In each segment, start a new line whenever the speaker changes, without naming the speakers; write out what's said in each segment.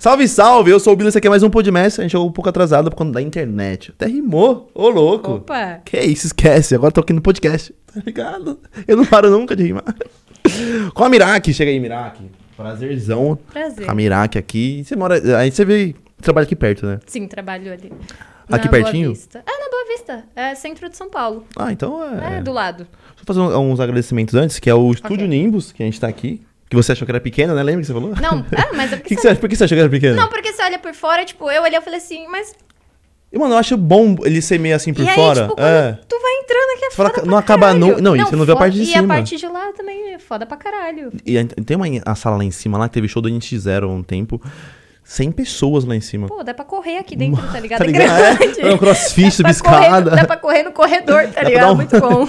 Salve, salve! Eu sou o Bilo, esse aqui é mais um podcast. A gente chegou um pouco atrasado por conta da internet. Até rimou, ô louco!
Opa!
Que isso, esquece. Agora tô aqui no podcast, tá ligado? Eu não paro nunca de rimar. Com a Miraki, chega aí, Miraki. Prazerzão.
Prazer.
A Miraki aqui. E Você mora. Aí você veio. Trabalha aqui perto, né?
Sim, trabalho ali.
Aqui
Na Boa
pertinho?
Vista. É, na Boa Vista. É centro de São Paulo.
Ah, então
É,
é.
do lado.
Só fazer um- uns agradecimentos antes, que é o Estúdio Nimbus, que a gente tá aqui. Que você achou que era pequeno, né? Lembra que você falou?
Não, é, mas é
Que
porque
que
você...
você acha- por que você achou que era pequeno?
Não, porque você olha por fora, tipo, eu olhei e falei assim, mas...
E, mano, eu acho bom ele ser meio assim por
e aí,
fora.
tipo, quando
é.
tu vai entrando aqui, é
Fala
foda
que
pra
não acaba
caralho.
nu- não, e você não vê a parte de
e
cima.
E a parte de lá também é foda pra caralho.
E a- tem uma a sala lá em cima, lá que teve show do NX Zero há um tempo. 100 pessoas lá em cima.
Pô, dá pra correr aqui dentro, tá ligado?
Tá ligado? É,
É
é um
grande.
crossfit,
Dá pra
subescada.
correr- Dá pra correr no corredor, tá
pra
ligado?
dar um-
Muito bom.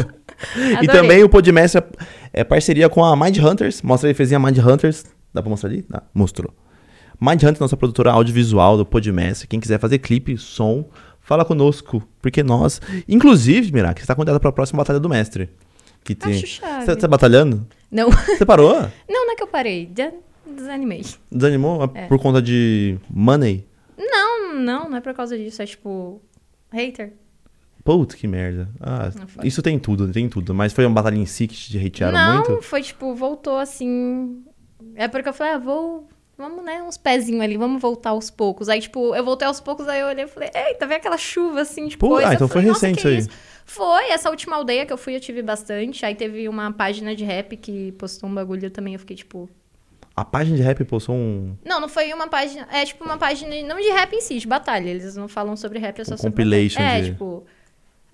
E
Adorei.
também o Podmestre é parceria com a Mind Hunters. Mostra aí, fez a Mind Hunters. Dá pra mostrar ali? Dá. Mostrou. Mind Hunters, nossa produtora audiovisual do Podmestre. Quem quiser fazer clipe, som, fala conosco. Porque nós. Inclusive, Mirac, você tá convidada pra próxima Batalha do Mestre. Que tem...
Acho chave.
Você tá batalhando?
Não,
Você parou?
não, não é que eu parei. Já desanimei.
Desanimou
É.
por conta de money?
Não, não, não é por causa disso. É tipo. Hater.
Putz, que merda. Ah,
Não foi.
isso tem tudo, tem tudo. Mas foi uma batalha em si que te hatearam
não,
muito?
foi tipo, voltou assim. É porque eu falei, ah, vou. Vamos, né? Uns pezinhos ali, vamos voltar aos poucos. Aí, tipo, eu voltei aos poucos, aí eu olhei e falei, eita, vem aquela chuva assim de
Pô,
coisa.
ah, então
Eu falei,
foi
"Nossa,
recente
que
isso aí."
Foi, essa última aldeia que eu fui, eu tive bastante. Aí teve uma página de rap que postou um bagulho também, eu fiquei tipo,
A página de rap postou um,
Não, não foi uma página. É tipo uma página não de rap em si, de batalha. Eles não falam sobre rap, é só
Um
sobre.
compilation
batalha. É,
de-
tipo.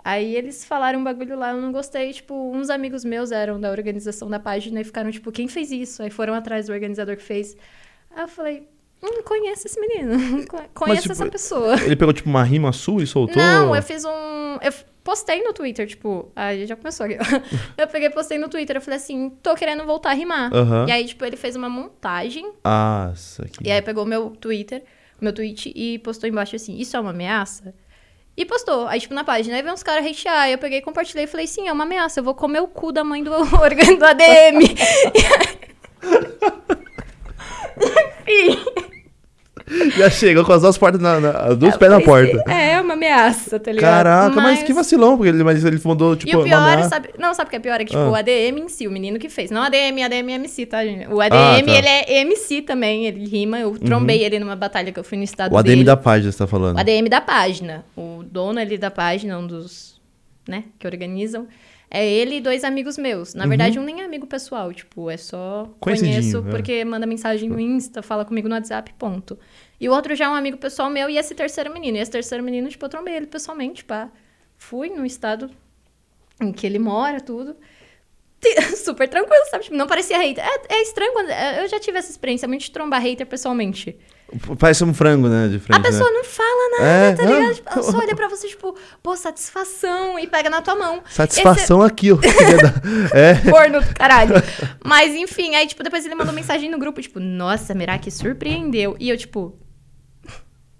Aí eles falaram um bagulho lá, eu não gostei. Tipo, uns amigos meus eram da organização da página e ficaram tipo, quem fez isso? Aí foram atrás do organizador que fez. Aí eu falei, hum, conheço esse menino, co- conheço
tipo,
essa pessoa.
Ele pegou tipo uma rima sua e soltou?
É, Não, eu fiz um. Eu postei no Twitter, tipo, aí já começou aqui. eu peguei e postei no Twitter, eu falei assim, tô querendo voltar a rimar.
Aham.
E aí, tipo, ele fez uma montagem
Nossa, que...
e aí pegou meu Twitter, meu tweet e postou embaixo assim, isso é uma ameaça? E postou, aí tipo na página, aí veio uns caras hatear, eu peguei, compartilhei e falei, sim, é uma ameaça, eu vou comer o cu da mãe do órgão do ADM. Enfim,
Já chegou com as duas portas na, na- as duas pés na
eu falei,
porta.
É, uma ameaça, tá ligado?
Caraca, mas... que vacilão, porque ele, mas ele mandou tipo
E o
uma
pior,
ameaça.
sabe... Não, sabe o que é pior? É que, tipo,
Ah.
o ADM em si, o menino que fez. Não ADM, ADM é MC, tá, gente? O ADM,
Ah, tá. Uhum.
ele é MC também, ele rima. Eu trombei ele numa batalha que eu fui no estado
O ADM
dele.
da página você tá falando.
O ADM da página. O dono ali da página, um dos, né, que organizam. É ele e dois amigos meus.
Uhum.
Na verdade, um nem é amigo pessoal, tipo, é só
Conhecidinho,
conheço
é.
porque manda mensagem no Insta, fala comigo no WhatsApp, ponto. E o outro já é um amigo pessoal meu e esse terceiro menino. E esse terceiro menino, tipo, eu trombei ele pessoalmente, pá. Fui no estado em que ele mora, tudo. Te- Super tranquilo, sabe? Tipo, não parecia hater. É, é estranho quando. é, Eu já tive essa experiência muito de trombar hater pessoalmente.
P- Parece um frango, né, de frente,
A pessoa não fala nada,
É,
tá
não.
ligado? Tipo, ela só olha pra você, tipo, pô, satisfação, e pega na tua mão.
né? Satisfação
é
aqui, ó. filha da- é.
Esse é corno do caralho. Mas enfim, aí, tipo, depois ele mandou mensagem no grupo, tipo, nossa, Meraki surpreendeu. E eu, tipo.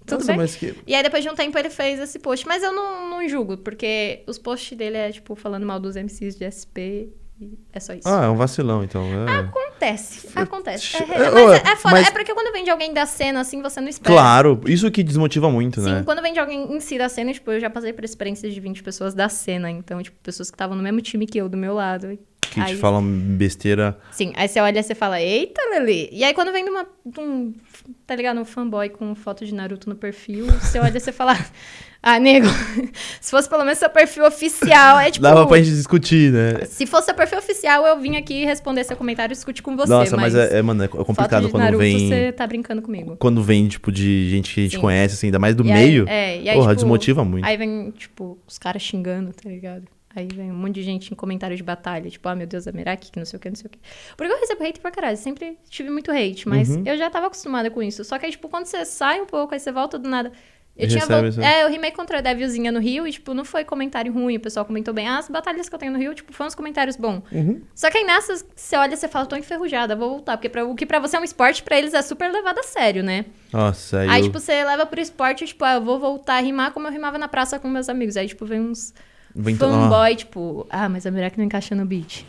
Tudo
Nossa,
bem?
mas que-
E aí, depois de um tempo, ele fez esse post. Mas eu não, não julgo, porque os posts dele é, tipo, falando mal dos MCs de SP. E é só isso.
Ah, é um vacilão, então. é.
Ah, Acontece, acontece. É,
Eu-
é- mas é, é foda.
mas-
É porque quando vem de alguém da cena, assim, você não espera.
Claro, isso que desmotiva muito,
Sim,
né?
quando vem de alguém em si da cena, tipo, eu já passei por experiências de 20 pessoas da cena, então, tipo, pessoas que estavam no mesmo time que eu, do meu lado.
Que
aí,
te falam besteira.
Sim, aí você olha e você fala, eita, Lili. E aí quando vem de, uma, de um, tá ligado, um fanboy com foto de Naruto no perfil, você olha e você fala, ah, nego, se fosse pelo menos seu perfil oficial, é tipo...
Dava pra gente discutir, né?
Se fosse seu perfil oficial, eu vim aqui responder seu comentário e discutir com você,
Nossa, mas, é, é, mano, é complicado
foto de
quando
Naruto,
vem.
você tá brincando comigo.
Quando vem, tipo, de gente que a gente
Sim.
conhece, assim, ainda mais do
E aí-
meio.
é, e aí,
porra,
tipo,
desmotiva muito.
Aí vem, tipo, os caras xingando, tá ligado? Aí vem um monte de gente em comentário de batalha, tipo, ah, meu Deus, a Meraki, que não sei o que, não sei o que. Porque eu recebo hate pra caralho, sempre tive muito hate, mas
Uhum.
eu já tava acostumada com isso. Só que aí, tipo, quando você sai um pouco, aí você volta do nada. Eu
E
tinha
recebe
vol-
isso, né?
É, eu rimei contra a Devilzinha no Rio e, tipo, não foi comentário ruim, o pessoal comentou bem. Ah, as batalhas que eu tenho no Rio, tipo, foram uns comentários bons.
Uhum.
Só que aí nessas, você olha e você fala, tô enferrujada, vou voltar. Porque pra- o que pra você é um esporte, pra eles é super levado a sério, né?
Nossa, aí.
Aí,
eu-
tipo, você leva pro esporte, tipo, ah, eu vou voltar a rimar como eu rimava na praça com meus amigos. Aí, tipo, vem uns
Vem então, to-
fanboy, tipo, ah, mas a Miraki não encaixa no beat.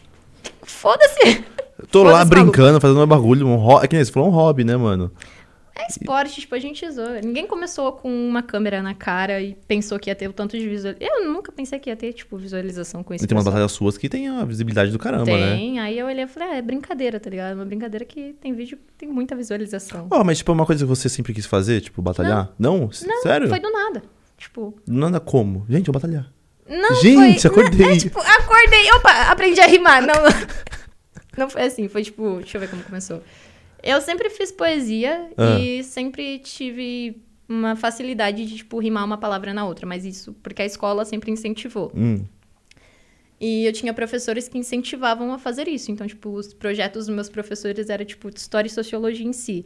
Foda-se!
Tô lá
foda-se, maluco.
brincando, fazendo meu bagulho. Um ho... É que nem você falou um hobby, um né, mano?
É esporte, tipo, a gente zoa. Ninguém começou com uma câmera na cara e pensou que ia ter o tanto de visualização. Eu nunca pensei que ia ter, tipo, visualização com isso.
E tem umas batalhas suas que tem a visibilidade do caramba, né?
Tem, aí eu olhei e falei, ah, é brincadeira, tá ligado? É uma brincadeira que tem vídeo que tem muita visualização.
Ó, mas tipo, é uma coisa que você sempre quis fazer, tipo, batalhar? Não? S-
Não,
Sério?
foi do nada. Tipo,
Nada como. Gente, vou batalhar.
não
Gente,
foi...
acordei.
É, tipo, acordei, opa, aprendi a rimar. Não, não foi assim, foi tipo, deixa eu ver como começou. Eu sempre fiz poesia
Ah.
e sempre tive uma facilidade de, tipo, rimar uma palavra na outra. Mas isso porque a escola sempre incentivou.
Hum.
E eu tinha professores que incentivavam a fazer isso. Então, tipo, os projetos dos meus professores era tipo, história e sociologia em si.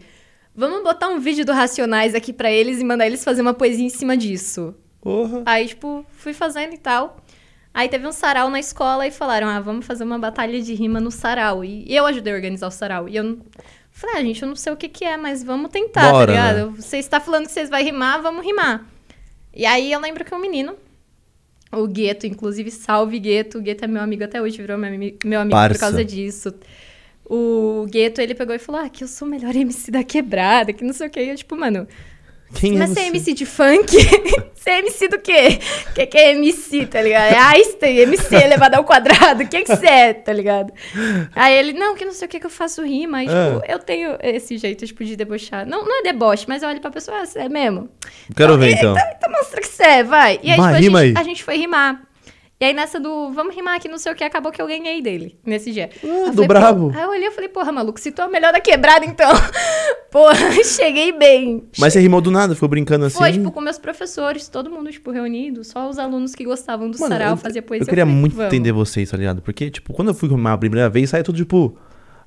Vamos botar um vídeo do Racionais aqui pra eles e mandar eles fazer uma poesia em cima disso.
Porra.
Aí, tipo, fui fazendo e tal. Aí teve um sarau na escola e falaram, ah, vamos fazer uma batalha de rima no sarau. E eu ajudei a organizar o sarau. E eu não- falei, ah, gente, eu não sei o que que é, mas vamos tentar,
Bora, né?"
tá ligado? Você está falando que vocês vão rimar, vamos rimar. E aí eu lembro que um menino, o Gueto, inclusive, salve Gueto. O Gueto é meu amigo até hoje, virou meu, ami- meu amigo
Parça.
por causa disso. O Gueto, ele pegou e falou, ah, que eu sou o melhor MC da quebrada, que não sei o que. E eu, tipo, mano...
Quem
Mas
é
você é
você?
MC de funk? você é MC do quê? O que, que é MC, tá ligado? É Einstein, MC elevado ao quadrado. O que que você é, tá ligado? Aí ele, não, que não sei o que que eu faço rima. Aí,
Ah.
tipo, eu tenho esse jeito, tipo, de debochar. Não, não é deboche, mas eu olho pra pessoa, ah, você é mesmo?
Quero ver então.
Então mostra que você é, vai. E
Vai,
aí, tipo, a,
rima
gente,
aí.
a gente foi rimar. E aí, nessa do vamos rimar aqui, não sei o que, acabou que eu ganhei dele, nesse dia. Aí eu
Ah, do
falei, pô- ah,
brabo.
Aí eu olhei e falei, porra, maluco, se tu é o melhor da quebrada, então. porra, cheguei bem.
Mas você rimou do nada, ficou brincando assim.
Foi, tipo, com meus professores, todo mundo, tipo, reunido, só os alunos que gostavam do
Mano,
sarau
eu-
fazia poesia.
Eu queria
falei,
muito
"Vamos."
entender vocês, tá ligado? Porque, tipo, quando eu fui rimar a primeira vez, saía tudo tipo.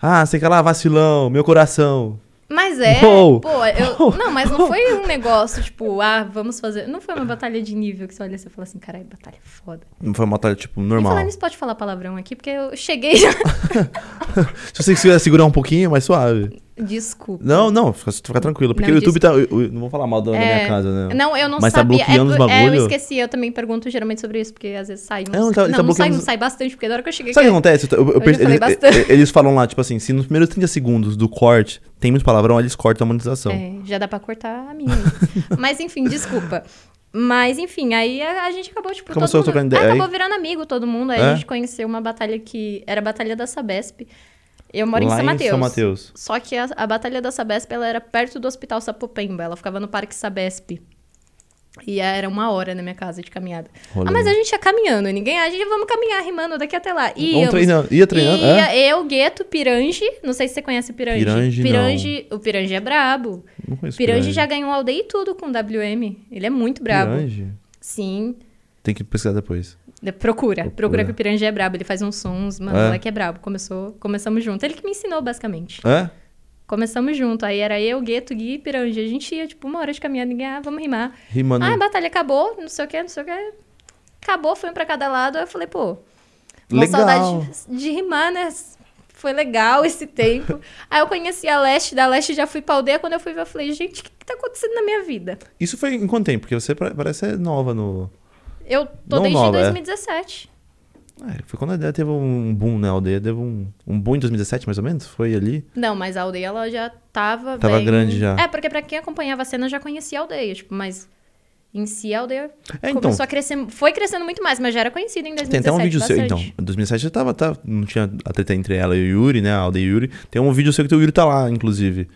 Ah, sei que lá, vacilão, meu coração.
Mas é,
Uou!
pô, eu.
Uou!
Não, mas não foi um negócio, tipo, ah, vamos fazer. Não foi uma batalha de nível que você olha e você fala assim, caralho, batalha foda.
Não foi uma batalha, tipo,
E
normal.
falar nisso, pode falar palavrão aqui, porque eu cheguei.
Se você quiser segurar um pouquinho, é mais suave.
Desculpa.
Não, não, fica, fica tranquilo. Porque
Não,
o YouTube tá. eu- eu não vou falar mal da, da minha
É,
casa, né?
Não, eu não
Mas tá
sabia.
bloqueando os
é, por- é,
bagulho?
eu esqueci, eu também pergunto geralmente sobre isso, porque às vezes sai. Não,
É, não,
não,
tá- ele tá
não sai,
bloqueando
não
os-
sai bastante, porque da hora que eu cheguei.
Sabe o que acontece? Eu- eu- eu
Eu já
perce-
falei
ele-
bastante.
eles falam lá, tipo assim, se nos primeiros 30 segundos do corte tem muito palavrão, eles cortam a monetização.
É, já dá pra cortar a minha. aí. Mas enfim, desculpa. Mas enfim, aí a, a gente acabou, tipo,
Começou
todo
trocando
mundo...
ideia,
Aí acabou
aí?
virando amigo todo mundo. Aí
É?
a gente conheceu uma batalha que era a Batalha da Sabesp. Eu moro
lá
em São Mateus.
Mateus.
Só que a, a Batalha da Sabesp, ela era perto do Hospital Sapopemba. Ela ficava no Parque Sabesp. E era uma hora na minha casa de caminhada.
Rolê.
Ah, mas a gente ia caminhando. e Ninguém... A gente, vamos caminhar rimando daqui até lá. E
Vamos treinando. Ia treinando, é?
Ia, eu, Gueto, Pirange. Não sei se você conhece o Pirange.
Pirange, não.
Pirange O Pirange é brabo.
Não conheço
Pirange já ganhou aldeia e tudo com WM. Ele é muito brabo.
Pirange?
Sim.
Tem que pesquisar depois.
De- Procura.
Procura.
Procura que o Pirange é brabo. Ele faz uns sons. Mano,
É.
o moleque é brabo. Começou, começamos junto. Ele que me ensinou, basicamente.
É?
Começamos junto. Aí era eu, Gueto, Gui e Pirange. A gente ia, tipo, uma hora de caminhada. Ninguém, ah, vamos rimar.
Rimando.
Ah, a batalha acabou. Não sei o que, não sei o que. Acabou, foi um pra cada lado. Aí eu falei, pô... Uma
Legal.
saudade de, de rimar, né? Foi legal esse tempo. Aí eu conheci a Leste, da Leste já fui pra aldeia. Quando eu fui ver, eu falei, gente, o que, que tá acontecendo na minha vida?
Isso foi em quanto tempo? Porque você pa- parece ser nova no.
Eu tô
Não
desde
nova, é.
2017.
É, foi quando a ideia teve um boom, né? A aldeia teve um, um boom em 2017, mais ou menos? Foi ali.
Não, mas a aldeia ela já tava.
Tava
bem-
grande já.
É, porque pra quem acompanhava a cena já conhecia a aldeia, tipo, mas em si a aldeia
É, então.
começou a crescer. Foi crescendo muito mais, mas já era conhecida em 2017.
Tem até um vídeo seu. Então,
bastante.
em 2007 já tava, tava. Não tinha a treta entre ela e o Yuri, né? A aldeia e o Yuri. Tem um vídeo seu que o Yuri tá lá, inclusive.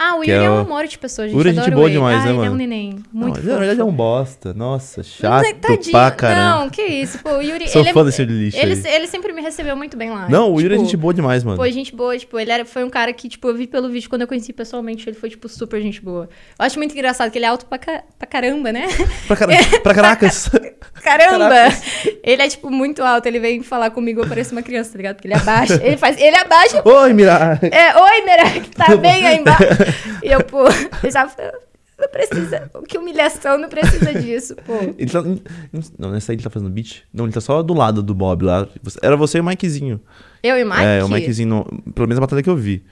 Ah, o
que
Yuri é,
é o-
um amor de pessoa, gente.
Yuri é
adoro
gente boa
ele.
demais,
Ai,
né,
ele é
mano?
um neném.
Não,
Muito
ele, na verdade é
fofo.
um bosta. Nossa,
Não
chato
sei, tadinho.
pra caramba.
Não, que isso, pô, o Yuri...
Sou
ele é-
fã desse lixo
ele,
aí.
se- ele sempre me recebeu muito bem lá.
Não, o Yuri
tipo,
é gente boa demais, mano.
Pô, gente boa, tipo, ele era, foi um cara que, tipo, eu vi pelo vídeo, quando eu conheci pessoalmente, ele foi, tipo, super gente boa. Eu acho muito engraçado que ele é alto pra, ca- pra caramba, né?
Pra, cara- pra caracas.
Caramba! Ele é, tipo, muito alto, ele vem falar comigo, eu pareço uma criança, tá ligado? Porque ele abaixa, ele faz... Ele abaixa...
Oi, Mira.
É, Oi, Mera, que tá bem aí embaixo. E eu, pô, eu já... falei, Não precisa... Que humilhação, não precisa disso, pô.
Ele tá. Não, nessa aí ele tá fazendo beat. Não, ele tá só do lado do Bob lá. Você- Era você e o Mikezinho.
Eu e o Mike?
É, o Mikezinho. no- Pelo menos a batalha que eu vi.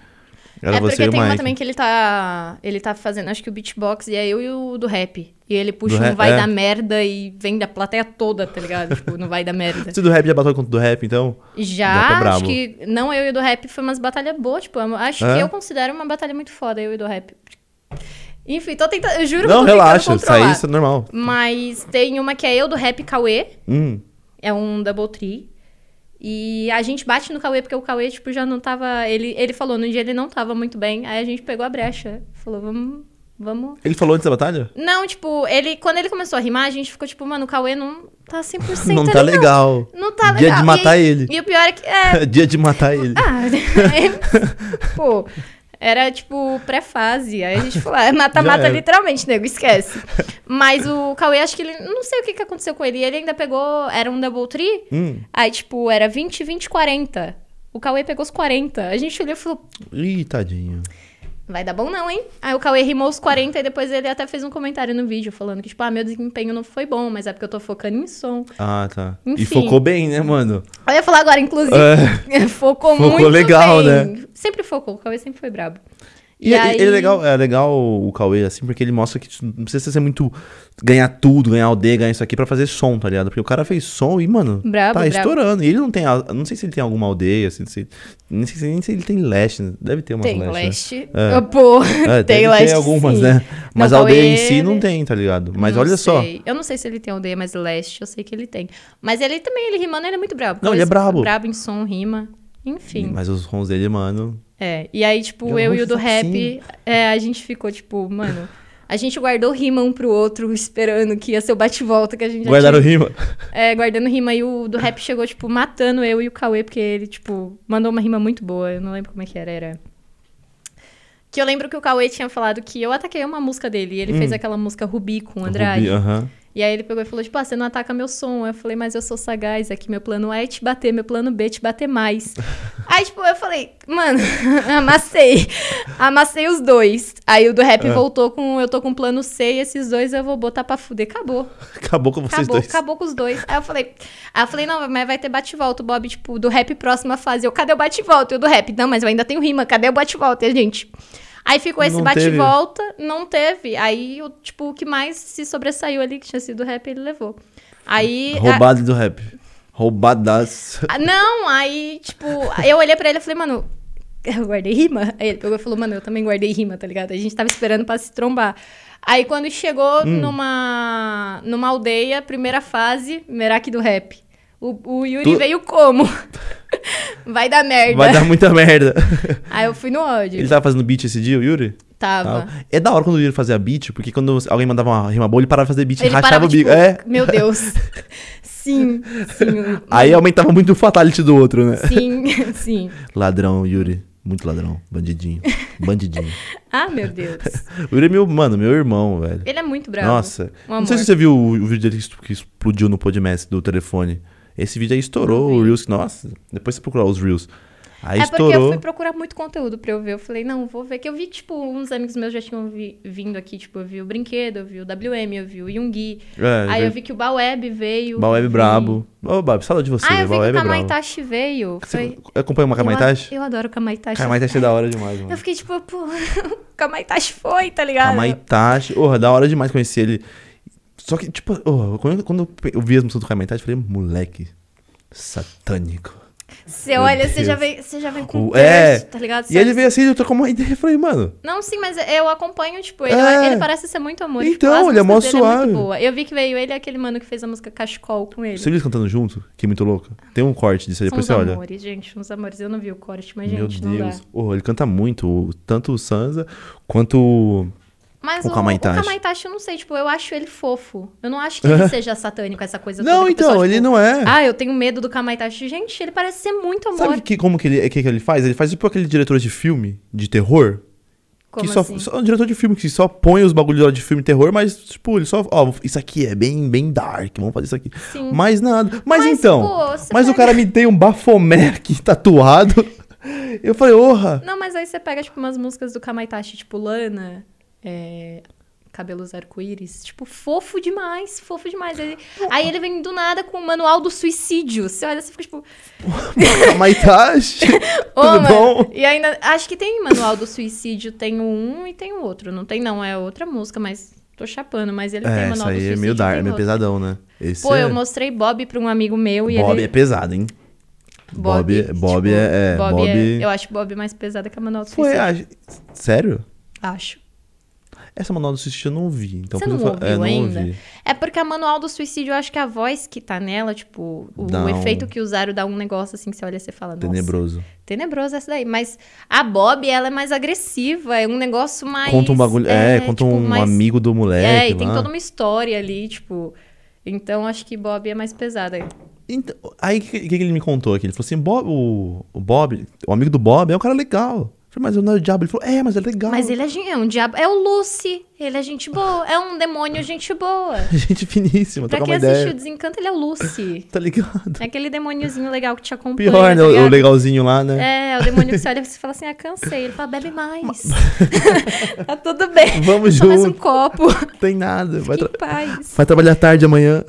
Era
é porque
você e o
tem
Mike.
uma também que ele tá. Ele tá fazendo, acho que o beatbox e é eu e o do rap. E ele puxa
Do
um
rap,
vai
é.
da merda e vem da plateia toda, tá ligado? tipo, não vai da merda.
Você do rap já batalha contra o do rap, então? Dá pra
Já,
bravo.
acho que não eu e o do rap foi umas batalhas boas, tipo, eu acho
É?
que eu considero uma batalha muito foda, eu e o do rap. Enfim, tô tentando. Eu juro
Não,
que eu tô
relaxa,
tentando
isso aí
controlar.
isso é normal.
Mas tem uma que é eu do Rap Cauê.
Hum,
É um double tree. E a gente bate no Cauê, porque o Cauê, tipo, já não tava. Ele, ele falou, no dia ele não tava muito bem. Aí a gente pegou a brecha. Falou, vamos. Vamos.
Ele falou antes da batalha?
Não, tipo, ele. Quando ele começou a rimar, a gente ficou, tipo, mano, o Cauê não tá 100%
não
ali,
tá legal.
Não, não tá legal.
Dia de
E
matar
aí-
ele.
E o pior é que. É,
Dia de matar ele.
ah, é, pô, era tipo pré-fase. Aí a gente falou, ah, mata,
Já
mata
era.
literalmente, nego, esquece. Mas o Cauê, acho que ele, não sei o que, que aconteceu com ele. Ele ainda pegou, era um double tree.
Hum.
Aí, tipo, era 20, 20, 40. O Cauê pegou os 40. A gente olhou e falou,
Ih, tadinho.
vai dar bom não, hein? Aí o Cauê rimou os 40 e depois ele até fez um comentário no vídeo falando que, tipo, ah, meu desempenho não foi bom, mas é porque eu tô focando em som.
Ah, tá.
Enfim.
E focou bem, né, mano? É.
Eu ia falar agora, inclusive. focou,
Focou
muito
legal, né?
bem. Sempre focou, o Cauê sempre foi brabo.
E, é- ele é legal, é legal o Cauê, assim, porque ele mostra que não precisa ser muito ganhar tudo, ganhar o D, ganhar isso aqui pra fazer som, tá ligado? Porque o cara fez som e, mano,
Brabo,
tá
brabo.
estourando. E ele não tem. a- Não sei se ele tem alguma aldeia, assim, não sei, nem, sei, se- nem sei se ele tem leste, né? Deve ter umas
Tem
leste. né?
leste.
É.
Ah, Pô,
É, deve
tem
ter
leste.
algumas,
sim.
né? Mas
Não,
a aldeia em
Cauê,
si não
ele-
tem, tá ligado? Mas
Não
olha só.
sei. Eu não sei se ele tem aldeia, mas leste eu sei que ele tem. Mas ele também, ele rimando, ele é muito brabo.
Não, ele é
Cauê
brabo.
Brabo em som, rima. Enfim.
Mas os sons dele, mano.
É. E aí, tipo,
Eu
eu,
vou
e o do
fazer
rap, é, a gente ficou, tipo, mano. A gente guardou rima um pro outro, esperando que ia ser o bate-volta que a gente já
Guardaram
tinha
rima.
É, guardando rima. E o do rap chegou, tipo, matando eu e o Cauê, porque ele, tipo, mandou uma rima muito boa. Eu não lembro como é que era, era. Que eu lembro que o Cauê tinha falado que eu ataquei uma música dele. E ele fez aquela música Rubi com o um Andrade.
Rubi, aham.
E aí ele pegou e falou, tipo, ah, você não ataca meu som. Eu falei, mas eu sou sagaz aqui. Meu plano A é te bater, meu plano B é te bater mais. aí, tipo, eu falei, mano, amassei. Amassei os dois. Aí o do rap
É.
voltou com, eu tô com plano C e esses dois eu vou botar pra fuder. Acabou.
Acabou com vocês
Acabou,
dois.
acabou com os dois. Aí eu falei, aí eu falei, não, mas vai ter bate-volta. O Bob, tipo, do rap próxima fase. Eu, cadê o bate-volta? Eu do rap, não, mas eu ainda tenho rima, cadê o bate-volta? E a gente. Aí ficou esse
Não teve.
bate-volta, não teve. Aí, o, tipo, o que mais se sobressaiu ali, que tinha sido o rap, ele levou. Aí. a-
Roubado do rap. Roubadas.
a- Ah, não, aí, tipo, eu olhei pra ele e falei, mano, eu guardei rima? Aí ele pegou e falou, mano, eu também guardei rima, tá ligado? A gente tava esperando pra se trombar. Aí quando chegou
Hum.
numa, numa aldeia, primeira fase, Meraki do rap. O, o Yuri
Tu-
veio como? Vai dar merda.
Vai dar muita merda.
Aí eu fui no ódio.
Ele tava fazendo beat esse dia, o Yuri?
Tava.
Tava. É da hora quando o Yuri fazia beat, porque quando alguém mandava uma rima boa, ele parava de fazer beat e
Ele
rachava
parava,
o bico.
tipo,
É.
meu Deus. Sim, sim.
Aí aumentava muito o fatality do outro, né?
Sim, sim.
Ladrão, Yuri. Muito ladrão. Bandidinho. Bandidinho.
Ah, meu Deus.
o Yuri é meu, mano, meu irmão, velho.
Ele é muito bravo.
Nossa.
Um
Não sei
amor.
se você viu o, o vídeo dele que es- que explodiu no Podmess do telefone. Esse vídeo aí estourou
Não vi.
o Reels. Nossa, depois você procurar os Reels. Aí
é porque eu
estourou.
fui procurar muito conteúdo pra eu ver. Eu falei, não, vou ver. Que eu vi, tipo, uns amigos meus já tinham vi- vindo aqui. Tipo, eu vi o Brinquedo, eu vi o WM, eu vi o Yungi.
É,
aí
veio-
eu vi que o Baweb veio.
Baweb
vi-
brabo. Ô, Bab, saudade de você.
Ah, eu vi que o
Baweb é brabo.
Kamaitachi veio.
Você
Foi...
acompanha uma Kamaitachi?
Eu, eu adoro o Kamaitachi.
Kamaitachi é da hora demais, mano.
Eu fiquei, tipo, pô, o Kamaitachi foi, tá ligado?
Kamaitachi. Porra, da hora demais conhecer ele. Só que, tipo, oh, quando, quando eu pe- eu vi as músicas do Kamaitachi, eu falei, moleque, satânico.
Você
Meu
olha, você já,
Deus.
vem, você já vem com
O- é.
texto, tá ligado?
E
Você
ele
olha- assim,
veio assim, eu trocou uma ideia e falei, mano,
Não, sim, mas eu acompanho, tipo, ele,
É.
ele parece ser muito amor.
Então,
tipo, as
ele é mó
músicas dele
suave.
muito boa. Eu vi que veio ele, aquele mano que fez a música Cachecol com ele.
você viu eles cantando junto? Que é muito louco. Tem um corte disso aí,
São
depois
os
você olha.
amores, gente. Uns amores. Eu não vi o corte, mas,
Meu
gente, não
Deus.
dá.
Oh, ele canta muito, o- tanto o Sansa quanto o-
Mas
O
o, o
Kamaitachi.
Kamaitachi, eu não sei. Tipo, eu acho ele fofo. Eu não acho que ele seja satânico, essa coisa toda.
Não,
que o
então,
pessoal,
ele
tipo,
não é.
Ah, eu tenho medo do Kamaitachi. Gente, ele parece ser muito amor.
Sabe que, como que ele, que, que ele faz? Ele faz tipo aquele diretor de filme, de terror,
Como
que só,
assim?
só um diretor de filme que só põe os bagulhos lá de filme terror, mas tipo, ele só, ó, isso aqui é bem bem dark, vamos fazer isso aqui.
Sim.
Mas nada. Mas,
Mas,
então,
pô, você
mas o
pega-
cara me tem um bafomé aqui tatuado. Eu falei, orra.
Não, mas aí você pega, tipo, umas músicas do Kamaitachi, tipo Lana, é, Cabelos Arco-Íris. Tipo, fofo demais, fofo demais. Ele- aí ele vem do nada com o manual do suicídio. Você olha, você fica tipo...
Maitachi.
Ô,
Tudo
mano,
bom?
E ainda, acho que tem manual do suicídio, tem o um e tem o outro. Não tem não, é outra música, mas tô chapando. Mas ele tem
É, isso
manual do
aí é
suicídio.
meio dark,
tem
é meio
outro.
pesadão, né? Esse
Pô,
é...
eu mostrei Bob pra um amigo meu e
Bob é
ele...
pesado, hein? Bob, Bob,
tipo,
é, é, Bob,
Eu acho Bob mais pesada que a manual do
Foi,
suicídio.
a- sério?
Acho.
Essa manual do suicídio eu não vi. Então,
Você
por isso
não
eu falo- é,
ouviu
não
ainda?
ouvi.
É porque a manual do suicídio, eu acho que a voz que tá nela, tipo, o, o
Dá um-
efeito que usaram dá um negócio assim que você olha e você fala, nossa.
Tenebroso.
Tenebroso essa daí. Mas a Bob, ela é mais agressiva, é um negócio mais.
conta um bagulho. É, conta
tipo,
um
mais-
amigo do moleque.
É, e tem
lá.
toda uma história ali, tipo. Então acho que Bob é mais pesada.
Então, aí o que, que que ele me contou aqui? Ele falou assim: Bob, o, o Bob, o amigo do Bob é um cara legal. Eu falei, mas eu não é o diabo. Ele falou: É, mas é legal.
Mas ele é, gen- é um diabo. É o Lucy. Ele é gente boa. É um demônio, gente boa.
Gente finíssima,
Pra
trocar
quem
uma
assistiu
ideia.
Desencanto, ele é o Lucy.
Tá ligado?
É aquele demôniozinho legal que te acompanha.
Pior, né?
tá
O, o
ligado?
legalzinho lá, né?
É, o demônio que você olha e você fala assim, ah, cansei. Ele fala, bebe mais. tá tudo bem.
Vamos
Só mais um
junto,
copo.
não tem nada. Vai,
Fique
tra-
em paz.
vai trabalhar tarde amanhã.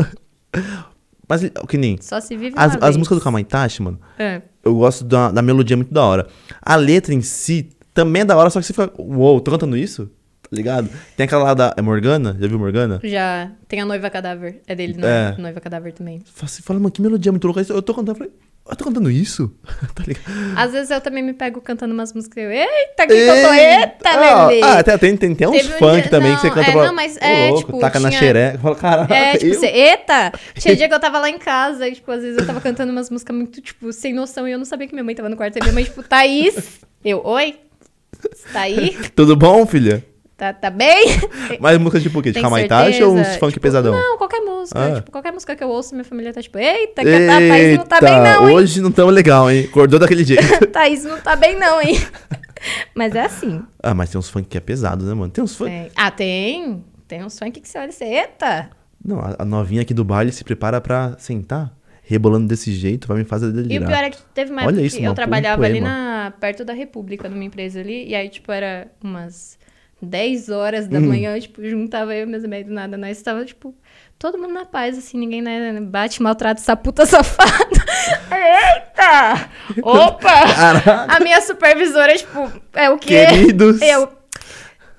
Mas, ele- que nem.
Só se vive
As,
uma
as
vez.
músicas do Kamaitachi, mano,
É.
eu gosto da, da melodia é muito da hora. A letra em si também é da hora, só que você fica, uou, tô cantando isso? Tá ligado? Tem aquela lá da. É Morgana? Já viu Morgana?
Já tem a noiva cadáver. É dele, não
É.
Noiva cadáver também.
Você fala, mano, que melodia muito louca. é Eu tô cantando, eu falei, eu tô cantando isso? tá ligado?
Às vezes eu também me pego cantando umas músicas. Eu, eita, quem cantou? um Eita,
Ah,
bebê!
Ah, tem, tem, tem, tem uns
Teve um
funk
dia-
também que você
não,
canta
é,
pra-
não, mas
Ô,
é,
louco,
tipo,
taca na
tinha-
xereca. Fala, caraca,
É, tipo,
eu?
você, eita! Tinha dia que eu tava lá em casa e, tipo, às vezes eu tava cantando umas músicas muito, tipo, sem noção e eu não sabia que minha mãe tava no quarto. E minha mãe, tipo, Thaís. Eu, oi? Você Tá aí?
Tudo bom, filha?
Tá, tá bem?
Mas música tipo o quê? De
Tem
Kamaitachi ou uns
certeza?
funk
Tipo,
pesadão?
Não, qualquer música.
Ah.
Tipo, qualquer música que eu ouço, minha família tá tipo, eita, que a Thaís não tá bem
Eita,
não, hein?
hoje não tão legal, hein? Acordou daquele jeito.
Thaís não tá bem não, hein? Mas é assim.
ah, mas tem uns funk que é pesado, né, mano? Tem uns funk...
Tem. Ah, tem? Tem uns funk que você olha e você, eita!
Não, a, a novinha aqui do baile se prepara pra sentar. Rebolando desse jeito, vai me fazer
E o
delirar.
pior é que teve uma
Olha
época
isso,
que
mano,
eu trabalhava
põe um
ali na, perto da República, numa empresa ali, e aí, tipo, era umas 10 horas
Hum.
da manhã, eu, tipo, juntava eu e meus amigos do nada, nós tava, tipo, todo mundo na paz, assim, ninguém né, bate, maltrata essa puta safada. Eita! Opa!
Caraca,
A minha supervisora, tipo, é o quê?
queridos,
Eu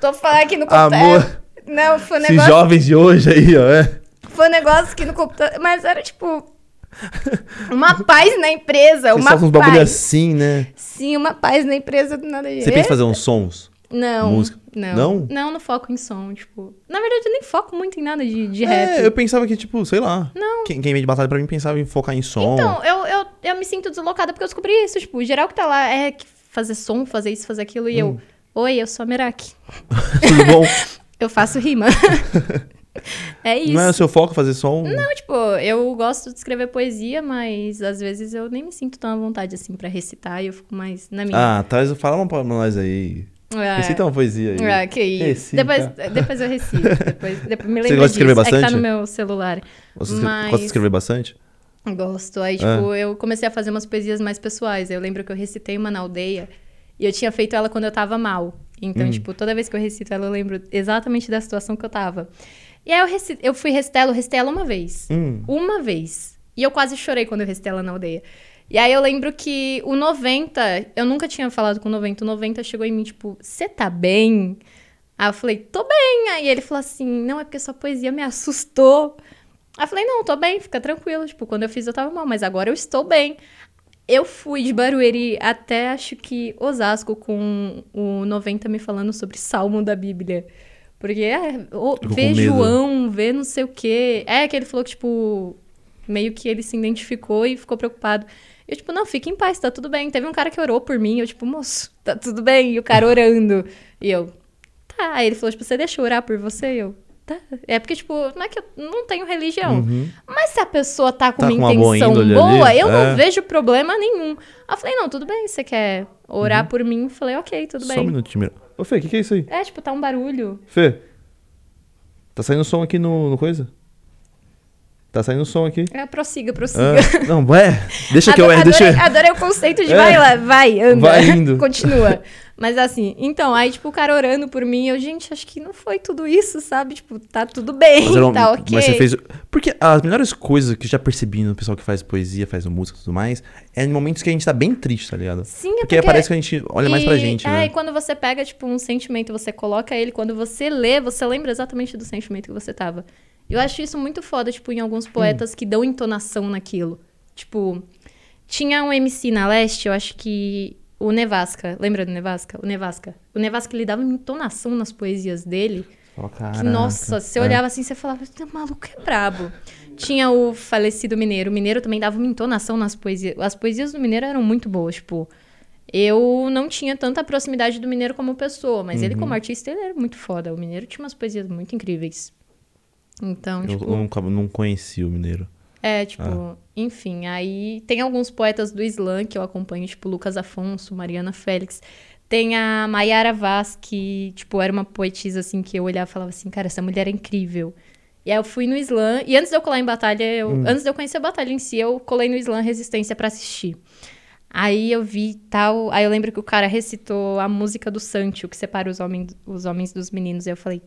tô falando aqui no
Amor.
computador. Não, foi um
esses
negócio
jovens de hoje aí, ó. É.
foi um negócio que no computador. Mas era tipo. Uma paz na empresa.
Vocês
É Uma
soltam uns bagulho
paz.
assim, né?
Sim, uma paz na empresa do nada.
Você pensa em fazer uns sons?
Não.
música?
Não.
Não?
Não, não foco em som. Tipo. Na verdade, eu nem foco muito em nada de, de
É,
rap.
eu pensava que, tipo, sei lá. Não. Quem, quem vem de batalha pra mim pensava em focar em som.
Então, eu, eu, eu me sinto deslocada porque eu descobri isso. Tipo, geral que tá lá é que fazer som, fazer isso, fazer aquilo. E
Hum.
eu. Oi, eu sou a Meraki.
Tudo bom?
Eu faço rima. é isso.
Não é o seu foco fazer som?
Não, tipo, eu gosto de escrever poesia, mas às vezes eu nem me sinto tão à vontade assim pra recitar e eu fico mais na minha.
Ah, traz, fala uma pra nós aí.
É.
Ah, Recita uma poesia aí.
Ah, que isso.
Recita.
Depois, depois eu recito. Depois, depois me
Você gosta
lembro
de escrever
disso. É que tá
bastante?
no meu celular.
Você escre-
Mas-
gosta de escrever bastante?
Gosto. Aí, tipo,
Ah.
eu comecei a fazer umas poesias mais pessoais. Eu lembro que eu recitei uma na aldeia e eu tinha feito ela quando eu tava mal. Então,
Hum.
tipo, toda vez que eu recito ela, eu lembro exatamente da situação que eu tava. E aí eu, reci- eu fui recitar ela, eu recitei ela uma vez.
Hum.
Uma vez. E eu quase chorei quando eu recitei ela na aldeia. E aí eu lembro que o 90, eu nunca tinha falado com o 90, o 90 chegou em mim, tipo, você tá bem? Aí eu falei, tô bem. Aí ele falou assim, não, é porque sua poesia me assustou. Aí eu falei, não, tô bem, fica tranquilo. Tipo, quando eu fiz eu tava mal, mas agora eu estou bem. Eu fui de Barueri até, acho que, Osasco, com o 90 me falando sobre Salmo da Bíblia. Porque, é, o-
Ficou com
vê
medo.
João, vê não sei o quê. É, que ele falou que, tipo, meio que ele se identificou e ficou preocupado. Eu, tipo, não, fica em paz, tá tudo bem. Teve um cara que orou por mim, eu, tipo, moço, tá tudo bem. E o cara orando. E eu, tá. Aí ele falou, tipo, você deixa eu orar por você? E eu, tá. É porque, tipo, não é que eu não tenho religião.
Uhum.
Mas se a pessoa tá com
Hum. Tá
uma
com uma boa
intenção
índole
boa,
ali,
eu
é.
não vejo problema nenhum. Aí eu falei, não, tudo bem, você quer orar por mim? Eu Falei, ok, tudo
Uhum. Só um
bem.
minutinho. Mira. Ô, Fê, o que, que é isso aí?
É, tipo, tá um barulho.
Fê, tá saindo som aqui no, no coisa? Tá saindo som aqui?
É, prossiga, prossiga.
Ah, não, vai. Deixa que eu
Ado-
erro, deixa eu
adorei, adorei o conceito de
É.
vai lá, vai, anda,
Vai indo.
continua. Mas assim, então, aí tipo, o cara orando por mim, eu, gente, acho que não foi tudo isso, sabe? Tipo, tá tudo bem,
Mas, era um-
tá ok.
mas você fez. Porque as melhores coisas que eu já percebi no pessoal que faz poesia, faz música e tudo mais, é em momentos que a gente tá bem triste, tá ligado?
Sim, é
porque,
porque-
parece que a gente olha mais pra
E-
gente,
é,
né?
e quando você pega, tipo, um sentimento, você coloca ele, quando você lê, você lembra exatamente do sentimento que você tava. Eu acho isso muito foda, tipo, em alguns poetas que dão entonação naquilo. Tipo, tinha um MC na Leste, eu acho que O Nevasca, lembra do Nevasca? O Nevasca. O Nevasca, ele dava uma entonação nas poesias dele.
Fala,
Que,
"Caraca".
nossa, você
É.
olhava assim, você falava, "O maluco é brabo. Tinha o falecido Mineiro. O Mineiro também dava uma entonação nas poesias. As poesias do Mineiro eram muito boas, tipo... Eu não tinha tanta proximidade do Mineiro como pessoa, mas
Uhum.
ele como artista, ele era muito foda. O Mineiro tinha umas poesias muito incríveis. Então,
Eu Ah.
tipo...
nunca, não conheci o Mineiro.
É, tipo, enfim, aí tem alguns poetas do Islã que eu acompanho, tipo Lucas Afonso, Mariana Félix. Tem a Mayara Vaz, que, tipo, era uma poetisa, assim, que eu olhava e falava assim, cara, essa mulher é incrível. E aí eu fui no Islã, e antes de eu colar em batalha, eu- antes de eu conhecer a batalha em si, eu colei no Islã Resistência pra assistir. Aí eu vi tal. Aí eu lembro que o cara recitou a música do Sancho, que separa os, homem, os homens dos meninos. Aí eu falei,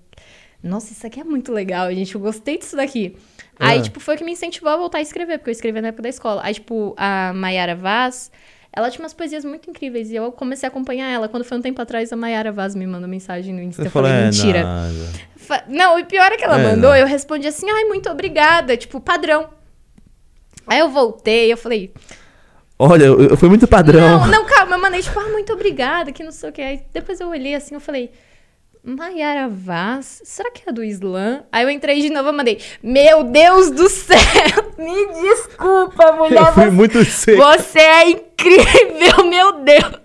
nossa, isso aqui é muito legal, gente. Eu gostei disso daqui.
Ah.
Aí, tipo, foi o que me incentivou a voltar a escrever, porque eu escrevia na época da escola. Aí, tipo, a Mayara Vaz, ela tinha umas poesias muito incríveis. E eu comecei a acompanhar ela. Quando foi um tempo atrás, a Mayara Vaz me mandou mensagem no Insta. Eu falei,
"É,
tá mentira.
nada".
Fa- Não, e pior é que ela
É,
mandou,
não.
eu respondi assim, ai, muito obrigada, tipo, padrão. Aí eu voltei, eu falei,
Olha, eu, eu fui muito padrão.
não, não, calma, eu mandei, tipo, ah, muito obrigada, que não sei o que. Aí depois eu olhei assim, eu falei, Mayara Vaz, será que é do Islã? Aí eu entrei de novo, eu mandei, meu Deus do céu, me desculpa, mulher,
eu fui
você-
muito seco.
você é incrível, meu Deus.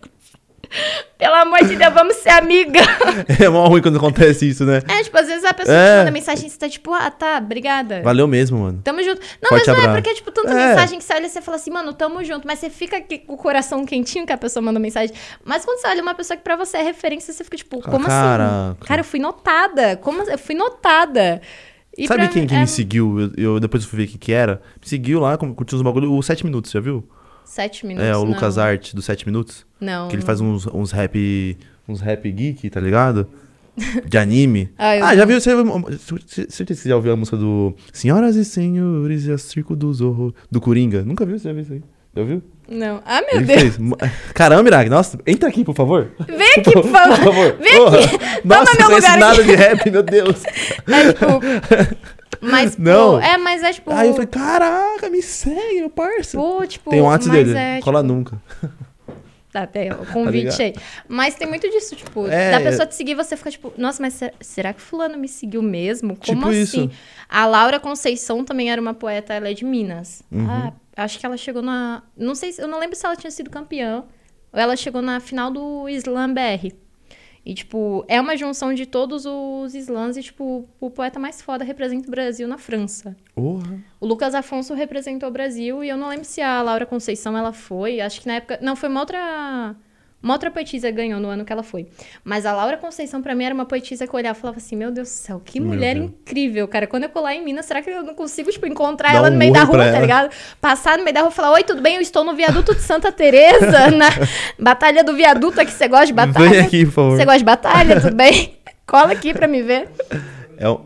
Pelo amor de Deus, vamos ser amiga.
É mó ruim quando acontece isso, né?
É, tipo, às vezes a pessoa
É.
te manda mensagem e você tá tipo, ah, tá, obrigada.
Valeu mesmo, mano.
Tamo junto. Não,
Forte
mas não é
abraço.
porque, tipo, tanta
É.
mensagem que você olha e você fala assim, mano, tamo junto. Mas você fica aqui com o coração quentinho que a pessoa manda mensagem. Mas quando você olha uma pessoa que pra você é referência, você fica tipo, como
Caraca.
assim? Cara, eu fui notada. Como assim? Eu fui notada. E
Sabe
pra
quem
mim,
que
é
me seguiu? Eu, eu- depois eu fui ver quem que era. Me seguiu lá, com- curtiu uns bagulho. O 7 Minutos, já viu?
Sete minutos.
É, o
não.
Lucas Arte do 7 Minutos.
Não.
Que ele faz uns, uns rap. Uns rap geek, tá ligado? De anime.
Ah, eu-
ah, já viu? Você, você- certeza que você já ouviu a música do Senhoras e Senhores e a Circo do Zorro do Coringa? Nunca viu? Você já viu isso aí? Já viu?
Não. Ah, meu
ele
Deus.
fez. Mo- Caramba, Mirag, nossa, entra aqui, por favor.
Vem aqui, por favor. Vem
Porra.
aqui.
Nossa, não
Toma meu
conheço
lugar
nada
aqui.
de rap, meu Deus.
É, tipo... Mas, pô,
Não.
É, mas é, tipo...
Aí eu falei, caraca, me segue, meu parça.
Pô, tipo,
Tem um WhatsApp
mas
dele,
é,
cola nunca.
Tá, tem o
ligado?
convite aí. Mas tem muito disso, tipo,
É, é.
da pessoa te seguir, você fica tipo, nossa, mas ser- será que fulano me seguiu mesmo? Como
Tipo
assim?
isso.
A Laura Conceição também era uma poeta, ela é de Minas.
Uhum.
Ah, acho que ela chegou na. Não sei, se- eu não lembro se ela tinha sido campeã. Ou ela chegou na final do Slam BR. E, tipo, é uma junção de todos os slams e, tipo, o poeta mais foda representa o Brasil na França.
Porra.
O Lucas Afonso representou o Brasil e eu não lembro se a Laura Conceição ela foi. Acho que na época. Não, foi uma outra. Uma outra poetisa ganhou no ano que ela foi. Mas a Laura Conceição, pra mim, era uma poetisa que eu olhava e falava assim: Meu Deus do céu, que
Meu
mulher
Deus.
incrível, cara. Quando eu colar em Minas, será que eu não consigo, tipo, encontrar
Dá
ela
um
no meio da
oi
rua,
pra
tá
ela.
ligado? Passar no meio da rua e falar: Oi, tudo bem? Eu estou no viaduto de Santa Teresa, na Batalha do Viaduto aqui. Você gosta de batalha?
Vem aqui, por favor.
Tá, né? Você gosta de batalha? Tudo bem? Cola aqui pra me ver.
É o...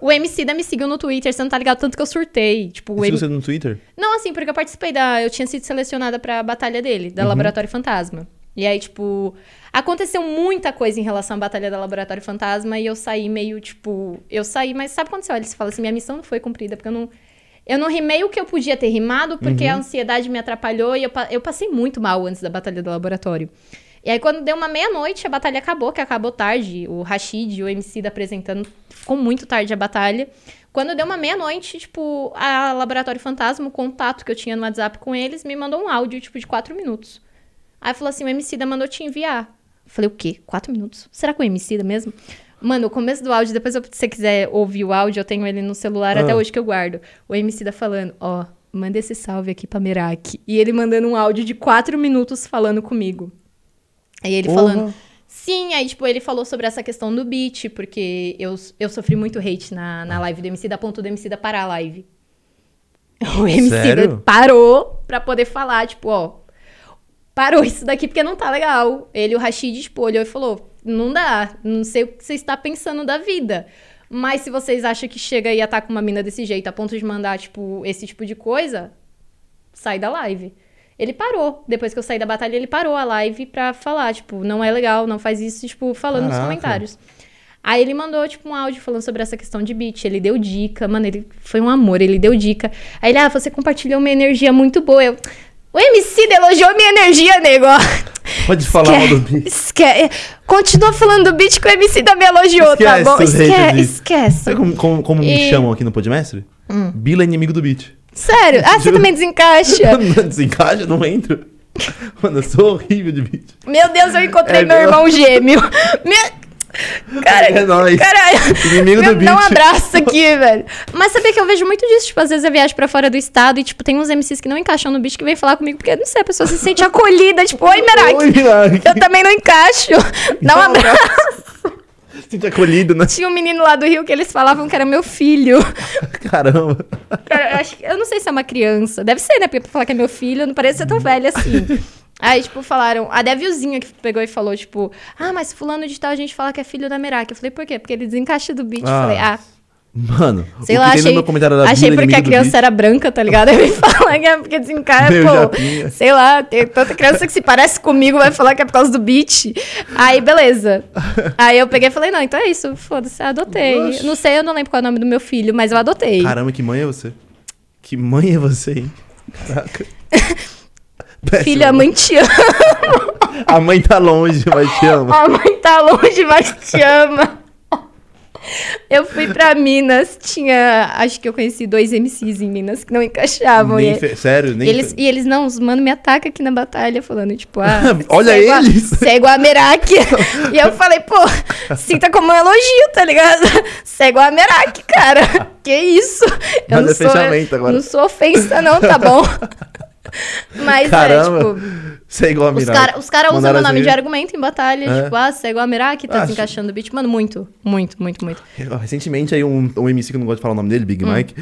O MC da me seguiu no Twitter, você não tá ligado tanto que eu surtei. Tipo, o
Siga
MC
você no Twitter?
Não, assim, porque eu participei da. Eu tinha sido selecionada pra batalha dele, da Laboratório Fantasma. E aí, tipo, aconteceu muita coisa em relação à batalha da Laboratório Fantasma e eu saí meio, tipo. Eu saí, mas sabe quando você olha e você fala assim: minha missão não foi cumprida, porque eu não. Eu não rimei o que eu podia ter rimado, porque a ansiedade me atrapalhou e eu, pa- eu passei muito mal antes da batalha do laboratório. E aí, quando deu uma meia-noite, a batalha acabou, que acabou tarde. O Rashid, o MC da apresentando, ficou muito tarde a batalha. Quando deu uma meia-noite, tipo, a Laboratório Fantasma, o contato que eu tinha no WhatsApp com eles, me mandou um áudio, tipo, de quatro minutos. Aí falou assim: o MC da mandou te enviar. Eu Falei, o quê? Quatro minutos? Será que o MC da mesmo? Mano, o começo do áudio, depois eu- se você quiser ouvir o áudio, eu tenho ele no celular
Ah.
até hoje que eu guardo. O MC da falando, ó, manda esse salve aqui pra Merak. E ele mandando um áudio de quatro minutos falando comigo. Aí ele
Porra.
falando. Sim, aí, tipo, ele falou sobre essa questão do beat, porque eu, eu sofri muito hate na, na live do MC da ponto do MC da parar a live. O MC da
Sério?
parou pra poder falar, tipo, ó, parou isso daqui porque não tá legal. Ele, o Rashid, tipo, olhou e falou: não dá, não sei o que você está pensando da vida. Mas se vocês acham que chega e ataca uma mina desse jeito, a ponto de mandar, tipo, esse tipo de coisa, sai da live. Ele parou. Depois que eu saí da batalha, ele parou a live pra falar, tipo, não é legal, não faz isso, tipo, falando nos
Caraca.
comentários. Aí ele mandou, tipo, um áudio falando sobre essa questão de beat. Ele deu dica, mano, ele foi um amor, ele deu dica. Aí ele, ah, você compartilhou uma energia muito boa. Eu, O MC elogiou minha energia, nego. ó.
Pode falar mal do Bi.
Esque... Continua falando do beat que o MC da me elogiou,
Esquece
tá bom?
os haters
Esque...
disso.
Esquece.
Sabe como, como- como me
E- Hum.
chamam aqui no Podmestre? Bila é inimigo do beat.
Sério? Ah, você também desencaixa.
Quando desencaixa, não entro. Mano, eu sou horrível de beat.
Meu Deus, eu encontrei
É,
meu
meu-
irmão gêmeo. Minha... Cara,
É nóis.
caralho.
Inimigo
Meu-
do
Dá um
beat.
abraço aqui, velho. Mas sabia que eu vejo muito disso? Tipo, às vezes eu viajo pra fora do estado e, tipo, tem uns MCs que não encaixam no beat que vem falar comigo, porque, não sei, a pessoa se sente acolhida. Tipo, oi,
Oi,
Merak.
Mirac.
Eu também não encaixo. Dá um abraço.
Sente acolhido, né?
Tinha um menino lá do Rio que eles falavam que era meu filho.
Caramba.
Cara, eu, acho que- eu não sei se é uma criança. Deve ser, né? Porque pra falar que é meu filho, não parece ser tão velha assim. Aí, tipo, falaram... A Devilzinha que pegou e falou, tipo... Ah, mas fulano de tal, a gente fala que é filho da Merak. Eu falei, por quê? Porque ele desencaixa do beat. Eu
Ah,
falei, ah...
Mano,
Sei
o
lá,
que tem
achei,
no meu comentário da
achei
Bila é
porque a
inimigo do
criança
beat,
era branca, tá ligado? Aí me fala que é porque desencaixa,
Meu
pô.
japinha.
Sei lá, tem tanta criança que se parece comigo, vai falar que é por causa do beat. Aí, beleza. Aí eu peguei e falei, não, então é isso, foda-se, adotei.
Oxe.
Não sei, eu não lembro qual é o nome do meu filho, mas eu adotei.
Caramba, que mãe é você? Que mãe é você, hein? Caraca. Péssimo.
Filho, a mãe te ama.
A mãe tá longe, mas te ama.
A mãe tá longe, mas te ama. Eu fui pra Minas, tinha. Acho que eu conheci dois MCs em Minas que não encaixavam.
Nem
e,
fe- Sério, nem.
e é- eles,
fe-
e eles, não, os mano me ataca aqui na batalha, falando, tipo, ah.
Olha
você é igual-
eles!
Você é igual a Merak. e eu falei, pô, sinta como um elogio, tá ligado? Você é igual a Merak, cara. Que isso? Eu
Mas
não
é
sou,
fechamento agora.
Não sou ofensa, não, tá bom? Mas
Caramba.
é, tipo.
Você é igual a
Os
Mirac.
caras cara usam o
Mandaram assim,
meu nome
essa
de
aí.
argumento em batalha,
É.
tipo, ah, você é igual a Meraki, tá
Ah,
desencaixando o beat. Mano, muito, muito, muito,
Tá
muito.
Recentemente, aí um, um MC que eu não gosto de falar o nome dele, Big Mike,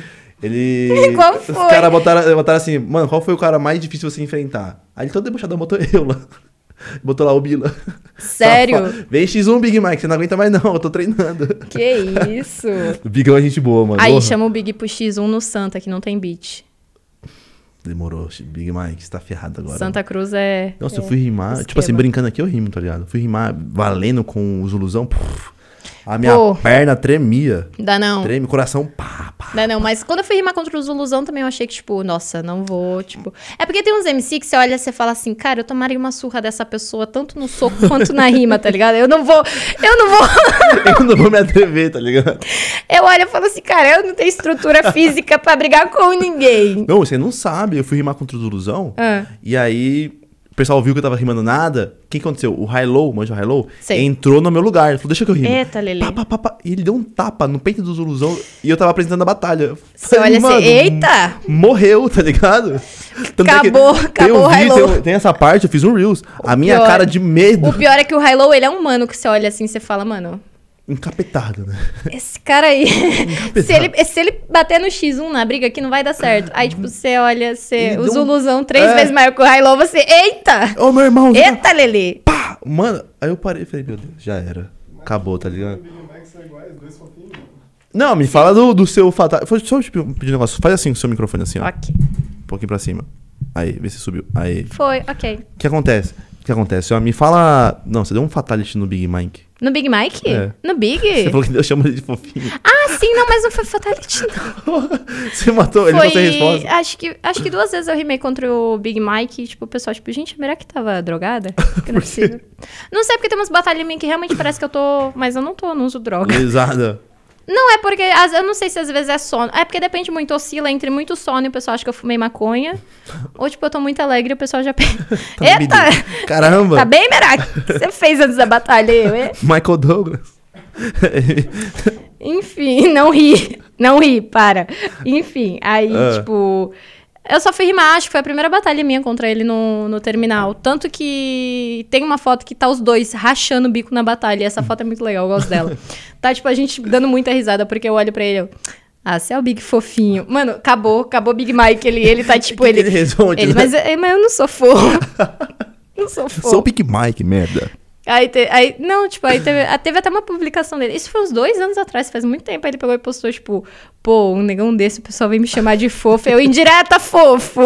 ele.
Hum. Qual
Os
foi?
caras botaram, botaram assim, mano, qual foi o cara mais difícil você enfrentar? Aí ele todo debochadão botou eu lá. Botou lá o Bila.
Sério?
Vem X1, Big Mike, você não aguenta mais não, eu tô treinando.
que isso?
O Bigão é gente boa, mano.
Aí
Porra.
chama o Big pro X1 no Santa, que não tem beat.
Demorou, Big Mike, você tá ferrado agora.
Santa Cruz é.
Nossa, eu fui rimar, tipo
esquema.
assim, brincando aqui, eu rimo, tá ligado? Fui rimar valendo com os ilusão. puf, a minha
Pô.
perna tremia.
Dá não.
Treme, coração pá, pá.
Dá não, mas quando eu fui rimar contra os Ilusão também eu achei que, tipo, nossa, não vou, tipo... É porque tem uns MC que você olha e você fala assim, cara, eu tomaria uma surra dessa pessoa, tanto no soco quanto na rima, tá ligado? Eu não vou, eu não vou...
Eu não vou me atrever, tá ligado?
Eu olho e falo assim, cara, eu não tenho estrutura física pra brigar com ninguém.
Não, você não sabe, eu fui rimar contra os ilusão.
Ah.
E aí, o pessoal viu que eu tava rimando nada. O que aconteceu? O High-Low, manja o High-Low,
Sei.
entrou no meu lugar. Ele falou, deixa que eu rimo.
Eita, Lele.
Pá, pá, pá, pá. E ele deu um tapa no peito dos ilusão e eu tava apresentando a batalha.
Você
Falei,
olha
"Mano,
assim, eita!
morreu, tá ligado? Tanto é que
Acabou,
tem
acabou o
um vídeo, tem,
High-Low.
um- tem essa parte, eu fiz um Reels. a minha
pior.
cara de medo,
O pior é que o Hilo, ele é um mano que você olha assim e você fala, mano,
encapetado, né?
esse cara aí. se, ele, se ele bater no X1 na briga aqui, não vai dar certo. Aí, tipo, você olha, você
Ele
usa
deu
o
um-
Luzão três
É.
vezes maior que o Hilo, você. Eita!
Ô, meu irmão,
Eita, Lele!
pá! Mano, aí eu parei e falei, meu Deus, já era. Acabou, tá ligado?
Big Mac são iguais, dois fofinhos.
Não, me fala do, do seu fatal. Foi- Deixa eu te pedir um negócio. Faz assim com o seu microfone, assim, ó.
Ok.
Um pouquinho pra cima. Aí, vê se subiu. Aí.
Foi, ok.
O que acontece? O que acontece? Ó, me fala. Não, você deu um fatality no Big Mike.
No Big Mike?
É.
No Big?
Você falou que eu chamo ele de fofinho.
Ah, sim, não, mas não foi Fatality, não.
você matou, ele não tem resposta.
foi. Acho que, acho que duas vezes eu rimei contra o Big Mike e, tipo, o pessoal, tipo, gente, será que tava drogada? Que não é possível. Não sei, porque tem umas batalhas em mim que realmente parece que eu tô. Mas eu não tô, não uso droga.
Lesada.
Não, é porque. às- eu não sei se às vezes é sono. É porque depende muito, oscila entre muito sono e o pessoal acha que eu fumei maconha. ou, tipo, eu tô muito alegre e o pessoal já pensa.
Tá
Eita!
bebido. Caramba!
Tá bem, Merak? O que você fez antes da batalha? Eu, hein?
Michael Douglas.
Enfim, não ri. Não ri, para. Enfim, aí,
Ah.
tipo. Eu só fui rimar, acho que foi a primeira batalha minha contra ele no, no terminal. Tanto que tem uma foto que tá os dois rachando o bico na batalha. E essa foto é muito legal, eu gosto dela. Tá, tipo, a gente dando muita risada, porque eu olho pra ele. Eu... Ah, você é o Big Fofinho. Mano, acabou, acabou o Big Mike. Ele, ele tá, tipo,
Que que
ele.
ele responde,
ele,
né?
mas, é, mas eu não sou fofo. não sou fofo.
Sou o Big Mike, merda.
Aí, te- aí- não, tipo, aí teve, ah, teve até uma publicação dele. Isso foi uns dois anos atrás, faz muito tempo. Aí ele pegou e postou, tipo, pô, um negão desse, o pessoal vem me chamar de fofo. Eu, indireta, fofo.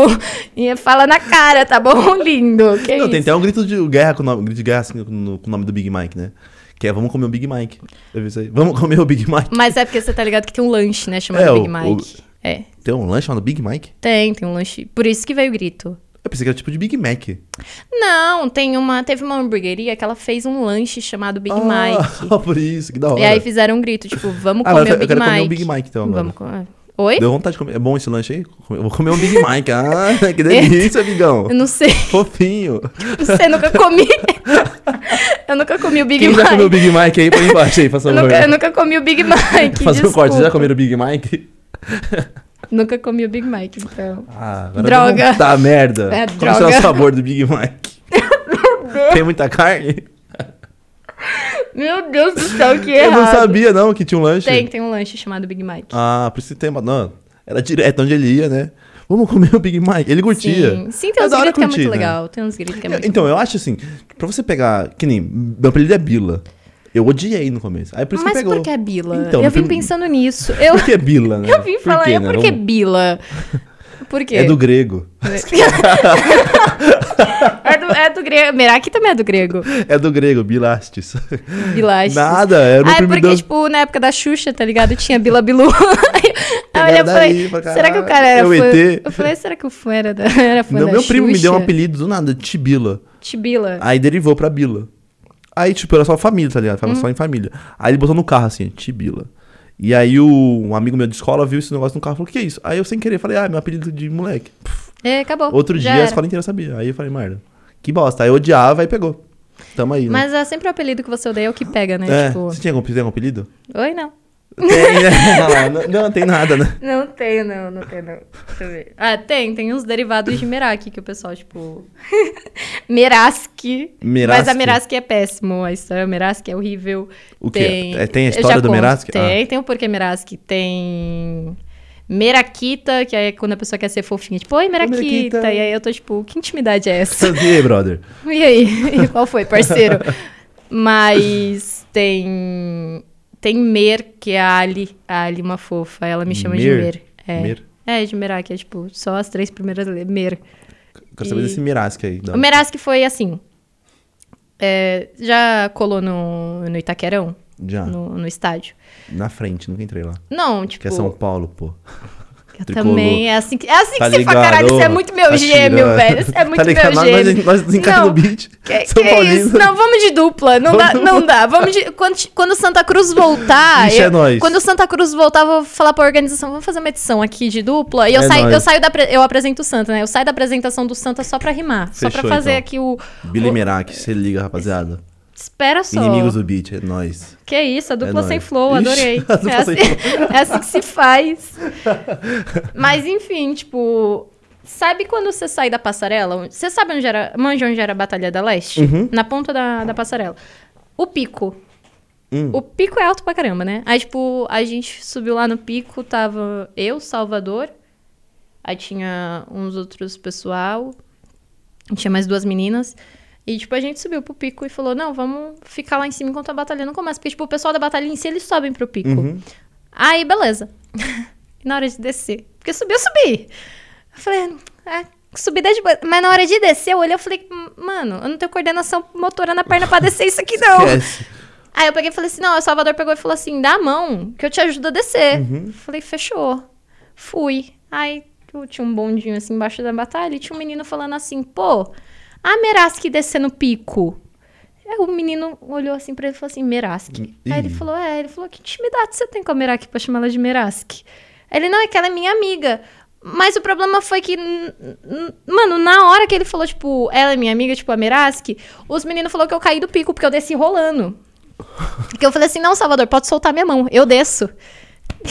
E fala na cara, tá bom, lindo. Que
não, tem
É isso?
até um grito de guerra com o nome, grito de guerra assim, no- com o nome do Big Mike, né? Que é vamos comer o Big Mike. Eu vi isso aí. Vamos comer o Big Mike.
Mas é porque você tá ligado que tem um lanche, né, chamado
um- É,
Big
o-
Mike. É,
Tem um lanche chamado Big Mike?
tem, tem um lanche. Por isso que veio o grito.
Eu pensei que era tipo de Big Mac.
Não, tem uma, teve uma hamburgueria que ela fez um lanche chamado Big Mike.
Ah, por isso, que da hora.
E aí fizeram um grito, tipo, vamos
Ah,
comer
agora eu
o Big
quero
Mike.
comer um Big Mike, então, agora.
Vamos comer. Oi?
Deu vontade de comer. É bom esse lanche aí? Eu vou comer um Big Mike. Ah, que delícia, amigão.
Eu não sei,
Fofinho.
não sei, nunca comi. eu nunca comi o Big
Quem
Mike.
já comeu o Big Mike aí? Põe embaixo aí, faça
eu,
um favor.
nunca, eu nunca comi o Big Mike.
Fazer um corte. Vocês já
desculpa.
comeram o Big Mike?
Nunca comi o Big Mike, então.
Ah, agora
Droga.
deu vontade, Tá, merda.
É,
Como será
droga.
o sabor do Big Mike? Tem muita carne?
Meu Deus do céu, que
Eu
errado.
não sabia, não, que tinha um lanche.
Tem, tem um lanche chamado Big Mike.
Ah, por isso tem uma. Não, era direto onde ele ia, né? Vamos comer o Big Mike. Ele curtia.
Sim, sim tem
É
uns
da hora
gritos que é muito
curtir, né?
legal. Tem uns gritos que é muito
Então, eu acho assim, pra você pegar. Que nem. Meu apelido é Bila. Eu odiei no começo. Aí por isso
Mas
que pegou.
por que Bila?
Então,
eu
no
vim
prim-
pensando nisso. Eu,
Por que Bila, né?
eu vim
Por
falar,
quê,
eu
né?
por que
Vamos-
Bila? Por quê?
É do grego.
é do, é do grego. Meraki também é do grego.
É do grego, Bilastes.
Bilastes.
Nada, era
Ah,
o
é porque,
primeiro.
tipo, na época da Xuxa, tá ligado? Tinha Bila Bilu. Aí eu
Pegaram
falei,
daí, pra
será que o
caralho.
cara era
É o
fã?
ET.
Eu falei, será que o fã era da, era fã
Não,
da
meu primo me deu Ah, um
Xuxa?
apelido do nada, Tibila.
Tibila.
Aí derivou pra Bila. Aí, tipo, era só família, tá ligado?
Uhum.
Tava só em família. Aí ele botou no carro assim, Tibila. E aí o, um amigo meu de escola viu esse negócio no carro e falou, o que é isso? Aí eu sem querer falei, ah, meu apelido de moleque.
É, acabou.
Outro
Já
dia a
era.
escola inteira sabia. Aí eu falei, merda, que bosta. Aí eu odiava e pegou. Tamo aí, né?
Mas é sempre o apelido que você odeia é o que pega, né?
É,
Tipo,
Você tinha algum, tem algum apelido?
oi, não.
Tem, né? não, não, tem nada, né?
Não tenho, não, não tenho, não. Deixa eu ver. Ah, tem, tem uns derivados de Meraki que o pessoal, tipo. Meraski. Mas a
Meraski?
Meraski é péssimo, a história Meraski é horrível.
O quê?
tem...
É, tem a
Eu já
história do
conto.
Meraski?
Tem, tem o porquê Meraski. Tem. Merakita, que é quando a pessoa quer ser fofinha, tipo, oi, Merakita.
Merakita.
E aí eu tô tipo, que intimidade é essa?
E aí, brother?
E aí? E Qual foi, parceiro? Mas tem. Tem Mer, que é a Ali. A Ali, uma fofa. Ela me chama
Mer?
de Mer. É.
Mer?
É, de Merá, que é tipo, só as três primeiras letras. Mer.
Quero saber
E-
desse Mirask aí.
O Meraski foi assim. é, já colou no, no Itaquerão?
Já,
No, no estádio?
na frente, nunca entrei lá.
Não, tipo.
Que é São Paulo, pô.
eu
tricolor.
também. É assim que, é assim
Tá
que você fala, caralho. Isso é
ô,
muito meu
tá
gêmeo,
tirando.
velho. Isso é muito
tá ligado?
meu
Nós-
gêmeo.
Nós, nós desencarna
Não.
no beat.
Que,
São
que é
Paulino.
isso? Não, vamos de dupla. Não dá, não dá. Vamos de, quando, quando Santa Cruz voltar.
Ixi, é
eu-
nóis.
Quando Santa Cruz voltar, eu vou falar pra organização. Vamos fazer uma edição aqui de dupla. E eu
É
saio,
nóis.
eu saio da. pre- Eu apresento o Santa, né? Eu saio da apresentação do Santa só pra rimar. só pra
Fechou,
fazer
então.
aqui o.
Billy
o-
Merak, se liga, rapaziada.
Espera só.
Inimigos do beat, é nóis.
Que isso, a dupla
nóis.
sem flow,
Ixi,
adorei.
a dupla
é, assim,
sem
é assim que se faz. Mas enfim, tipo. Sabe quando você sai da passarela? Você sabe onde era. Manja onde era a Batalha da Leste?
Uhum.
Na ponta da, da passarela. O pico.
Hum.
O pico é alto pra caramba, né? Aí, tipo, a gente subiu lá no pico, tava eu, Salvador. Aí tinha uns outros pessoal. Tinha mais duas meninas. E, tipo, a gente subiu pro pico e falou, não, vamos ficar lá em cima enquanto a batalha não começa. Porque, tipo, o pessoal da batalha em si, eles sobem pro pico.
Uhum.
Aí, beleza. e na hora de descer. Porque subir, eu subi. Eu falei, ah, subida é de boa. Mas na hora de descer, eu olhei e falei, mano, eu não tenho coordenação motora na perna pra descer isso aqui, não.
Esquece.
Aí eu peguei e falei assim: não, o Salvador pegou e falou assim: dá a mão, que eu te ajudo a descer. Falei, fechou. Fui. Aí eu tinha um bondinho assim embaixo da batalha e tinha um menino falando assim: pô, a Meraski descer no pico. Aí o menino olhou assim pra ele e falou assim: Meraski. Aí ele
Ih.
falou: é, ele falou: que intimidade você tem com a Meraki pra chamar ela de Meraski? Aí Ele, não, é que ela é minha amiga. Mas o problema foi que, n- n- mano, na hora que ele falou, tipo, ela é minha amiga, tipo, a Meraski, os meninos falaram que eu caí do pico, porque eu desci rolando. Porque eu falei assim, não, Salvador, pode soltar minha mão, eu desço.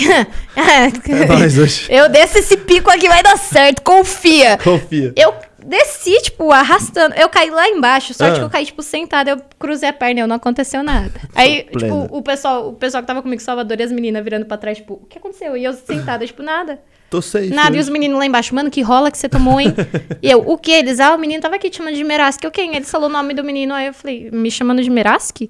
É nóis hoje.
eu desço esse pico aqui, vai dar certo, confia.
Confia.
Eu desci, tipo, arrastando. Eu caí lá embaixo, sorte
Ah.
que eu caí, tipo, sentada. Eu cruzei a perna, eu não aconteceu nada. Aí,
Plena.
tipo, o pessoal, o pessoal que tava comigo, Salvador, e as meninas virando pra trás, tipo, o que aconteceu? E eu sentada, tipo, nada.
Tô safe. né?
Nada, e os
hoje.
meninos lá embaixo, mano, que rola que você tomou, hein? e eu, o que? Eles, ah, o menino tava aqui te chamando de Meraski. Eu, quem? Ele falou o nome do menino, aí eu falei, me chamando de Meraski?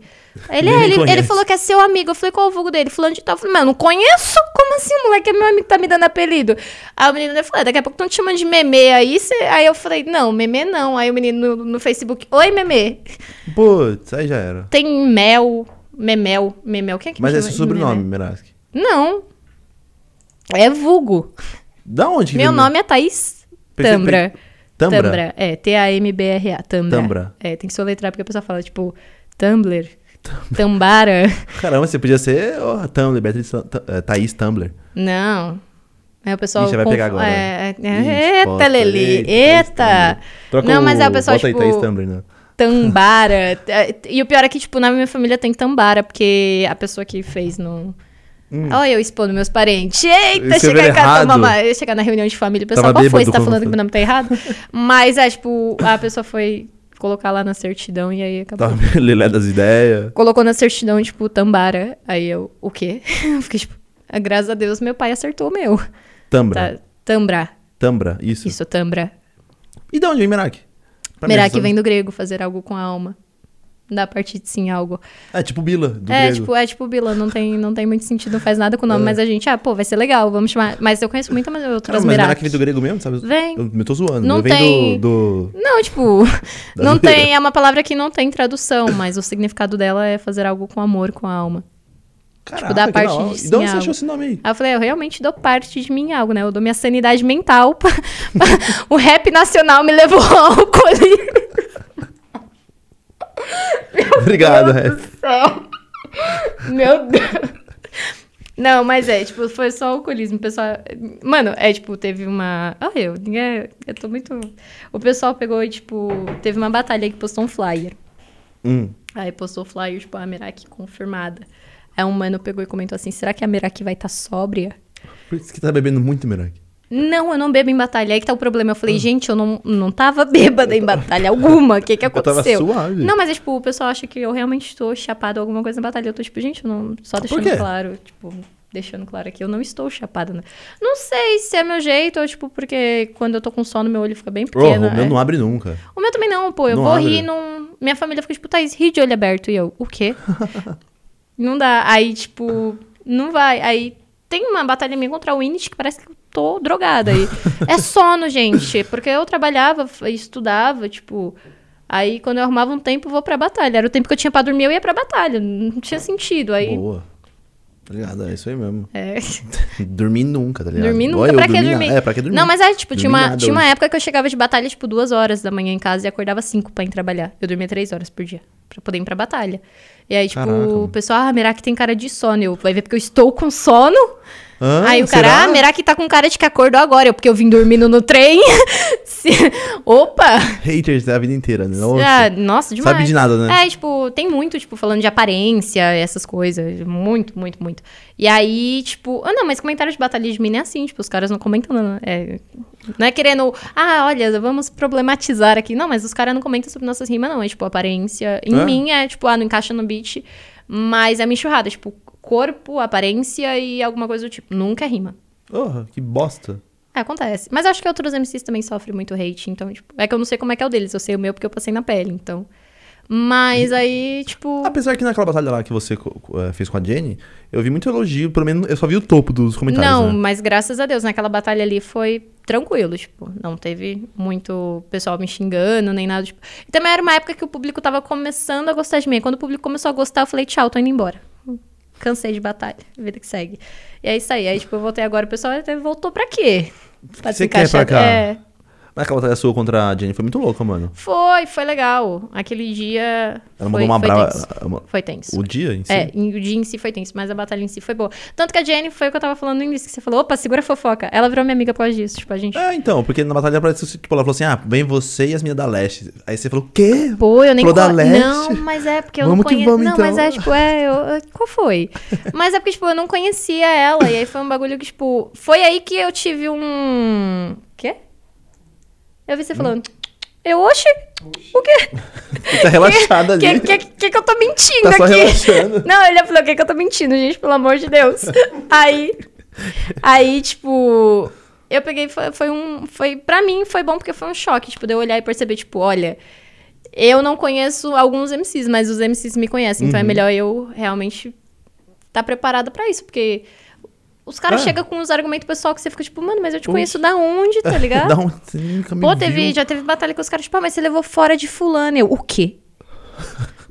Aí Ele,
Nem
é,
me
ele,
conhece.
ele falou que é seu amigo. Eu falei, qual o vulgo dele? Fulano de tal. Eu falei, mano, não conheço? Como assim, moleque? É meu amigo que tá me dando apelido. Aí o menino falou, "É, daqui a pouco estão te chamando de meme aí. cê-" Aí eu falei, não, meme não. Aí o menino no, no Facebook, oi, meme.
Putz, aí já era.
Tem mel, memel, memel. Quem é né? que me
Mas é
chama
seu
de
sobrenome,
Memel?
Merask.
Não. É vulgo.
Da onde que
Meu
vem-
nome é Thaís
Pensei-
Tambra.
Tambra?
Tambra, é, T-A-M-B-R-A, Tambra.
Tambra.
É, tem que soletrar porque a pessoa fala, tipo, Tumblr, Tambara.
Caramba, você podia ser oh, Tumblr, Beatriz, Tam- Tam- eh, Thaís Tumblr.
Não. É o pessoal.
Ixi, vai
conf-
pegar agora.
É, é,
Ih,
eita,
posta,
Leli,
Thaís
eita.
Tumblr. Troca
Não,
o-
mas é o pessoal,
bota
tipo-
aí Thaís Tumblr, né?
Tambara. T- E o pior é que, tipo, na minha família tem Tambara, porque a pessoa que fez não. Olha, eu expondo meus parentes. Eita,
Escreveu
chegar em
Hum.
casa,
é errado.
mamãe. Eu chegar na reunião de família, o pessoal,
Tava
qual foi?
bêbado
Você tá
quando
falando que
foi.
meu nome tá errado? Mas é, tipo, a pessoa foi colocar lá na certidão e aí acabou.
Tá lelé das ideias.
Colocou na certidão, tipo, Tambara. Aí eu, o quê? Eu Fiquei tipo, ah, graças a Deus, meu pai acertou o meu.
Tambra.
Tá, Tambra.
Tambra, isso.
Isso, Tambra.
E de onde vem Merak? Pra mim,
Merak
sabe?
vem do grego, fazer algo com a alma. Da parte de sim, algo.
É tipo Bila, do
é,
grego.
tipo, é tipo Bila, não tem, não tem muito sentido, não faz nada com o nome,
É.
mas a gente, ah, pô, vai ser legal, vamos chamar. Mas eu conheço muita mais
Cara,
outras
mas Merak vem
Meraki.
do grego mesmo, sabe?
Vem.
Eu, eu tô zoando.
Não
Eu venho
tem-
do... do-
Não, tipo,
Da
não
zoeira.
tem, é uma palavra que não tem tradução, mas o significado dela é fazer algo com amor, com a alma.
Caraca,
Tipo, da
que
parte
hora. E de
de
onde você
sinal.
achou esse nome aí?
Aí eu falei, eu realmente dou parte de mim algo, né? Eu dou minha sanidade mental. pra- pra- o rap nacional me levou ao alcoolismo.
Obrigado,
Meu
é.
Deus do céu. Meu Deus. Não, mas é, tipo, foi só alcoolismo. O pessoal. Mano, é tipo, teve uma. Ah, eu, ninguém- eu tô muito. O pessoal pegou e, tipo, teve uma batalha aí que postou um flyer.
Hum.
Aí postou o flyer, tipo, a Meraki confirmada. Aí um mano pegou e comentou assim: será que a Meraki vai estar sóbria?
Por isso que tá bebendo muito Merak.
Não, eu não bebo em batalha. Aí que tá o problema.
Hum.
Eu falei, gente, eu não, não tava bêbada em batalha alguma. O que que
Eu tava
aconteceu?
suave.
Não, mas é tipo, o pessoal acha que eu realmente tô chapada ou alguma coisa em batalha. Eu tô tipo, gente, eu não. Só
Por
deixando
quê?
claro, tipo, deixando claro aqui, eu não estou chapada. né? Não sei se é meu jeito ou tipo, porque quando eu tô com sono, meu olho fica bem
Oh,
pequeno.
o meu
é.
não abre nunca.
O meu também não, pô. Eu
Não
vou
abre.
rir e não. Minha família fica tipo, Thaís, ri de olho aberto. E eu, o quê? não dá. Aí, tipo, não vai. Aí tem uma batalha minha contra o Init que parece que eu tô drogada aí. é sono, gente. Porque eu trabalhava, f- estudava, tipo. Aí, quando eu arrumava um tempo, eu vou pra batalha. Era o tempo que eu tinha pra dormir, eu ia pra batalha. Não tinha sentido. Aí.
Boa. Obrigado, é isso aí mesmo.
É.
Dormir nunca, tá ligado?
Dormir nunca,
Olha, eu
pra que
dormi
dormir?
na- É, pra que dormir?
Não, mas é, tipo, tinha
Dormi
uma,
nada
tinha uma
hoje.
época que eu chegava de batalha, tipo, duas horas da manhã em casa e acordava cinco pra ir trabalhar. Eu dormia três horas por dia, pra poder ir pra batalha. E aí, tipo,
Caraca,
o
mano.
pessoal, ah, Meraki tem cara de sono. Eu, vai ver porque eu estou com sono?
Hã?
aí o cara,
Será?
ah, Meraki tá com cara de que acordou agora, eu, porque eu vim dormindo no trem. Se- Opa!
Haters da vida inteira, né? Nossa.
Ah, nossa, demais.
Sabe de nada, né?
É, tipo, tem muito, tipo, falando de aparência, essas coisas. Muito, muito, muito. E aí, tipo, ah, não, mas comentário de batalha de mina é assim, tipo, os caras não comentam, não é, não é querendo, ah, olha, vamos problematizar aqui. Não, mas os caras não comentam sobre nossas rimas, não. É tipo, aparência. Em
É?
mim é, tipo, ah, não encaixa no beat, mas é uma enxurrada, tipo, corpo, aparência e alguma coisa do tipo. Nunca é rima.
Porra, que bosta.
É, acontece. Mas eu acho que outros MCs também sofrem muito hate, então, tipo, é que eu não sei como é que é o deles, eu sei o meu porque eu passei na pele, então. Mas aí, tipo.
Apesar que naquela batalha lá que você co- co- eh, fez com a Jenny, eu vi muito elogio, pelo menos eu só vi o topo dos comentários.
Não,
né?
mas graças a Deus, naquela batalha ali foi tranquilo, tipo, não teve muito pessoal me xingando, nem nada, tipo. E também era uma época que o público tava começando a gostar de mim. Quando o público começou a gostar, eu falei, tchau, tô indo embora. Cansei de batalha, vida que segue. E é isso aí. Aí, tipo, eu voltei agora, o pessoal até voltou pra quê? Pra
Você quer pra
desencaixar-
cá?
É.
Mas aquela batalha sua contra a Jenny foi muito louca, mano.
Foi, foi legal. Aquele dia.
Ela
foi,
mandou um uma
foi
brava.
Tenso.
ela- ela-
Foi tenso.
O dia em si.
É, e o dia em si foi tenso, mas a batalha em si foi boa. Tanto que a Jenny foi o que eu tava falando no início, que você falou, opa, segura a fofoca. Ela virou minha amiga por causa disso. Tipo, a gente.
É, então, porque na batalha parece que, tipo, ela falou assim: ah, vem você e as minhas da leste. Aí você falou, o quê?
Pô, eu nem
Flor da
co-
Leste.
Não, mas é porque eu
Vamos
não
que
conhecia.
vamos,
não,
então.
mas é tipo, é, eu- eu- qual foi? Mas é porque tipo, eu não conhecia ela e aí foi um bagulho que tipo, foi aí que eu tive um quê? Eu
Hum?
vi você falando. Eu, oxe, o quê?
Você tá relaxada
Que,
ali.
que, que, que eu tô mentindo
tá só
aqui?
relaxando.
Não, ele falou, o que que eu tô mentindo, gente? Pelo amor de Deus. aí, aí, tipo, eu peguei, foi, foi um, foi, pra mim foi bom porque foi um choque, tipo, de eu olhar e perceber, tipo, olha, eu não conheço alguns MCs, mas os MCs me conhecem, então é melhor eu realmente estar tá preparada pra isso, porque... Os caras
É.
chegam com uns argumentos pessoal que você fica tipo, mano, mas eu te
Ui.
conheço da onde, tá ligado?
Dá um. Você nunca me
Pô,
viu.
teve, já teve batalha com os caras, tipo, ah, mas você levou fora de fulano. Eu, o quê?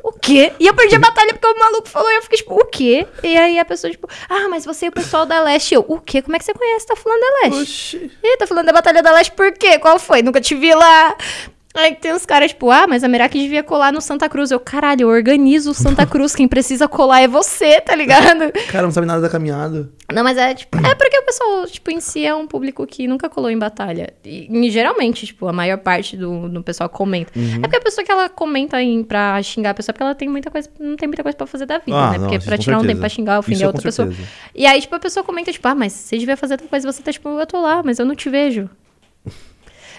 o quê? E eu perdi a batalha porque o maluco falou e eu fiquei tipo, o quê? E aí a pessoa tipo, ah, mas você e o pessoal da Leste. Eu, o quê? Como é que você conhece? Tá falando da Leste?
Oxi.
Ih, tá falando da Batalha da Leste por quê? Qual foi? Nunca te vi lá. Aí tem uns caras, tipo, ah, mas a Meraki devia colar no Santa Cruz. Eu, caralho, eu organizo o Santa Cruz, quem precisa colar é você, tá ligado?
Cara, não sabe nada da caminhada.
Não, mas é, tipo, é porque o pessoal, tipo, em si é um público que nunca colou em batalha. E, e geralmente, tipo, a maior parte do, do pessoal comenta.
Uhum.
É porque a pessoa que ela comenta em, pra xingar a pessoa, é porque ela tem muita coisa, não tem muita coisa pra fazer da vida,
Ah,
né?
não,
Porque
isso
pra
com
tirar um
certeza.
tempo pra xingar, ofender
Isso é com
outra pessoa.
certeza.
E aí, tipo, a pessoa comenta, tipo, ah, mas você devia fazer outra coisa, você tá, tipo, eu tô lá, mas eu não te vejo.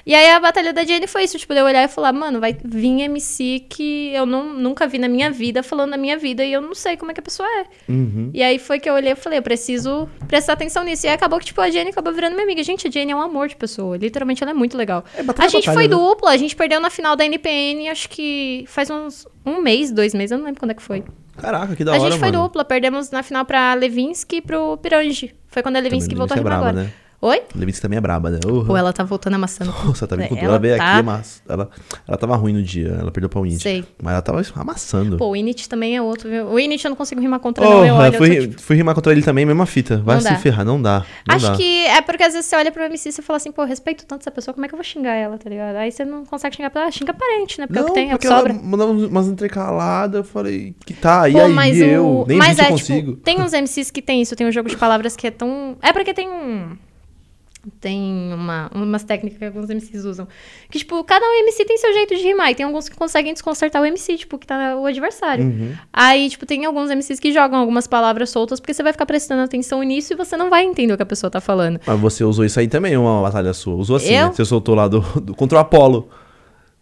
E aí a batalha da Jenny foi isso, tipo, de eu olhar e falar, mano, vai vir MC que eu não, nunca vi na minha vida falando da minha vida e eu não sei como é que a pessoa é.
Uhum.
E aí foi que eu olhei e falei, eu preciso prestar atenção nisso. E aí acabou que, tipo, a Jenny acabou virando minha amiga. Gente, a Jenny é um amor de pessoa. Literalmente, ela é muito legal.
batalha
a gente
é
foi
batalha, né?
dupla, a gente perdeu na final da NPN, acho que faz uns um mês, dois meses, eu não lembro quando é que foi.
Caraca, que da
a
hora,
gente foi
mano.
dupla, perdemos na final pra Levinsky e pro Piranji. Foi quando a Levinsky voltou a
Levinsky é
rimar
braba,
agora.
né?
Oi?
Levinsky também é braba, né? Uhum.
Ou ela tá voltando amassando.
Nossa, tá bem com tudo.
Ela
Ela veio
tá-
aqui, mas ela, ela tava ruim no dia. Ela perdeu pra Winnie.
Sei.
Mas ela tava amassando.
Pô, o Init também é outro, viu? O Init eu não consigo rimar contra, não. Eu
Porra,
olho, eu
fui,
tô, tipo,
fui rimar contra ele também, mesma fita. Vai
Não
se
dá.
ferrar, não dá. Não
Acho
dá.
que é porque às vezes você olha pro MC e você fala assim, pô, eu respeito tanto essa pessoa, como é que eu vou xingar ela, tá ligado? Aí você não consegue xingar pra ela, xinga parente, né? Porque é o que tem, é o que
ela
sobra.
mandava umas intercaladas, eu falei, que tá, e
Pô,
aí
mas
eu
o...
nem
mas
vi se
é,
eu
tipo,
consigo.
tem uns MCs que tem isso, tem um jogo de palavras que é tão... É porque tem um... Tem uma, umas técnicas que alguns MCs usam. Que, tipo, cada um MC tem seu jeito de rimar. E tem alguns que conseguem desconcertar o MC, tipo, que tá o adversário.
Uhum.
Aí, tipo, tem alguns MCs que jogam algumas palavras soltas, porque você vai ficar prestando atenção nisso e você não vai entender o que a pessoa tá falando.
Mas você usou isso aí também, uma batalha sua. Usou assim,
Eu?
né? Você soltou lá do, do- contra o Apollo.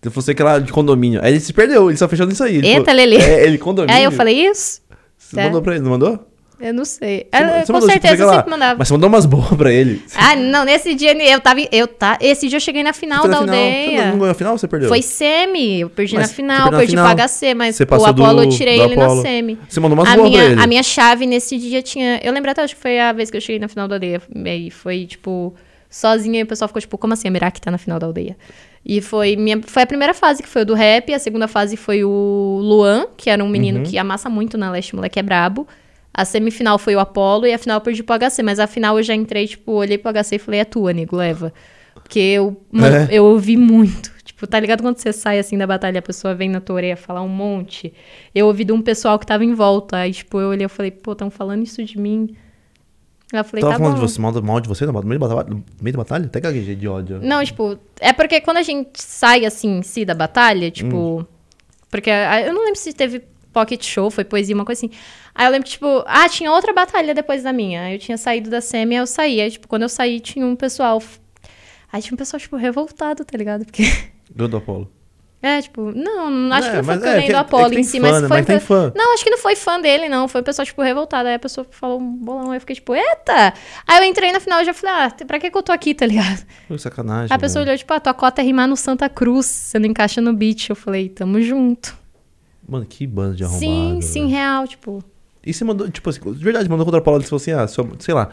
Se fosse aquela de condomínio. Aí ele se perdeu, ele só fechou nisso aí. Ele
Eita,
falou-
Lelê.
É, ele condomínio.
Aí eu falei, isso?
Você
tá.
mandou pra ele, não mandou?
Eu não sei.
Você
Eu-
mandou- você
eu- É, com
mandou, você
certeza,
fica
eu
lá.
sempre mandava.
Mas você mandou umas boas pra ele.
Ah, não, nesse dia eu tava. Eu tá, esse dia eu cheguei na final
Você foi
da
na final. Você não
aldeia.
ganhou a final ou você perdeu?
Foi semi, eu perdi
Mas
na
você
final,
perdeu na
perdi
final.
pro HC, mas
Você
o
passou do-
Apollo eu tirei
do
ele
Apollo.
na semi.
Você mandou umas
a,
boas
minha,
pra ele.
a minha chave nesse dia tinha. Eu lembro até, acho que foi a vez que eu cheguei na final da aldeia. E foi, tipo, sozinha e o pessoal ficou, tipo, como assim a Miraki tá na final da aldeia? E foi, minha, foi a primeira fase, que foi o do rap. A segunda fase foi o Luan, que era um
Uhum.
menino que amassa muito na leste, moleque é brabo. A semifinal foi o Apollo e a final eu perdi pro HC. Mas a final eu já entrei, tipo, olhei pro HC e falei, é tua, nego, leva. Porque eu, mano,
É?
eu ouvi muito. Tipo, tá ligado quando você sai assim da batalha, a pessoa vem na tua orelha falar um monte? Eu ouvi de um pessoal que tava em volta. Aí, tipo, eu olhei e falei, pô, tão falando isso de mim. Aí Eu falei,
Tava
tá
falando
bom.
de você, mal, mal de você no meio da batalha? No meio da batalha? Até gaguejei de ódio.
Não, tipo, é porque quando a gente sai assim em si da batalha,
Hum.
tipo. Porque ah, eu não lembro se teve pocket show, foi poesia, uma coisa assim. Aí eu lembro que, tipo, ah, tinha outra batalha depois da minha. Aí Eu tinha saído da semi, aí eu saí. Aí, tipo, quando eu saí, tinha um pessoal. f- Aí tinha um pessoal, tipo, revoltado, tá ligado? Porque.
Ganhou do Apolo.
É, tipo, não, acho
É,
que não foi
mas
porque eu
é,
nem
que- é que
do Apolo
tem
em si,
fã,
mas
né?
foi.
Mas tem
pe-
fã.
Não, acho que não foi fã dele, não. Foi o pessoal, tipo, revoltado. Aí a pessoa falou um bolão. Aí eu fiquei, tipo, eita! Aí eu entrei na final e já falei, ah, pra que que eu tô aqui, tá ligado?
Pô, sacanagem.
A pessoa
velho.
olhou, tipo, ah, tua cota é rimar no Santa Cruz, você não encaixa no beat. Eu falei, tamo junto.
Mano, que bando de arrombado.
sim,
velho.
sim, real, tipo.
E você mandou, tipo assim, de verdade, mandou contra a Paula e falou assim, ah, sua- sei lá.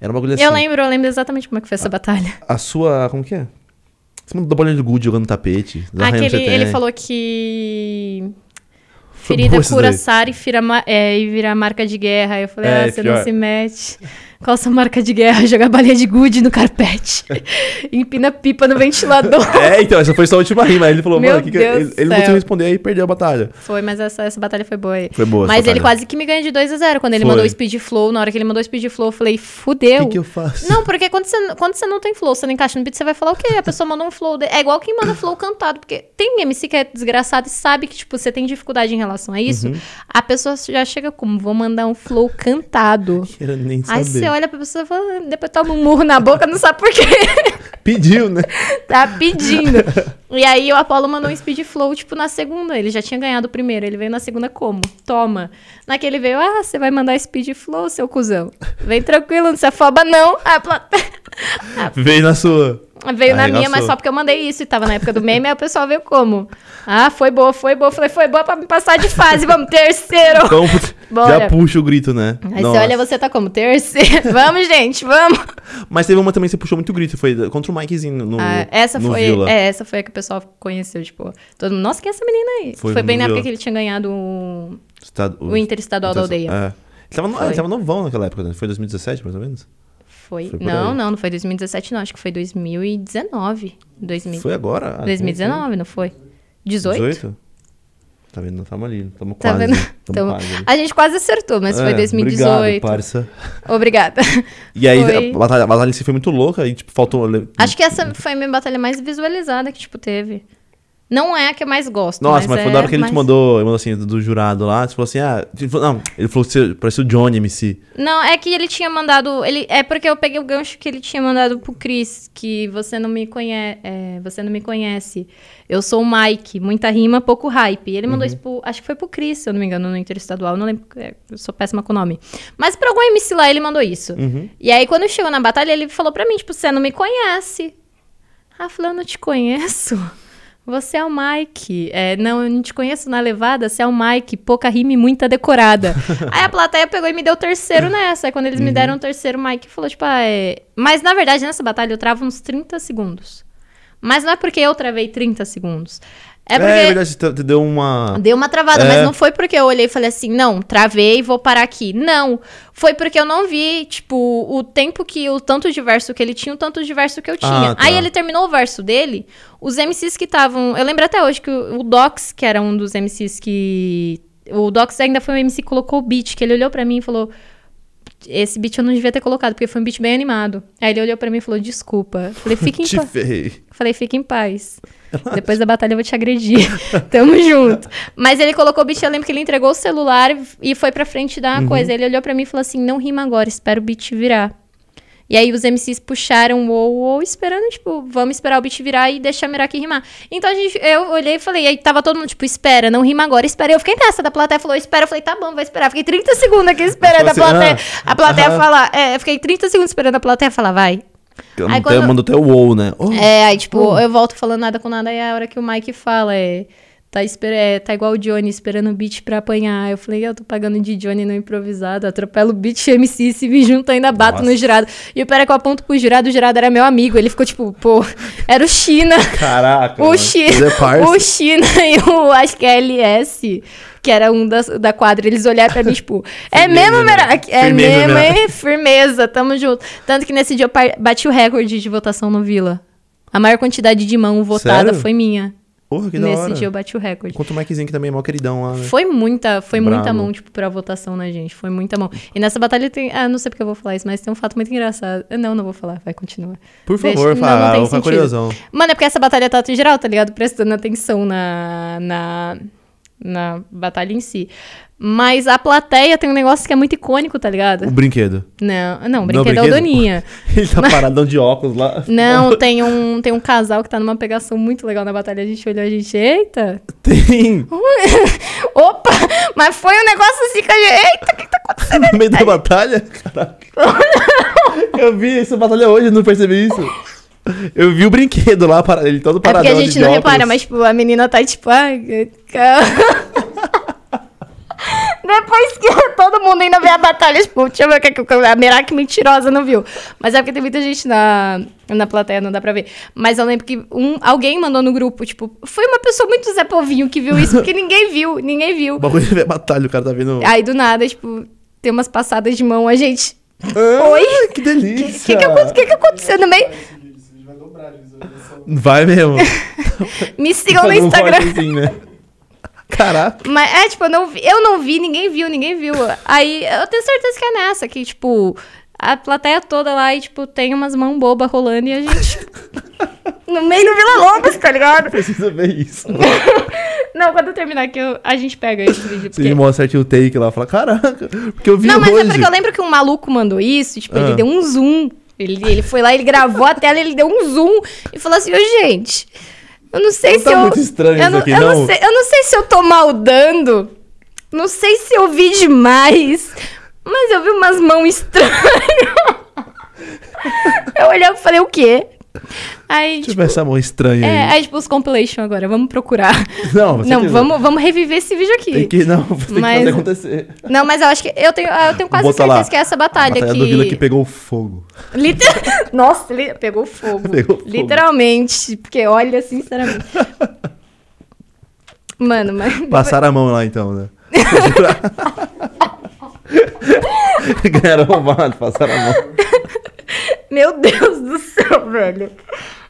Era uma bagulho assim.
eu lembro, eu lembro exatamente como é que foi
Ah,
essa batalha.
A sua. Como que é? Você mandou bolinha do Good jogando tapete. da Rainha
Aquele,
Setém.
Ah, ele falou que
Foi
ferida
bom isso
cura
daí.
Sara e, fira ma- é, e vira marca de guerra. Aí eu falei,
É,
ah, você não
pior.
se mete. Qual a sua marca de guerra? Jogar balinha de gude no carpete. Empina pipa no ventilador.
É, então, essa foi sua última rima. Aí ele falou,
Meu
mano, que que-
Deus
ele,
do
ele não
céu.
conseguiu responder aí perdeu a batalha.
Foi, mas essa, essa batalha foi boa aí.
Foi boa essa
Mas ele
batalha.
quase que me ganha de 2 a 0 Quando ele
Foi.
mandou o speed flow, na hora que ele mandou o speed flow, eu falei, fudeu.
O que, que eu faço?
Não, porque quando você, quando você não tem flow, você não encaixa no beat, você vai falar o quê? A pessoa mandou um flow. de- É igual quem manda flow cantado, porque tem MC que é desgraçado e sabe que, tipo, você tem dificuldade em relação a isso.
Uhum.
A pessoa já chega como, vou mandar um flow cantado.
Quero nem
Aí
saber.
você olha pra pessoa e fala, "Ah", depois toma um murro na boca, não sabe por quê.
Pediu, né?
tá pedindo. E aí o Apollo mandou um speed flow, tipo, na segunda. Ele já tinha ganhado o primeiro, ele veio na segunda como? Toma. Naquele veio, ah, você vai mandar speed flow, seu cuzão. Vem tranquilo, não se afoba não. A plateia...
Veio na sua.
Veio na minha,
Arregaçou.
mas só porque eu mandei isso e tava na época do meme, aí o pessoal veio como? Ah, foi boa, foi boa. Falei, foi boa pra me passar de fase, vamos, terceiro.
Então, já
Bora.
puxa o grito, né?
Aí você
Nossa.
olha, você tá como? Terceiro. vamos, gente, vamos.
Mas teve uma também que você puxou muito grito, foi da- contra o Mikezinho no,
Ah, essa
no
foi,
Vila.
é, essa foi a que o pessoal conheceu, tipo, todo mundo, nossa, que é essa menina aí?
Foi
Foi,
no
bem na
Vila.
época que ele tinha ganhado um o,
Estado-
o Interestadual da Aldeia.
tá- É. Ele tava, no,
Foi.
ele tava novão naquela época, né? Foi 2017, mais ou menos?
Foi,
Ah, Foi por
não,
aí.
não, não foi 2017 não, acho que foi 2019. 2000,
Foi agora? Ah,
2019, não foi? 18?
18? Tá vendo? Tamo ali, tamo
Tá
quase. né?
vendo?
Tamo
Então,
quase. ali.
a gente quase acertou, mas foi
É,
2018.
Obrigado, parça.
Obrigada.
E aí,
Foi.
a batalha, a batalha em si foi muito louca e, tipo, faltou...
Acho que essa foi a minha batalha mais visualizada que, tipo, teve. Não é a que eu mais gosto.
Nossa, mas, foi na
é
hora que ele
mais-
te mandou, ele mandou assim, do, do jurado lá, você falou assim, ah... Ele falou, não, ele falou que você parecia o Johnny MC.
Não, é que ele tinha mandado. Ele, é porque eu peguei o gancho que ele tinha mandado pro Chris, que você não me conhece. você não me conhece. Eu sou o Mike, muita rima, pouco hype. E ele mandou isso pro. Acho que foi pro Chris, se eu não me engano, no Interestadual. Não lembro. é, Eu sou péssima com o nome. Mas pra algum MC lá ele mandou isso. E aí, quando chegou na batalha, ele falou pra mim, tipo, você não me conhece. Ah, falou, eu não te conheço. Você é o Mike. É, não, eu não te conheço na levada, você é o Mike. Pouca rima e muita decorada. aí a plateia pegou e me deu o terceiro nessa. Aí quando eles me deram o terceiro, o Mike falou, tipo, ah, é... Mas, na verdade, nessa batalha eu travo uns 30 segundos. Mas não é porque eu travei 30 segundos. É porque...
é verdade, você te- te deu uma...
Deu uma travada,
É.
mas não foi porque eu olhei e falei assim, não, travei, vou parar aqui. Não, foi porque eu não vi, tipo, o tempo que, o tanto de verso que ele tinha, o tanto de verso que eu tinha.
Ah, tá.
Aí ele terminou o verso dele, os MCs que estavam... Eu lembro até hoje que o, o Docs, que era um dos MCs que... O Docs ainda foi um MC que colocou o beat, que ele olhou pra mim e falou... Esse beat eu não devia ter colocado, porque foi um beat bem animado. Aí ele olhou pra mim e falou, desculpa. Falei, fica em
Te
paz.
ferrei.
Falei, fica em paz. Depois da batalha eu vou te agredir. Tamo junto. Mas ele colocou o beat, eu lembro que ele entregou o celular e foi pra frente dar uma
Uhum.
coisa. Ele olhou pra mim e falou assim: não rima agora, espera o beat virar. E aí os MCs puxaram o ou, ou esperando, tipo, vamos esperar o beat virar e deixar a Miraki rimar. Então a gente, eu olhei e falei, e aí tava todo mundo, tipo, espera, não rima agora, espera. Eu fiquei nessa, da plateia falou, espera. Eu falei, tá bom, vai esperar. Fiquei 30 segundos aqui esperando a
Você falou assim,
plateia.
ah,
a plateia
aham.
falar, é, eu fiquei 30 segundos esperando a plateia falar, vai. Aí
Até-
quando-
Mandou até o wow, né? Oh,
É, aí, tipo, eu volto falando nada com nada, aí é a hora que o Mike fala é. Tá, esper- é, tá igual o Johnny esperando o beat pra apanhar. Eu falei, eu tô pagando de Johnny no improvisado, atropelo o beat MC, se me junta ainda bato
Nossa.
no jurado. E o Pera que eu aponto pro jurado, o jurado era meu amigo. Ele ficou tipo, pô, era o China.
Caraca.
O
mano. Ele
China,
é parça.
o China e o, acho que é LS, que era um das, da quadra, eles olharam pra mim, tipo, é
Firmeza,
mesmo,
né?
Meraki? É
Firmeza,
mesmo,
Meraki.
hein? Firmeza, tamo junto. Tanto que nesse dia eu par- bati o recorde de votação no Vila. A maior quantidade de mão votada
Sério?
foi minha.
Porra, que da
nesse
hora.
dia eu bati o recorde.
Enquanto o Mikezinho que também é mó queridão lá, né?
Foi muita, foi
Bravo.
muita mão, tipo, pra votação na gente. Foi muita mão. E nessa batalha tem. Ah, não sei porque eu vou falar isso, mas tem um fato muito engraçado. Não, não vou falar, vai, continua.
Por
Deixa-
favor,
não, não
fala,
tem
vou ficar
sentido.
curiosão.
Mano, é porque essa batalha tá em geral, tá ligado? Prestando atenção na, na, na batalha em si. Mas a plateia tem um negócio que é muito icônico, tá ligado?
O brinquedo.
Não, não, o
Não,
brinquedo, é o
brinquedo?
Doninha.
Ele tá paradão de óculos lá.
Não, tem um, tem um casal que tá numa pegação muito legal na batalha. A gente olhou a gente, eita!
Tem!
Opa! Mas foi um negócio assim que a gente. Eita, o que que tá acontecendo?
No meio da batalha? Caraca. Eu vi essa batalha hoje, não percebi isso. Eu vi o brinquedo lá, para- ele todo
É porque
paradão
a
de
gente não
óculos.
repara, mas tipo, a menina tá tipo. Ai, calma. Depois que todo mundo ainda vê a batalha, tipo, deixa eu ver o que que a Meraki mentirosa não viu. Mas é porque tem muita gente na, na plateia, não dá pra ver. Mas eu lembro que um, alguém mandou no grupo, tipo, foi uma pessoa muito Zé Povinho que viu isso, porque ninguém viu, ninguém viu.
O bagulho é batalha, o cara tá vendo.
Aí do nada, tipo, tem umas passadas de mão, a gente.
Ah,
Oi?
Que
O
delícia!
que, que, acon- que, que aconteceu no meio?
Esse vídeo, esse vídeo vai dobrar de visualização.
Vai mesmo.
Me sigam no
Fazer um
Instagram.
cortezinho, né? Caraca.
Mas é, tipo, eu não vi, eu não vi, ninguém viu, ninguém viu. Aí eu tenho certeza que é nessa, que, tipo, a plateia toda lá e, tipo, tem umas mãos bobas rolando e a gente. no meio do Vila Lobos, tá ligado?
Precisa ver isso.
Não, quando eu terminar aqui, eu- a gente pega esse vídeo.
Você me
Porque...
mostra certinho o take lá, fala, caraca, porque eu vi
Não, mas é
hoje.
porque eu lembro que um maluco mandou isso, tipo,
Ah.
ele deu um zoom. Ele, ele foi lá, ele gravou a tela, ele deu um zoom e falou assim, ô gente, eu não sei
Não
se
tá
eu.
muito estranho
eu
isso aqui,
eu
não?
sei, eu não sei se eu tô maldando. Não sei se eu vi demais. Mas eu vi umas mãos estranhas. eu olhei e falei, o quê? Aí,
Deixa eu
tipo,
ver essa mão estranha
é,
aí.
aí, tipo, os compilation agora, vamos procurar.
Não, você
não,
que-
vamos, vamos reviver esse vídeo aqui.
Tem que, não, você tem que
Mas-
fazer acontecer.
Não, mas eu acho que. Eu tenho, eu tenho quase
Bota
certeza
lá,
que é essa batalha,
a batalha
que.
do Vila que pegou fogo.
Liter- Nossa, li- pegou fogo.
Pegou fogo.
Literalmente. Porque olha, sinceramente. Mano, mas.
Passaram a mão lá então, né? Ganharam roubado, passaram a mão.
Meu Deus do céu, velho.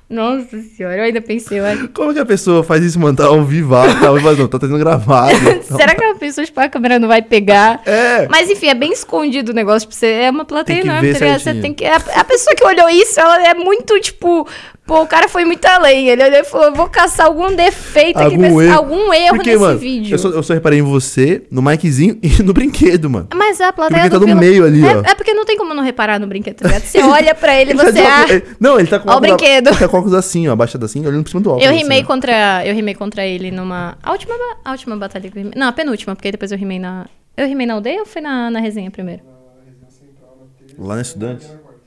Nossa senhora, eu ainda pensei, olha.
Como que a pessoa faz isso, mano? Tá ao vivo, tá ao vivo, não, tá sendo gravado. Então,
Será que a pessoa, tipo, a câmera não vai pegar?
É.
Mas enfim, é bem escondido o negócio pra você. É uma plateia
Tem que
enorme,
ver
tá ligado? Você
certinho.
tem que. A, a pessoa que olhou isso, ela é muito, tipo. Pô, o cara foi muito além. Ele olhou e falou: vou caçar algum defeito aqui, nesse- algum erro
Porque,
nesse
mano,
vídeo.
Eu só, eu só reparei em você, no Mikezinho e no brinquedo, mano.
Mas a plateia
Porque
do
tá no
Vila-
meio ali,
é,
ó.
É porque não tem como não reparar no brinquedo, tá ligado? Você olha pra ele e
tá
você
de óculos-
acha.
ele- Não, ele tá com
Ó o
óculos a-
brinquedo.
Ele tá com óculos assim, ó, abaixado assim, olhando por cima do óculos.
Eu
assim,
rimei
ó.
contra, eu rimei contra ele numa a última, ba- a última batalha que eu rimei. Não, a penúltima, porque depois eu rimei na eu rimei na aldeia ou foi na, na resenha primeiro?
Na resenha central, na terça.
Lá na Estudantes?
e na quarta.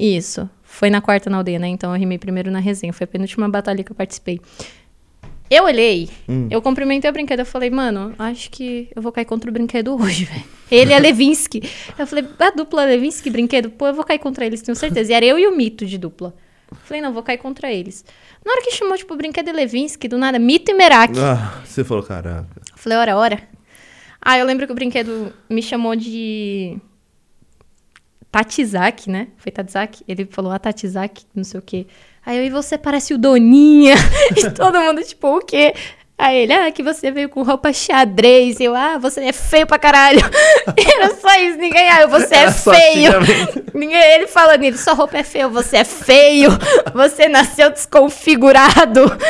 Isso. Foi na quarta na aldeia, né? Então eu rimei primeiro na resenha. Foi a penúltima batalha que eu participei. Eu olhei, eu cumprimentei o brinquedo. Eu falei, mano, acho que eu vou cair contra o brinquedo hoje, velho. Ele é Levinsky. Eu falei, a dupla Levinsky e brinquedo? Pô, eu vou cair contra eles, tenho certeza. E era eu e o mito de dupla. Eu Falei, não, vou cair contra eles. Na hora que chamou, tipo, brinquedo e Levinsky, do nada, mito e Merak.
Ah, você falou, caraca.
Eu Falei, ora, ora. Ah, eu lembro que o brinquedo me chamou de. Tatizaki, né? Foi Tatizaki? Ele falou, ah, Tatizaki, não sei o quê. Aí eu, e você parece o Doninha. e todo mundo, tipo, o quê? Aí ele, ah, que você veio com roupa xadrez. Eu, ah, você é feio pra caralho. Era só isso, ninguém, ah, você é
Era só
feio.
xingamento.
Ninguém, ele falando, ele, sua roupa é feia, você é feio. Você nasceu desconfigurado.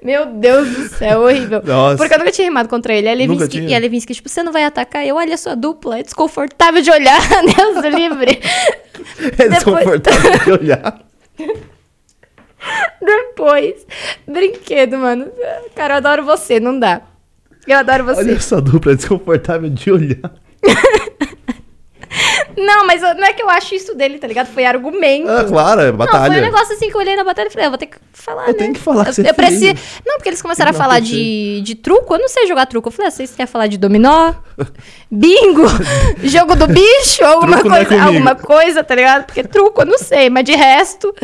Meu Deus do céu, horrível.
Nossa.
Porque eu nunca tinha rimado contra ele. Aí ele
Nunca
Levinsky,
tinha?
e a Levinsky, tipo, você não vai atacar? Eu, olha a sua dupla, é desconfortável de olhar, Deus livre.
É desconfortável de olhar.
Depois, brinquedo, mano. Cara, eu adoro você, não dá. Eu adoro você.
Olha essa dupla, é desconfortável de olhar.
Não, mas eu- não é que eu acho isso dele, tá ligado? Foi argumento.
Ah, claro, é
Não, foi um
batalha.
negócio assim que eu olhei na batalha e falei, ah, vou ter que falar,
Eu
né?
tenho que falar que
eu,
você é
eu preciso...
feio.
Não, porque eles começaram a
Não,
falar
tem
de, de truco, eu não sei jogar truco. Eu falei, ah, vocês querem falar de dominó? Bingo? jogo do bicho? Alguma
Truco não é
coisa,
comigo.
alguma coisa, tá ligado? Porque truco, eu não sei, mas de resto...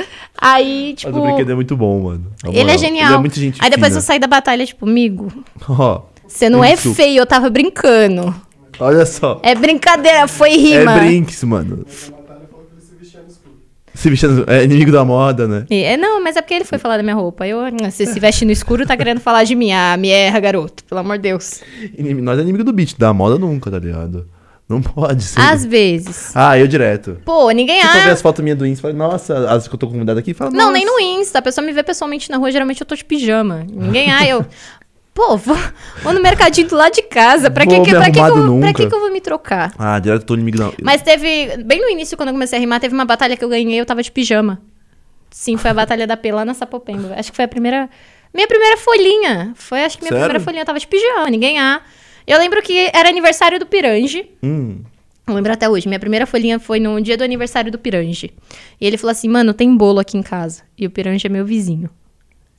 Aí, tipo...
Mas o brinquedo é muito bom, mano. Na
Ele é
moral.
genial.
Ele é muito gente
Aí depois
fina.
eu saí da batalha, tipo, amigo,
Ó,
você não é
Isso.
feio, eu tava brincando.
olha só.
É brincadeira, foi
É,
rima.
brinks, mano.
Mas a batalha falou que ele tá se vestia no escuro.
Se vestindo... É inimigo da moda, né?
E- É, não, mas é porque ele foi falar da minha roupa. Eu, "Ah, você se veste no escuro, tá querendo falar de mim. Ah, me erra, garoto. Pelo amor de Deus.
Inimi- Nós é inimigo do beat, da moda nunca, tá ligado? Não pode ser.
Às vezes.
Ah, eu direto.
Pô, ninguém
Você só vê
acha.
Tipo, as fotos minhas do Insta e fala, nossa, as que eu tô convidado aqui, fala,
Não,
nossa.
nem no Insta. A pessoa me vê pessoalmente na rua, geralmente eu tô de pijama. Ninguém ah, eu. Pô, vou, vou no mercadinho do lado de casa. Pra, que,
Vou
que,
me
pra, que, que, eu,
arrumado
vou- pra
nunca.
que, que eu vou me trocar?
Ah, direto eu tô inimigo da...
Mas teve. Bem no início, quando eu comecei a rimar, teve uma batalha que eu ganhei, eu tava de pijama. Sim, foi a batalha da Pelá na Sapopemba. Acho que foi a primeira. Minha primeira folhinha. Foi, acho que minha
Sério?
primeira folhinha eu tava de pijama, ninguém há. Eu lembro que era aniversário do Pirange.
Hum,
Eu lembro até hoje. Minha primeira folhinha foi no dia do aniversário do Pirange. E ele falou assim: mano, tem bolo aqui em casa. E o Pirange é meu vizinho.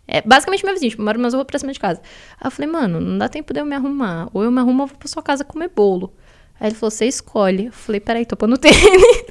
É basicamente meu vizinho, tipo, mora umas ruas pra cima de casa. Aí eu falei, mano, não dá tempo de eu me arrumar. Ou eu me arrumo ou vou pra sua casa comer bolo. Aí ele falou, você escolhe. Eu falei, peraí, tô pondo tênis.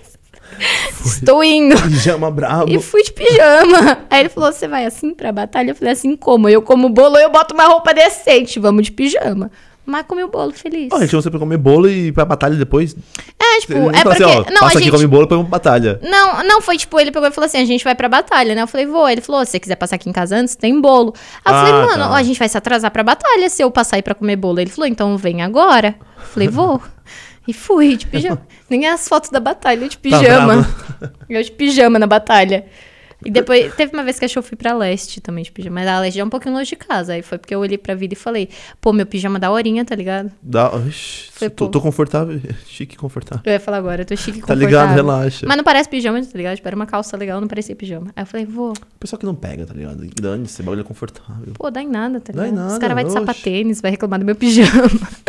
Estou indo.
pijama é brabo.
E fui de pijama. Aí ele falou: Você vai assim pra batalha? Eu falei assim: Como? Eu como bolo, eu boto uma roupa decente. Vamos de pijama. Mas comi o bolo feliz.
Ó, a gente chama você pra comer bolo e ir pra batalha depois.
é, tipo,
Ele
é
fala
porque.
assim, ó,
não, a
passa aqui,
gente.
come bolo, põe uma batalha.
Não, não, foi tipo, ele pegou e falou assim: a gente vai pra batalha, né? Eu falei, vou. Ele falou: se você quiser passar aqui em casa antes, tem bolo. Aí eu
Ah,
falei, mano,
tá.
ó, a gente vai se atrasar pra batalha se eu passar aí pra comer bolo. Ele falou, então vem agora. Eu falei, vou. E fui de pijama. Nem as fotos da batalha, eu de
Tá
pijama. eu de pijama na batalha. E depois, teve uma vez que achou que eu fui pra leste também de pijama. Mas a leste já é um pouquinho longe de casa. Aí foi porque eu olhei pra vida e falei, pô, meu pijama da horinha, tá ligado?
Dá... Oxi,
Foi
tô,
pouco.
tô confortável. Chique e confortável.
Eu ia falar agora, eu tô chique e
Tá ligado?
confortável.
Relaxa.
Mas não parece pijama, tá ligado? Tipo, era uma calça legal, não parecia pijama. Aí eu falei, vou.
Pessoal que não pega, tá ligado? Dane-se, bagulho é confortável.
Pô, dá em nada, tá
Dá em
ligado? Os
nada,
caras vão de
oxe.
sapatênis, vai reclamar do meu pijama.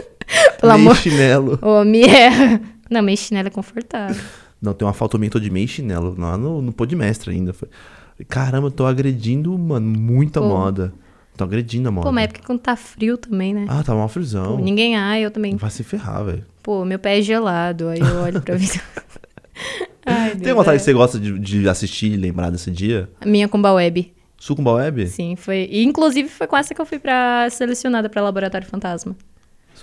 meio
Pelo amor.
chinelo.
Ô, me erra. Não, meio chinelo é confortável.
um Não, tem uma falta minha, tô de meio chinelo. Lá no, no pô de mestre ainda. Foi- Caramba, eu tô agredindo, mano, muita
Pô.
moda. Tô agredindo a moda.
Pô, mas é porque quando tá frio também, né?
Ah, tá uma
Pô,
frisão.
ninguém ai, eu também.
Vai se ferrar, velho.
Pô, meu pé é gelado. Aí eu olho pra vida. Ai, Deus,
Tem uma vontade
é.
que você gosta de, de assistir e lembrar desse dia?
A Minha Comba Web.
Sucumba Web?
Sim, foi. E, inclusive foi com essa que eu fui pra selecionada pra Laboratório Fantasma.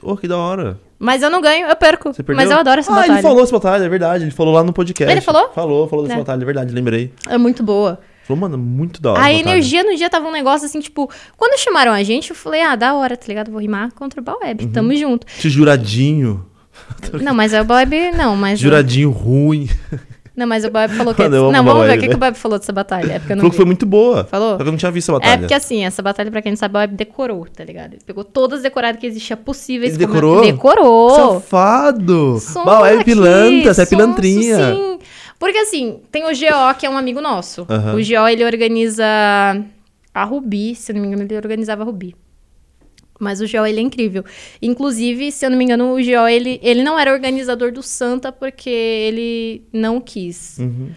Oh, que da hora.
Mas eu não ganho, eu perco.
Você perdeu?
Mas eu adoro essa
ah,
batalha.
ele falou essa batalha, é verdade. Ele falou lá no podcast.
Ele falou?
Falou, falou dessa
É.
batalha, é verdade, lembrei.
É muito boa.
Falou, mano, muito da hora.
a
essa batalha.
energia no dia tava um negócio assim, tipo, quando chamaram a gente, eu falei, ah, da hora, tá ligado? Vou rimar contra o Baweb,
Uhum.
tamo junto.
Esse juradinho.
Não, mas aí o Baweb, não, mas.
Juradinho ruim.
Não, mas o Baweb falou que.
Mano, eu amo
não,
o
vamos ver
Baweb,
o que, que
né?
o Baweb falou dessa batalha. É porque eu não
Falou que foi
vi.
muito boa.
Falou?
Só que eu não tinha visto essa
É
batalha.
porque assim, essa batalha, pra quem não sabe, o Baweb decorou, tá ligado? Ele pegou todas decoradas que existia possíveis.
Ele
como-
decorou?
Decorou!
Safado!
Sonso
Bau, é pilantra, você é
aqui, sonso,
pilantrinha.
Sim. Porque assim, tem o GO, que é um amigo nosso.
Aham.
O GO, ele organiza a Rubi, se eu não me engano, ele organizava a Rubi. Mas o GO, ele é incrível. Inclusive, se eu não me engano, o GO, ele, ele não era organizador do Santa porque ele não quis.
Uhum.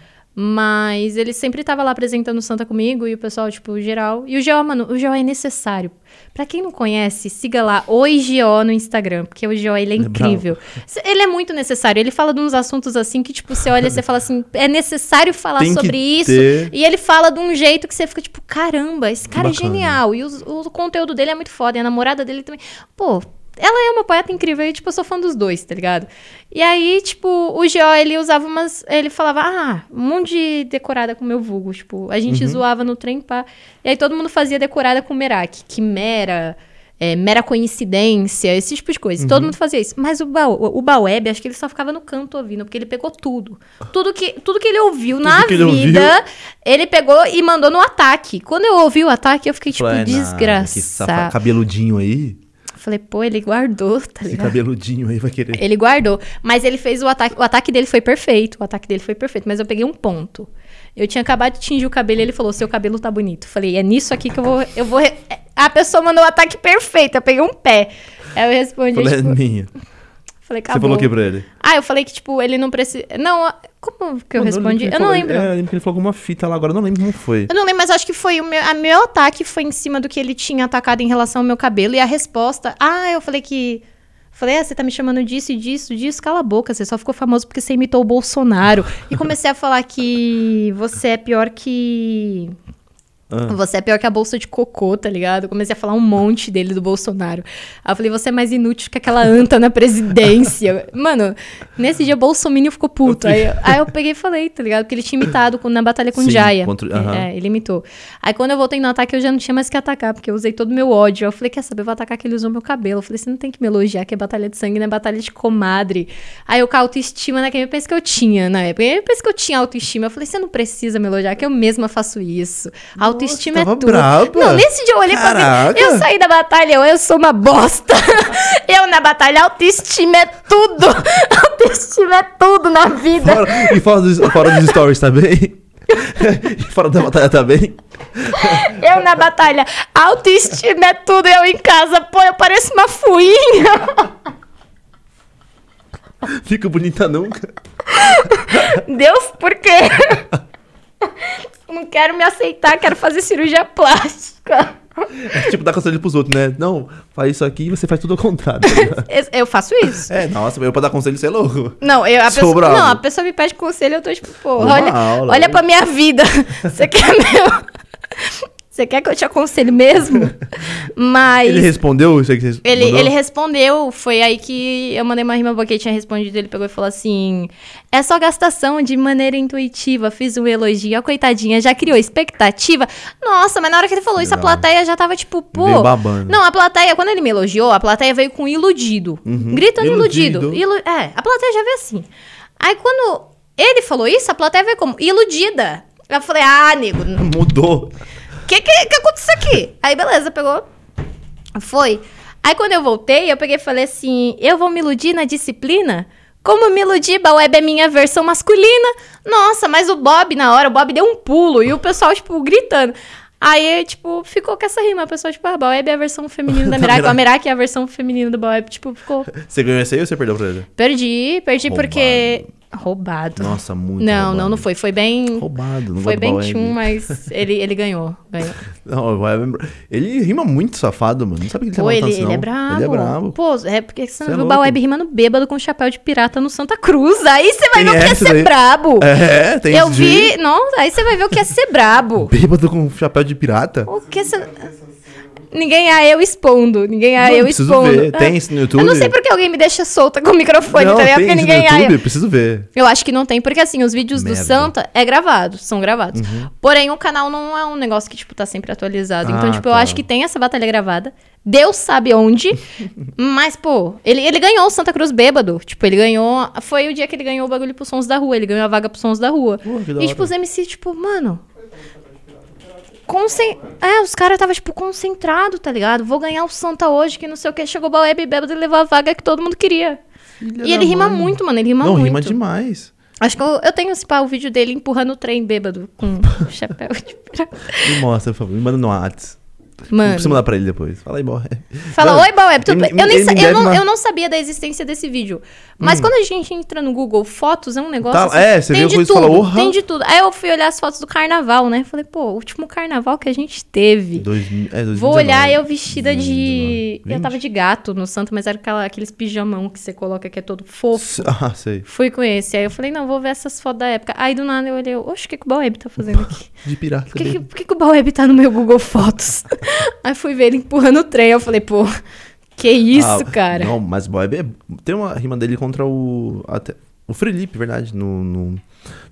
Mas ele sempre tava lá apresentando o Santa comigo e o pessoal, tipo, geral. E o GO, mano, o GO é necessário. Pra quem não conhece, siga lá Oi GO no Instagram, porque o GO ele é
bravo.
incrível. C- Ele é muito necessário. Ele fala de uns assuntos assim que, tipo, você olha e você fala assim: é necessário falar
Tem que
sobre isso.
ter.
E ele fala de um jeito que você fica tipo: caramba, esse cara é
Bacana.
genial. E os- o, conteúdo dele é muito foda. E a namorada dele também. Pô, ela é uma poeta incrível. E, tipo, eu sou fã dos dois, tá ligado? E aí, tipo, o Geo, ele usava umas. Ele falava: ah, um monte de decorada com o meu vulgo. Tipo, a gente zoava no trem pá. E aí todo mundo fazia decorada com Merak. Que mera. é, mera coincidência, esse tipo de coisa.
Uhum.
Todo mundo fazia isso. Mas o, ba o Baweb, acho que ele só ficava no canto ouvindo, porque ele pegou tudo. Tudo que, tudo que ele ouviu na
que ele
vida,
ouviu.
ele pegou e mandou no ataque. Quando eu ouvi o ataque, eu fiquei, tipo,
Falei, "Ah, Que safa-
desgraçado.
cabeludinho aí.
Falei, pô, ele guardou, tá
Esse
ligado?
cabeludinho aí vai querer.
Ele guardou. Mas ele fez o ataque. O ataque dele foi perfeito. O ataque dele foi perfeito. Mas eu peguei um ponto. Eu tinha acabado de tingir o cabelo e ele falou: seu cabelo tá bonito. Falei, é nisso aqui que eu vou. Eu vou. re- A pessoa mandou o ataque perfeito. Eu peguei um pé. Aí eu respondi,
Falei, é
tipo,
minha.
falei,
Você
acabou.
falou o que pra ele?
Ah, eu falei que, tipo, ele não precisa. Não, como que eu
Mano, lembro
respondi?
que ele
Eu não
falou-
lembro.
É, eu lembro que ele falou alguma fita lá agora, eu não lembro como foi.
Eu não lembro, mas acho que foi o meu, a meu ataque foi em cima do que ele tinha atacado em relação ao meu cabelo e a resposta. Ah, eu falei que falei, ah, você tá me chamando disso e disso, disso, cala a boca, você só ficou famoso porque você imitou o Bolsonaro. E comecei a falar que você é pior que
Ah.
você é pior que a bolsa de cocô, tá ligado? Eu Comecei a falar um monte dele do Bolsonaro. Aí eu falei, você é mais inútil que aquela anta na presidência. Mano, nesse dia o Bolsonaro ficou puto. Aí, eu- aí eu peguei e falei, tá ligado? Porque ele tinha imitado com- na batalha com
Sim,
o Jaya.
contra-
É,
aham.
é, ele imitou. Aí quando eu voltei no ataque, eu já não tinha mais que atacar, porque eu usei todo o meu ódio. Eu falei, quer saber, eu vou atacar que ele usou meu cabelo. Eu falei, você não tem que me elogiar, que é batalha de sangue, não é batalha de comadre. Aí eu com a autoestima, né, que eu pensei que eu tinha na época. É Eu pensei que eu tinha autoestima. Eu falei, você não precisa me elogiar, que eu mesma faço isso. A autoestima
tava
é tudo.
braba.
Não, nesse dia eu olhei pra
Caraca.
mim, eu saí da batalha, eu, eu sou uma bosta. eu na batalha, autoestima é tudo. autoestima é tudo na vida.
Fora- e fora dos, fora dos stories também? e fora da batalha também?
Eu na batalha, autoestima é tudo, eu em casa, pô, eu pareço uma fuinha.
Fica bonita nunca.
Deus, por quê? Não quero me aceitar, quero fazer cirurgia plástica.
É tipo, dá conselho pros outros, né? Não, faz isso aqui e você faz tudo ao contrário.
Es- Eu faço isso.
é, nossa, eu pra dar conselho você é louco.
Não, eu, a,
Sou
pessoa,
bravo.
não, a pessoa me pede conselho, eu tô tipo, pô,
Uma
olha,
aula,
olha
né?
pra minha vida. Você quer meu... Você quer que eu te aconselhe mesmo? Mas...
Ele respondeu isso aí que você
É Ele,
mandou?
ele respondeu, foi aí que eu mandei uma rima boa que ele tinha respondido, ele pegou e falou assim, é só gastação de maneira intuitiva, fiz um elogio, a coitadinha já criou expectativa. Nossa, mas na hora que ele falou isso, a
Legal.
plateia já tava tipo, pô...
Veio babando.
Não, a plateia, quando ele me elogiou, a plateia veio com iludido, gritando iludido.
Uhum. Iludido.
Ilu- É, a plateia já veio assim. Aí quando ele falou isso, a plateia veio como iludida. Eu falei, ah, nego,
Mudou.
que, que que aconteceu aqui? Aí, beleza, pegou. Foi. Aí, quando eu voltei, eu peguei e falei assim: eu vou me iludir na disciplina? Como eu me iludi, Baweb é minha versão masculina. Nossa, mas o Bob, na hora, o Bob deu um pulo e o pessoal, tipo, gritando. Aí, tipo, ficou com essa rima. O pessoal, tipo, ah, Baweb é a versão feminina da
Da
Merak, a
Merak.
Merak é a versão feminina do Baweb. Tipo, ficou.
Você ganhou esse aí ou você perdeu pra ele?
Perdi, perdi
Roubado.
porque. Roubado.
Nossa, muito
não,
roubado.
não, não foi. Foi bem.
Roubado. Não gosto
Foi
do
bem
Bauer.
tchum, mas ele, ele ganhou. ganhou.
Não, o Bauer- ele rima muito safado, mano. Não sabe que ele tá
Pô, ele,
matando assim,
ele é
não.
brabo.
Ele é brabo.
Pô, é porque
Cê
você
é
não viu o
louco.
Baweb rimando bêbado com chapéu de pirata no Santa Cruz. Aí você
Tem
vai ver o que é
essa
ser
daí.
brabo.
É, tem
Eu
esse de-
vi. Não, aí você vai ver o que é ser brabo.
Bêbado com chapéu de pirata.
O que você.
Essa cena,
Ninguém é eu expondo. Ninguém é
Mano,
eu
preciso
expondo.
ver. Tem isso no YouTube?
Eu não sei porque alguém me deixa solta com o microfone,
Não,
tá ligado?
tem
Porque
isso
ninguém
no
é
YouTube? Preciso ver.
Eu acho que não tem, porque assim, os vídeos
Merda. Uhum.
do Santa é gravado, são gravados. Porém, o canal não é um negócio que, tipo, tá sempre atualizado. então,
Ah,
tipo, eu
tá.
acho que tem essa batalha gravada. Deus sabe onde. mas, pô, ele, ele ganhou o Santa Cruz bêbado. Tipo, ele ganhou. Foi o dia que ele ganhou o bagulho pros sons da rua. Ele ganhou a vaga pros sons da rua.
Pô, que da
e, tipo,
hora.
os MC, tipo, mano. Concen... É, os caras tava, tipo, concentrado, tá ligado? Vou ganhar o Santa hoje, que não sei o que. Chegou o Baueb bêbado e levou a vaga que todo mundo queria.
Filha
e ele
da
rima
mãe.
muito, mano. Ele rima
Não,
muito.
rima demais.
Acho que eu, eu tenho esse pá, o vídeo dele empurrando o trem bêbado com o chapéu de pirata.
Me mostra, por favor. Me manda no WhatsApp. Não precisa
Mano,
mandar pra ele depois. Fala aí, boy.
fala,
Mano,
oi, Baueb, tudo
ele-
bem? Eu, nem
ele
sa-
me
eu,
deve
não,
uma- Hum.
eu não sabia da existência desse vídeo. Mas quando a gente entra no Google Fotos, é um negócio
Tá,
assim,
é, você
tem
vê
de
coisa e
tudo,
fala, "Orra".
tem de tudo. Aí eu fui olhar as fotos do carnaval, né? Falei, pô, o último carnaval que a gente teve.
Dois, é, 2019.
Vou olhar eu vestida de...
2019.
Eu tava de gato no santo, mas era aquela, aqueles pijamão que você coloca que é todo fofo.
Ah, sei.
Fui com esse. Aí eu falei, não, vou ver essas fotos da época. Aí do nada eu olhei, oxe, o que, que o Baueb tá fazendo aqui?
De pirata.
Por que, que,
dele.
por que que o Baueb tá no meu Google Fotos? Aí fui ver ele empurrando o trem. Eu falei, pô, que isso,
Ah,
cara?
Não, mas Boy é, tem uma rima dele contra o. Até, o Felipe, verdade, no, no-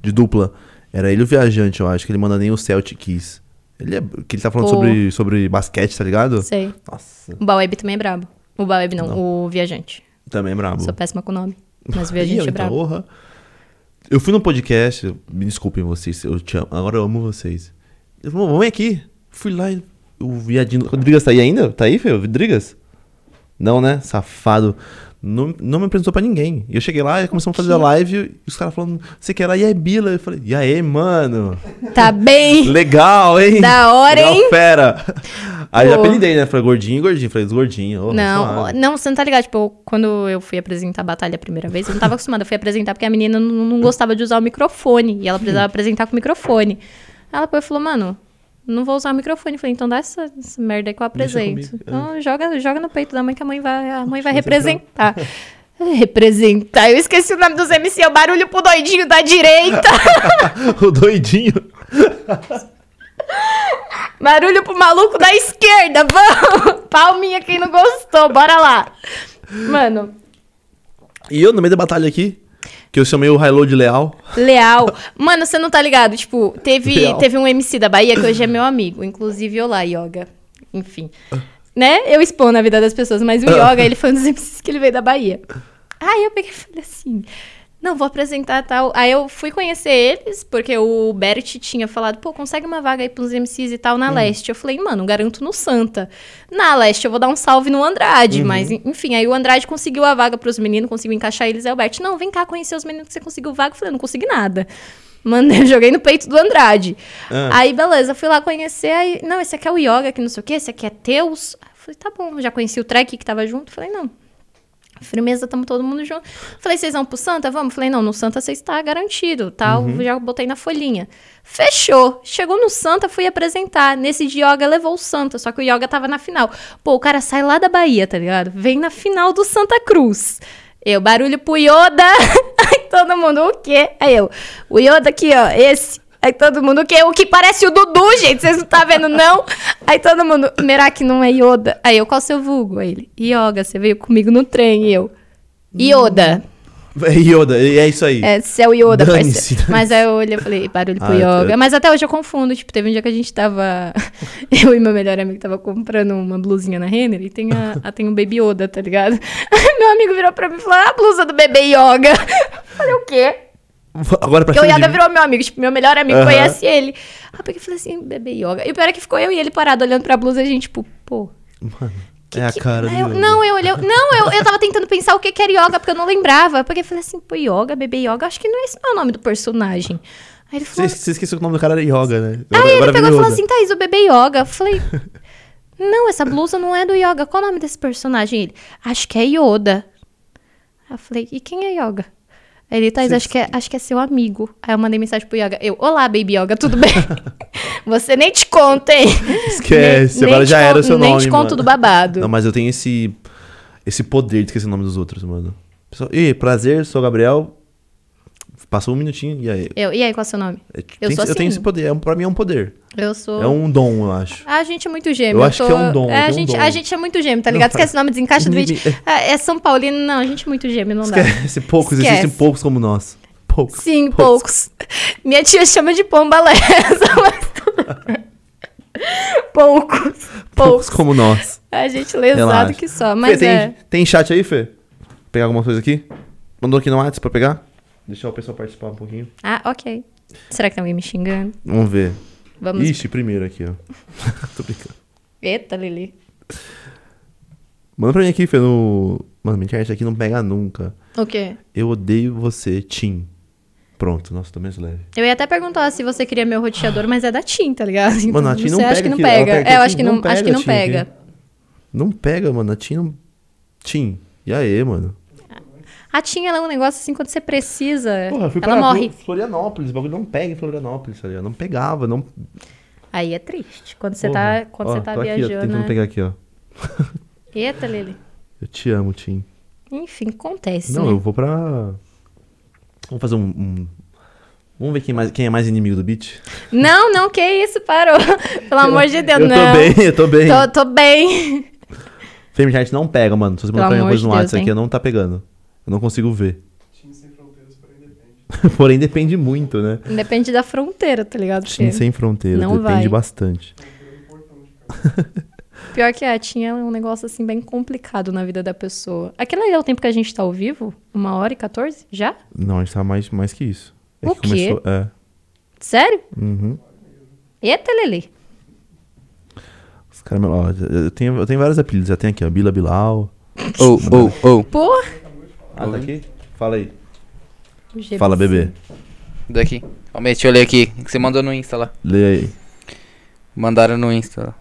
de dupla. Era ele o viajante, eu acho, que ele manda nem o Celtic Kiss. Ele é. Que ele tá falando
Pô.
sobre, sobre basquete, tá ligado?
Sei.
Nossa,
O Baueb também é brabo. O Baueb não, o Viajante.
também é brabo.
Sou péssima com o nome. Mas o
Ih,
Viajante é
então,
brabo.
orra. Eu fui num podcast, eu- me desculpem vocês, eu te amo, agora eu amo vocês. Eu falei, vamos aqui. Fui lá e o viadinho. O Rodrigues tá aí ainda? Tá aí, filho? Rodrigues? Não, né? Safado. Não, não me apresentou pra ninguém. E eu cheguei lá e começamos a fazer a live e os caras falando, você quer lá? E aí, Bila? Eu falei, e aí, mano?
Tá bem.
Legal, hein?
Da hora,
Legal,
hein? Fera.
Aí eu
Pô.
apelidei, né? Falei, gordinho, gordinho. Falei, os gordinhos. Oh,
Não, não, você não tá ligado. Tipo, eu- quando eu fui apresentar a batalha a primeira vez, eu não tava acostumada. Eu fui apresentar porque a menina não, não gostava de usar o microfone. E ela
Hum.
precisava apresentar com o microfone. Ela pô, falou, mano, não vou usar o microfone. Eu falei, então dá essa, essa merda aí que eu
Deixa
apresento.
comigo. é.
Então joga, joga no peito da mãe que a mãe vai, a mãe vai representar. Representar. Eu esqueci o nome dos MC, é o barulho pro doidinho da direita.
o doidinho.
Barulho pro maluco da esquerda, vamos! Palminha quem não gostou, bora lá. Mano,
E eu, no meio da batalha aqui, que eu chamei o Hilo de Leal.
Leal. Mano, você não tá ligado? Tipo, teve,
Leal.
teve um MC da Bahia que hoje é meu amigo. Inclusive, olá, Yoga. Enfim. Né? Eu expondo a vida das pessoas, mas o Yoga, ele foi um dos MCs que ele veio da Bahia. Aí eu peguei e falei assim. Não, vou apresentar tal. Aí eu fui conhecer eles, porque o Bert tinha falado, pô, consegue uma vaga aí pros MCs e tal na leste. Eu falei, mano, garanto no Santa. Na leste eu vou dar um salve no Andrade, mas en- enfim, aí o Andrade conseguiu a vaga pros meninos, conseguiu encaixar eles. Aí o Bert, não, vem cá conhecer os meninos que você conseguiu vaga. Eu falei, não consegui nada. Mano, eu joguei no peito do Andrade.
Ah.
Aí, beleza, fui lá conhecer. Aí, não, esse aqui é o Yoga, que não sei o quê, esse aqui é Teus. Aí eu falei, tá bom, já conheci o Trek que tava junto. Falei, não, Firmeza, tamo todo mundo junto. Falei, vocês vão pro Santa? Vamos? Falei, não, no Santa você está garantido, tal. Já botei na folhinha. Fechou. Chegou no Santa, fui apresentar. Nesse de Yoga levou o Santa, só que o Yoga tava na final. Pô, o cara sai lá da Bahia, tá ligado? Vem na final do Santa Cruz. Eu, barulho pro Yoda. Aí todo mundo, o quê? Aí eu, o Yoda aqui, ó, esse. Aí todo mundo, o quê? O que parece o Dudu, gente? Vocês não tá vendo, não? Aí todo mundo, Merak não é Yoda. Aí eu, qual seu vulgo? Aí ele, Yoga, você veio comigo no trem. E eu, Yoda.
É Yoda, e é isso aí.
É, você é o Yoda,
Dane-se,
parceiro.
dane-se.
Mas aí eu olhei e falei, barulho pro
Ah, eu-
Yoga. Mas até hoje eu confundo. Tipo, teve um dia que a gente tava... eu e meu melhor amigo tava comprando uma blusinha na Renner e tem, a, a- tem um Baby Yoda, tá ligado? meu amigo virou pra mim e falou, ah, a blusa do bebê Yoga. Eu falei, o quê?
Agora pra
Porque o
cima de
Yoda
mim.
virou meu amigo, tipo, meu melhor amigo
Aham.
conhece ele. Aí eu peguei e falei assim, bebê yoga. E o pior é que ficou eu e ele parado olhando pra blusa e a gente, tipo, pô.
Mano, é a cara
Aí eu-
do.
não, eu olhei. Não, eu, eu tava tentando pensar o que, que era yoga, porque eu não lembrava. Eu peguei e falei assim, pô, yoga, bebê yoga, acho que não é esse não é o nome do personagem. Aí ele
Você,
falou.
você esqueceu que o nome do cara era Yoga, né?
Aí É, ele pegou e
virou
falou
Yoda.
assim, Thaís, o bebê yoga. Eu falei. Não, essa blusa não é do Yoga. Qual o nome desse personagem? Ele, acho que é Yoda. Aí eu falei, e quem é Yoga? Aí Ele, Thaís,
Sim,
acho que, é, acho que é seu amigo. Aí eu mandei mensagem pro Yoga. Eu, olá, Baby Yoga, tudo bem? Você nem te conta, hein?
Esquece,
Nem- nem
agora
te
já
con-
era o seu
nem
nome.
te conto
mano.
do babado.
Não, mas eu tenho esse, esse poder de esquecer o nome dos outros, mano. Pessoal, e prazer, sou o Gabriel. Passou um minutinho e aí.
Eu, e aí, qual é o seu nome?
É,
Eu
tem-
sou
tenho
assim.
esse poder, é, um- pra mim é um poder.
Eu sou.
É um dom, eu acho.
A gente é muito gêmeo.
Eu acho que é um dom,
é, a,
tem um
gente,
dom.
a gente é muito gêmeo, tá
Não,
ligado?
cara.
Esquece o nome, desencaixa do
Ninguém-
vídeo. Ah, É São Paulino? Não, a gente é muito gêmeo, não dá.
Esquece, poucos,
Esquece.
existem poucos como nós. Poucos.
Sim, poucos. Minha tia chama de pombalesa, mas... poucos. Poucos.
Poucos como nós.
A gente lesado
Relaxa.
que só, mas
Fê, tem,
é...
tem chat aí, Fê? Vou pegar alguma coisa aqui? Mandou aqui no WhatsApp pra pegar? Deixar o pessoal participar um pouquinho.
Ah, ok. Será que tem alguém me xingando?
Vamos ver.
Vamos.
Ixi, primeiro aqui, ó. Tô brincando.
Eita, Lili.
Manda pra mim aqui, Fê, no... Mano, minha internet aqui não pega nunca.
O quê?
Eu odeio você, Tim. Pronto, nossa, tô mais leve.
Eu ia até perguntar se você queria meu roteador, mas é da TIM, tá ligado? Então,
Mano, a TIM não
você acha
pega
que não
aqui, né? ela
pega.
pega aqui,
É, eu
a
acho que
TIM
não,
não
acho
pega
que
a
não
TIM aqui.
pega.
Não pega, mano. A Tim não... Tim. E aí, mano?
A TIM, ela é um negócio assim, quando você precisa, Tá
Porra, eu fui
É. ela
pra
morre.
Florianópolis. O bagulho não pega em Florianópolis, tá ligado? Não pegava, não...
Aí é triste. Quando você
Porra.
tá, quando
Ó,
você tá
tô aqui, ó,
viajando.
tentando
né?
pegar aqui, ó.
Eita, Lili.
Eu te amo, Tim.
Enfim, acontece.
Não,
né?
eu vou pra. Vamos fazer um. um- Vamos ver quem, mais, quem é mais inimigo do beat?
não, não, que isso, parou. Pelo amor de Deus,
eu
não.
tô bem, eu tô bem.
Tô, tô bem.
Feminist não pega, mano. Se você
Pelo
mandar alguma
amor
coisa
de
no
Deus,
WhatsApp aqui, eu
hein?
não tá pegando. Eu não consigo ver.
Time sem fronteiras, porém depende.
Porém, depende muito, né?
Depende da fronteira, tá ligado?
Tim
Porque
sem fronteira,
Não
depende
vai.
bastante.
Pior que a tinha é um negócio assim bem complicado na vida da pessoa. Aquele é o tempo que a gente tá ao vivo? Uma hora e 14? Já?
Não, a gente tá mais, mais que isso. É
O
que
quê?
começou. É.
Sério?
Uhum.
Eita, Lili.
Os caras, ó, eu tenho, eu tenho vários apelidos. Já tem aqui, ó. Bila Bilal.
Ou, ou, ou.
Pô.
Ah, tá aqui? Fala aí.
O GBC.
Fala, bebê.
Daqui. Calma aí, deixa eu ler aqui. que Você mandou no Insta lá.
Lê aí.
Mandaram no Insta lá.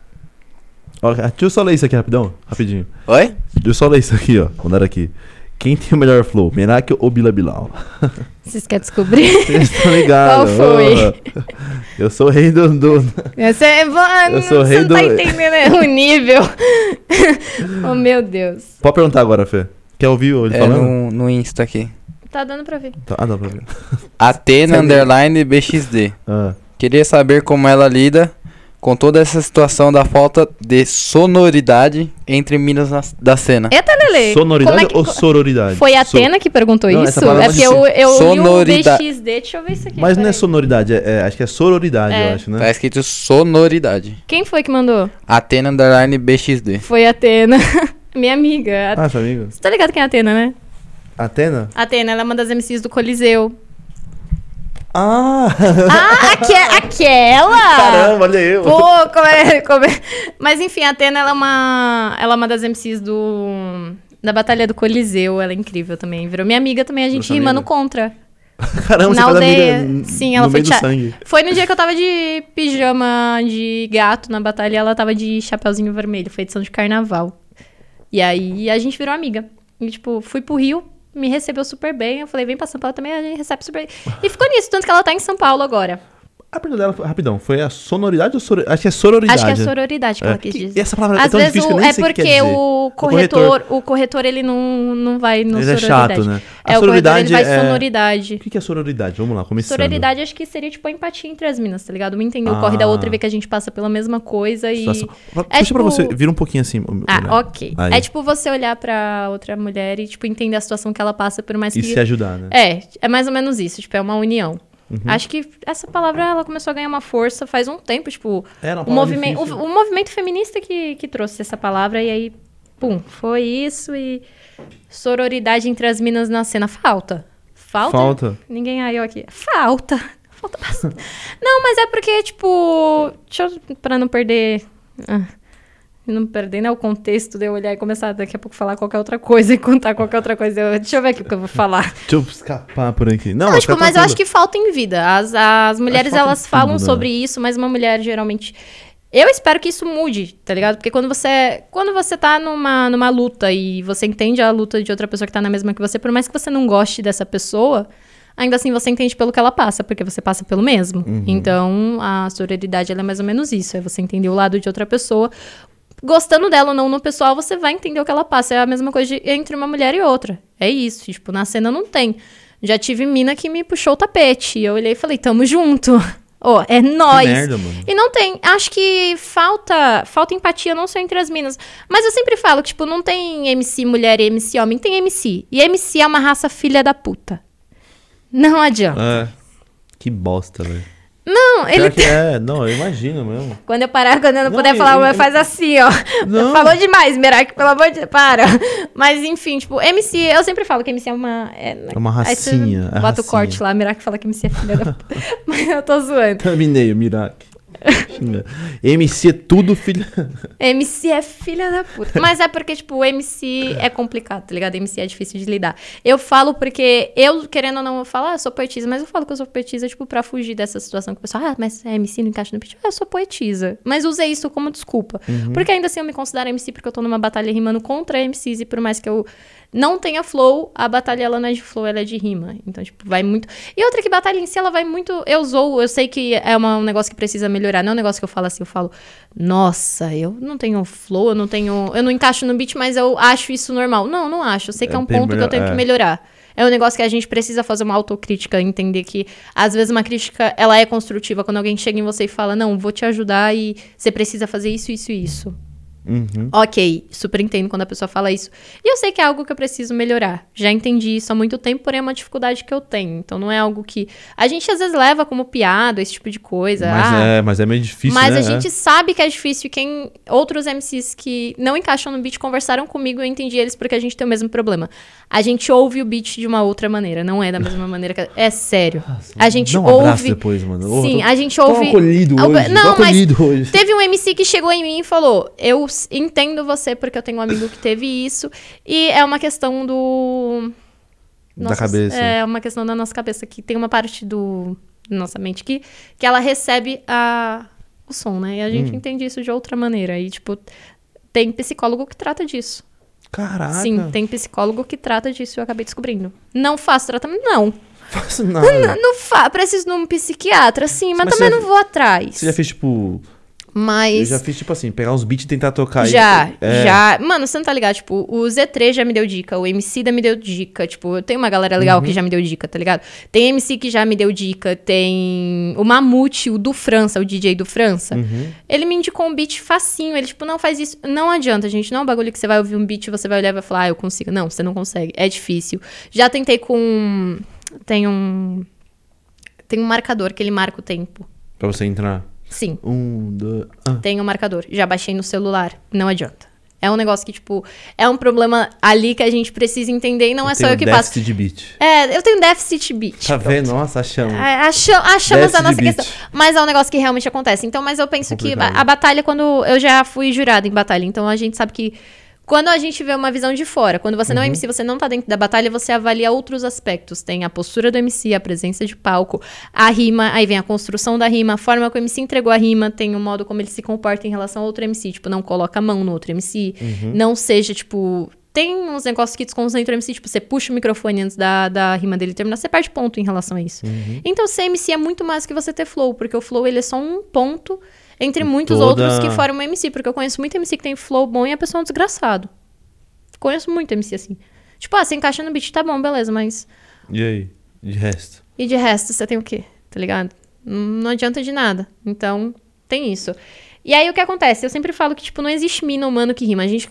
Ó, deixa eu só ler isso aqui rapidão. Rapidinho.
Oi?
Deixa eu só ler isso aqui, ó. Mandaram aqui. Quem tem o melhor flow, Merak ou Bila Bilal?
Vocês querem descobrir?
Vocês estão ligados.
Qual foi?
Porra. Eu sou o rei do... do-
Você, é vo-
Eu sou o
você
rei
não tá
do-
entendendo o nível. oh, meu Deus.
Pode perguntar agora, Fê. Quer ouvir ele
é
falando?
no, no Insta aqui.
Tá dando pra ver.
Tá- Ah, dá pra ver.
Atena
Sabia.
underline BXD.
Ah,
Queria saber como ela lida com toda essa situação da falta de sonoridade entre minas na- da cena.
Eita, Lele.
sonoridade
como é que-
ou sororidade?
Foi a
So-
Atena que perguntou
Não, essa
isso?
palavra
É porque eu,
de-
eu li o
Sonorida-
BXD. Deixa eu ver isso aqui.
Mas não é
peraí.
sonoridade, é- é- acho que é sororidade,
É.
eu acho, né?
Tá escrito sonoridade.
Quem foi que mandou?
Atena underline BXD.
Foi a Atena. Minha amiga.
Ah, seu amigo.
Você tá ligado quem é a Atena, né?
Atena?
Atena, ela é uma das MCs do Coliseu.
Ah!
Ah, aque- aquela!
Caramba, olha eu.
Pô, como é, como é- Mas enfim, a Atena, ela é uma, ela é uma das MCs do... Da Batalha do Coliseu, ela é incrível também. Virou minha amiga também, a gente
Nossa
rima
amiga.
no contra.
Caramba, você
na
faz
aldeia.
amiga n-
Sim, ela
no
foi
meio do
tia-
sangue.
Foi no dia que eu tava de pijama de gato na batalha, ela tava de chapeuzinho vermelho, foi edição de carnaval. E aí a gente virou amiga. E, tipo, fui pro Rio, me recebeu super bem. Eu falei, vem pra São Paulo também, a gente recebe super bem. E ficou nisso, tanto que ela tá em São Paulo agora.
A pergunta dela, foi- rapidão, foi a sonoridade ou sororidade? Acho que é sororidade.
Acho que é a sororidade que
É.
ela quis
Que-
dizer.
essa palavra é
Às
tão
vezes
difícil que eu
o-
nem
é
sei o que quer
porque
dizer.
o corretor, o corretor ele não, não vai no
Ele é
sororidade.
chato, né?
É,
A
o corretor ele
sororidade
vai
é-
sonoridade.
O que que é sororidade? Vamos lá, começando.
Sororidade acho que seria tipo a empatia entre as minas, tá ligado? Uma entender o corre
Ah.
da outra e ver que a gente passa pela mesma coisa e.
Situação. Puxa
tipo-
pra você, vira um pouquinho assim. o-
Ah,
olha.
ok.
Aí.
É tipo você olhar pra outra mulher e, tipo, entender a situação que ela passa, por mais
E
que.
se ajudar, né?
É, é mais ou menos isso, tipo, é uma união. Acho que essa palavra ela começou a ganhar uma força faz um tempo, tipo,
Era uma
o,
palavra
movimento,
difícil.
o, o movimento feminista que, que trouxe essa palavra, e aí, pum, foi isso, e sororidade entre as minas na cena. Falta. Falta.
Falta.
Ninguém aí, eu aqui. Falta. Falta bastante. não, mas é porque, tipo, deixa eu, pra não perder... ah, Não perder, né, o contexto de eu olhar e começar daqui a pouco falar qualquer outra coisa e contar qualquer outra coisa. Eu- deixa eu ver aqui o que eu vou falar.
Deixa eu escapar por aqui. Não,
Não, tipo,
fica
mas eu
tranquilo.
acho que falta em vida. As, as mulheres,
falta em
elas
tudo,
falam
né?
sobre isso, mas uma mulher geralmente. Eu espero que isso mude, tá ligado? Porque quando você, quando você tá numa, numa luta e você entende a luta de outra pessoa que tá na mesma que você, por mais que você não goste dessa pessoa, ainda assim você entende pelo que ela passa, porque você passa pelo mesmo.
Uhum.
Então, a sororidade ela é mais ou menos isso. É você entender o lado de outra pessoa. Gostando dela ou não no pessoal, você vai entender o que ela passa. É a mesma coisa de- entre uma mulher e outra. É isso. Tipo, na cena não tem. Já tive mina que me puxou o tapete. E eu olhei e falei, tamo junto. Ô,
Que
é nóis.
merda, mano.
E não tem. Acho que falta falta empatia não só entre as minas. Mas eu sempre falo que, tipo, não tem MC mulher e MC homem, tem MC. E MC é uma raça filha da puta. Não adianta.
É. Que bosta, velho.
Não, ele.
Pior
tá-
que é, não, eu imagino mesmo.
Quando eu parar, quando eu não,
Não,
puder
ele-
falar,
ele-
ele... faz assim, ó.
Não.
Falou demais, Merak, pelo amor de Deus. Para. Mas enfim, tipo, MC, eu sempre falo que MC é uma. É,
É uma
Aí você
racinha. é
Bota
racinha.
o corte lá, Merak fala que MC é filha da puta. Mas eu tô zoando.
Terminei o Mirac. Xinga. MC é tudo, filha.
MC é filha da puta. Mas é porque, tipo, o MC é complicado, tá ligado? MC é difícil de lidar. Eu falo porque eu, querendo ou não, eu falo, ah, eu sou poetisa, mas eu falo que eu sou poetisa, tipo, pra fugir dessa situação que o pessoal, ah, mas é MC não encaixa no pitch. Ah, eu sou poetisa. Mas usei isso como desculpa. Porque ainda assim eu me considero MC porque eu tô numa batalha rimando contra MCs e por mais que eu não tenha flow, a batalha ela não é de flow, ela é de rima. Então, tipo, vai muito. E outra que batalha em si, ela vai muito. Eu sou, eu sei que é uma- um negócio que precisa melhorar. Não é um negócio que eu falo assim, eu falo, nossa, eu não tenho flow, eu não tenho. Eu não encaixo no beat, mas eu acho isso normal. Não, não acho. Eu sei que é
É,
um
tem
ponto que
melhor-
eu tenho
é.
que melhorar. É um negócio que a gente precisa fazer uma autocrítica, entender que às vezes uma crítica ela é construtiva quando alguém chega em você e fala, não, vou te ajudar e você precisa fazer isso, isso, e isso.
Uhum.
Ok, super entendo quando a pessoa fala isso. E eu sei que é algo que eu preciso melhorar. Já entendi isso há muito tempo, porém é uma dificuldade que eu tenho. Então não é algo que. A gente às vezes leva como piada, esse tipo de coisa.
Mas,
ah,
é, mas é meio difícil,
mas
né?
a gente sabe que é difícil. e Quem outros MCs que não encaixam no beat conversaram comigo, eu entendi eles porque a gente tem o mesmo problema. A gente ouve o beat de uma outra maneira, não é da mesma maneira que é sério. A gente
Dá um abraço
ouve.
depois, mano. Então, Ô,
Sim,
tô-
a gente
tô
ouve.
acolhido
Algo-
hoje, tô
Não, mas
acolhido hoje.
Teve um MC que chegou em mim e falou: Eu s- entendo você porque eu tenho um amigo que teve isso. E é uma questão do.
Da cabeça.
É uma questão da nossa cabeça, que tem uma parte do da nossa mente que, que ela recebe a, o som, né? E a
Hum.
gente entende isso de outra maneira. E, tipo, tem psicólogo que trata disso.
Caraca.
Sim, tem psicólogo que trata disso, eu acabei descobrindo. Não faço tratamento, não.
Faço nada.
Não fa preciso de um psiquiatra, sim, mas,
Mas
também
você já-
não vou atrás.
Você já fez, tipo.
Mas.
Eu já fiz, tipo assim, pegar uns beats e tentar tocar. e-
Já,
É,
já. Mano, você não tá ligado? Tipo, o Z3 já me deu dica, o MC da me deu dica. Tipo, tem uma galera legal
Uhum.
que já me deu dica, tá ligado? Tem MC que já me deu dica, tem o Mamute, o do França, o DJ do
Hum.
França.
Uhum.
Ele me indicou um beat facinho. Ele, tipo, não faz isso. Não adianta, gente. Não é um bagulho que você vai ouvir um beat e você vai olhar e vai falar, ah, eu consigo. Não, você não consegue. É difícil. Já tentei com. Tem um. Tem um marcador que ele marca o tempo.
Pra você entrar.
Sim.
Um, dois. Ah.
Tem um marcador. Já baixei no celular. Não adianta. É um negócio que, tipo, é um problema ali que a gente precisa entender e não é só
Tem
eu
um
que
déficit
passo.
de beat.
É, eu tenho déficit beat.
Tá vendo? Nossa, achamos.
É, acha- Achamos
Déficit
a
de
nossa
beat.
questão. Mas é um negócio que realmente acontece. Então, mas eu penso que
Complicado.
a, a batalha, é quando. Eu já fui jurada em batalha, então a gente sabe que. Quando a gente vê uma visão de fora, quando você não é MC, você não tá dentro da batalha, você avalia outros aspectos. Tem a postura do MC, a presença de palco, a rima, aí vem a construção da rima, a forma como o MC entregou a rima, tem o modo como ele se comporta em relação a outro MC. Tipo, não coloca a mão no outro MC, não seja, tipo. Tem uns negócios que desconcentram o MC, tipo, você puxa o microfone antes da, da rima dele terminar, você perde ponto em relação a isso. Então, ser MC é muito mais que você ter flow, porque o flow ele é só um ponto entre muitos
Toda-
outros que formam MC, porque eu conheço muito MC que tem flow bom e a pessoa é um desgraçado. Conheço muito MC assim. Tipo, ah, você encaixa no beat, tá bom, beleza, mas.
E aí? De resto.
E de resto, você tem o quê? Tá ligado? Hum, Não adianta de nada. Então, tem isso. E aí o que acontece? Eu sempre falo que, tipo, não existe mina humano que rima. A gente,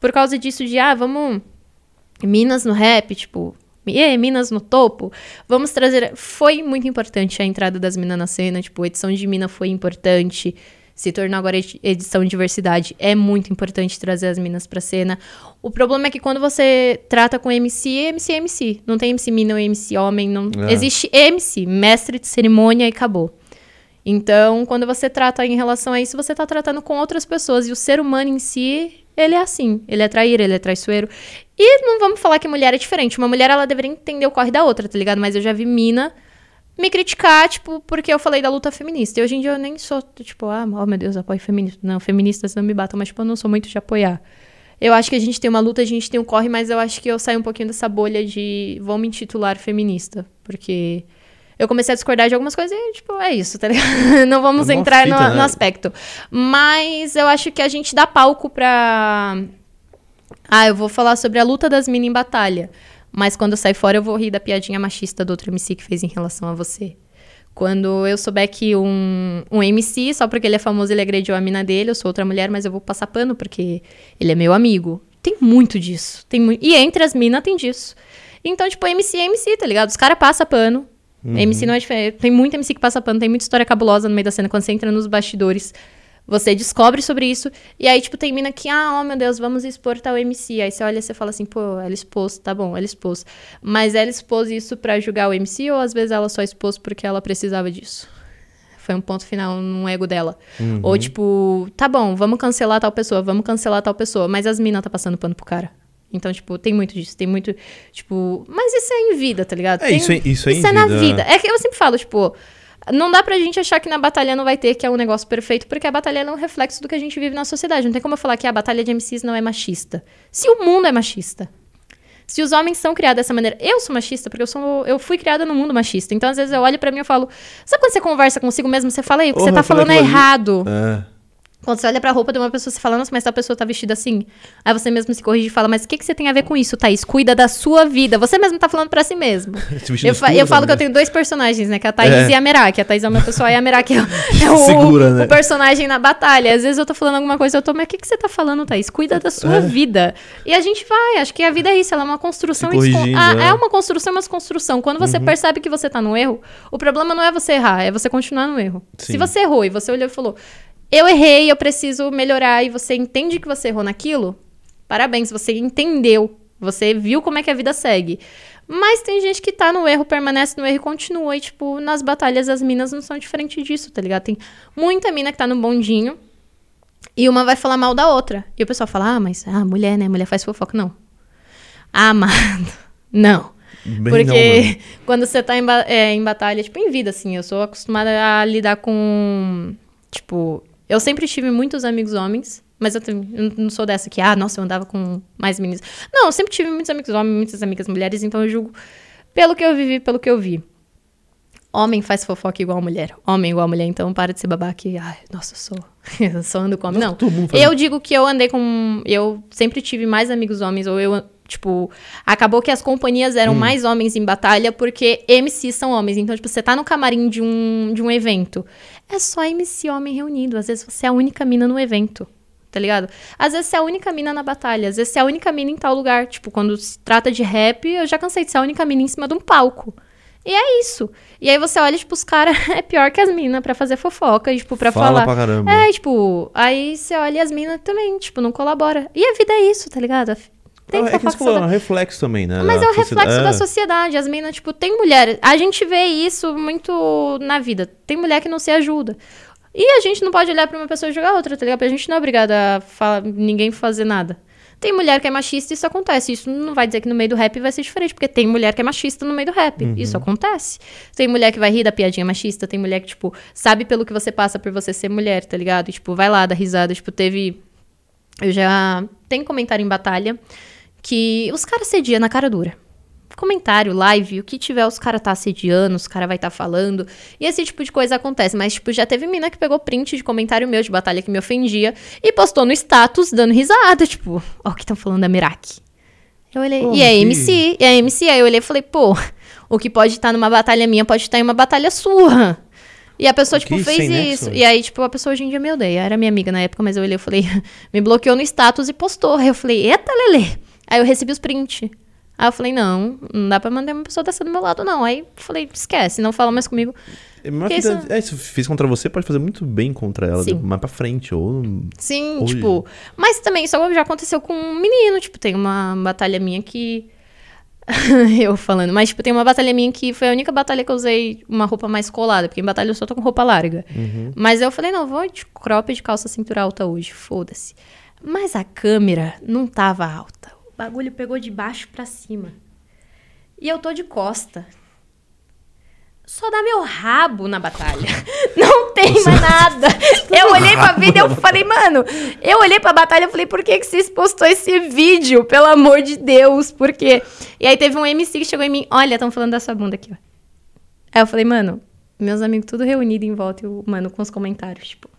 por causa disso de, ah, vamos. Minas no rap, tipo. "Ê, Minas no topo. Vamos trazer. Foi muito importante a entrada das minas na cena. Tipo, a edição de mina foi importante. Se tornou agora edi- edição de diversidade. É muito importante trazer as minas pra cena. O problema é que quando você trata com MC, é MC, é MC. Não tem MC mina ou MC homem. Não...
É.
Existe MC, mestre de cerimônia e acabou. Então, quando você trata em relação a isso, você está tratando com outras pessoas. E o ser humano em si, ele é assim. Ele é traíra, ele é traiçoeiro. E não vamos falar que mulher é diferente. Uma mulher, ela deveria entender o corre da outra, tá ligado? Mas eu já vi mina me criticar, tipo, porque eu falei da luta feminista. E hoje em dia eu nem sou, tipo, ah, oh, meu Deus, apoio feminista. Não, feministas não me batam, mas, tipo, eu não sou muito de apoiar. Eu acho que a gente tem uma luta, a gente tem um corre, mas eu acho que eu saio um pouquinho dessa bolha de vou me intitular feminista. Porque eu comecei a discordar de algumas coisas e, tipo, é isso, tá ligado? Não vamos
É uma
entrar
fita,
no,
né?
no aspecto. Mas eu acho que a gente dá palco pra. Ah, eu vou falar sobre a luta das minas em batalha. Mas quando eu sair fora, eu vou rir da piadinha machista do outro MC que fez em relação a você. Quando eu souber que um, um MC, só porque ele é famoso, ele agrediu a mina dele, eu sou outra mulher, mas eu vou passar pano porque ele é meu amigo. Tem muito disso. Tem mui- E entre as minas tem disso. Então, tipo, MC é MC, tá ligado? Os caras passam pano.
Uhum.
MC não é diferente. Tem muito MC que passa pano, tem muita história cabulosa no meio da cena. Quando você entra nos bastidores, você descobre sobre isso. E aí, tipo, tem mina que, ah, oh meu Deus, vamos expor tal MC. Aí você olha e você fala assim, pô, ela expôs, tá bom, ela expôs. Mas ela expôs isso pra julgar o MC ou às vezes ela só expôs porque ela precisava disso? Foi um ponto final num ego dela.
Uhum.
Ou tipo, tá bom, vamos cancelar tal pessoa, vamos cancelar tal pessoa. Mas as minas tá passando pano pro cara. Então, tipo, tem muito disso, tem muito, tipo... Mas isso é em vida, tá ligado?
É,
Tem-
isso é- isso é em
Isso é na
vida,
vida. É que eu sempre falo, tipo... Não dá pra gente achar que na batalha não vai ter, que é um negócio perfeito, porque a batalha ela é um reflexo do que a gente vive na sociedade. Não tem como eu falar que a batalha de MCs não é machista. Se o mundo é machista, se os homens são criados dessa maneira, eu sou machista porque eu sou, eu fui criada no mundo machista. Então às vezes eu olho pra mim e falo, sabe quando você conversa consigo mesmo, você fala aí, o que
Porra,
você tá
eu falei
falando é
aquilo ali."
errado.
É.
Quando você olha pra roupa de uma pessoa, você fala, nossa, mas essa pessoa tá vestida assim. Aí você mesmo se corrige e fala, mas o que, que você tem a ver com isso, Thaís? Cuida da sua vida. Você mesmo tá falando pra si mesmo.
Esse vestido
eu, fa-
escuro,
eu falo que eu
sabe?
tenho dois personagens, né? Que é a Thaís
É.
e a Merak. A Thaís é o meu pessoal e a Merak é, o- é o,
Segura, né?
o personagem na batalha. Às vezes eu tô falando alguma coisa, eu tô, mas o que, que você tá falando, Thaís? Cuida da
É.
sua vida. E a gente vai, acho que a vida é isso, ela é uma construção.
Se
e descon-
corrigindo,
Ah,
né? Uhum.
é uma construção e uma desconstrução. Quando você percebe que você tá no erro, o problema não é você errar, é você continuar no erro.
Sim.
Se você errou e você olhou e falou, eu errei, eu preciso melhorar, e você entende que você errou naquilo, parabéns, você entendeu. Você viu como é que a vida segue. Mas tem gente que tá no erro, permanece no erro e continua. E, tipo, nas batalhas as minas não são diferente disso, tá ligado? Tem muita mina que tá no bondinho e uma vai falar mal da outra. E o pessoal fala, ah, mas ah, mulher, né? Mulher faz fofoca. Não. Amado. Não.
Bem não, mano.
Porque quando você tá em, ba- é, em batalha, tipo, em vida, assim, eu sou acostumada a lidar com. Tipo, eu sempre tive muitos amigos homens, mas eu, tam- eu não sou dessa que, ah, nossa, eu andava com mais meninas. Não, eu sempre tive muitos amigos homens, muitas amigas mulheres, então eu julgo pelo que eu vivi, pelo que eu vi. Homem faz fofoca igual mulher. Homem igual mulher, então para de ser babaca e, ai, nossa, eu sou. Eu só ando com homem.
Nossa,
não.
todo mundo faz
Eu digo que eu andei com. Eu sempre tive mais amigos homens, ou eu, tipo. Acabou que as companhias
Hum.
eram mais homens em batalha, porque MCs são homens. Então, tipo, você tá no camarim de um, de um evento. É só MC homem reunido. Às vezes você é a única mina no evento. Tá ligado? Às vezes você é a única mina na batalha, às vezes você é a única mina em tal lugar. Tipo, quando se trata de rap, eu já cansei de ser a única mina em cima de um palco. E é isso. E aí você olha, tipo, os caras é pior que as minas pra fazer fofoca e, tipo, pra
Fala
falar.
pra caramba.
É, tipo, aí você olha e as minas também, tipo, não colabora. E a vida é isso, tá ligado? A fi- Tem
é, é que
fofoca
você falou, é um
saudável.
reflexo também, né?
Mas
da
é o reflexo
sociedade.
da sociedade. As minas, tipo, tem mulher. A gente vê isso muito na vida. Tem mulher que não se ajuda. E a gente não pode olhar pra uma pessoa e jogar outra, tá ligado? A gente não é obrigada a falar, ninguém fazer nada. Tem mulher que é machista e isso acontece. Isso não vai dizer que no meio do rap vai ser diferente, porque tem mulher que é machista no meio do rap. Isso acontece. Tem mulher que vai rir da piadinha machista, tem mulher que, tipo, sabe pelo que você passa por você ser mulher, tá ligado? E, tipo, vai lá, dá risada. Tipo, teve. Eu já. Tem comentário em batalha que os caras sediam na cara dura. Comentário, live, o que tiver, os caras tá assediando, os caras vai tá falando. E esse tipo de coisa acontece. Mas, tipo, já teve mina que pegou print de comentário meu de batalha que me ofendia e postou no status dando risada. Tipo, ó, o que estão falando da Meraki. Eu olhei,
Porra,
e é
que-
MC, e é MC. Aí eu olhei e falei, pô, o que pode estar numa batalha minha pode estar em uma batalha sua. E a pessoa,
Que
tipo, fez
sem nexo,
isso.
né?
E aí, tipo, a pessoa hoje em dia me odeia. Era minha amiga na época, mas eu olhei, eu falei, me bloqueou no status e postou. Aí eu falei, eita, Lele. Aí eu recebi os print. Aí eu falei, não, não dá pra mandar uma pessoa dessa do meu lado, não. Aí eu falei, esquece, não fala mais comigo.
Mas
Porque
fiz-
isso-
É, se fez contra você, pode fazer muito bem contra ela,
Sim.
mais pra frente. Ou.
Sim,
Olha.
tipo. Mas também isso já aconteceu com um menino. Tipo, tem uma batalha minha que. eu falando, mas tipo, tem uma batalha minha que foi a única batalha que eu usei uma roupa mais colada, porque em batalha eu só tô com roupa larga. Mas eu falei, não, vou de crop e de calça cintura alta hoje, foda-se. Mas a câmera não tava alta. O bagulho pegou de baixo pra cima. E eu tô de costa. Só dá meu rabo na batalha. Não tem mais nada. Eu olhei pra vida e eu falei, mano, eu olhei pra batalha e falei, por que, que vocês postou esse vídeo? Pelo amor de Deus, por quê? E aí teve um MC que chegou em mim, olha, estão falando da sua bunda aqui, ó. Aí eu falei, mano, meus amigos tudo reunido em volta e o mano com os comentários, tipo.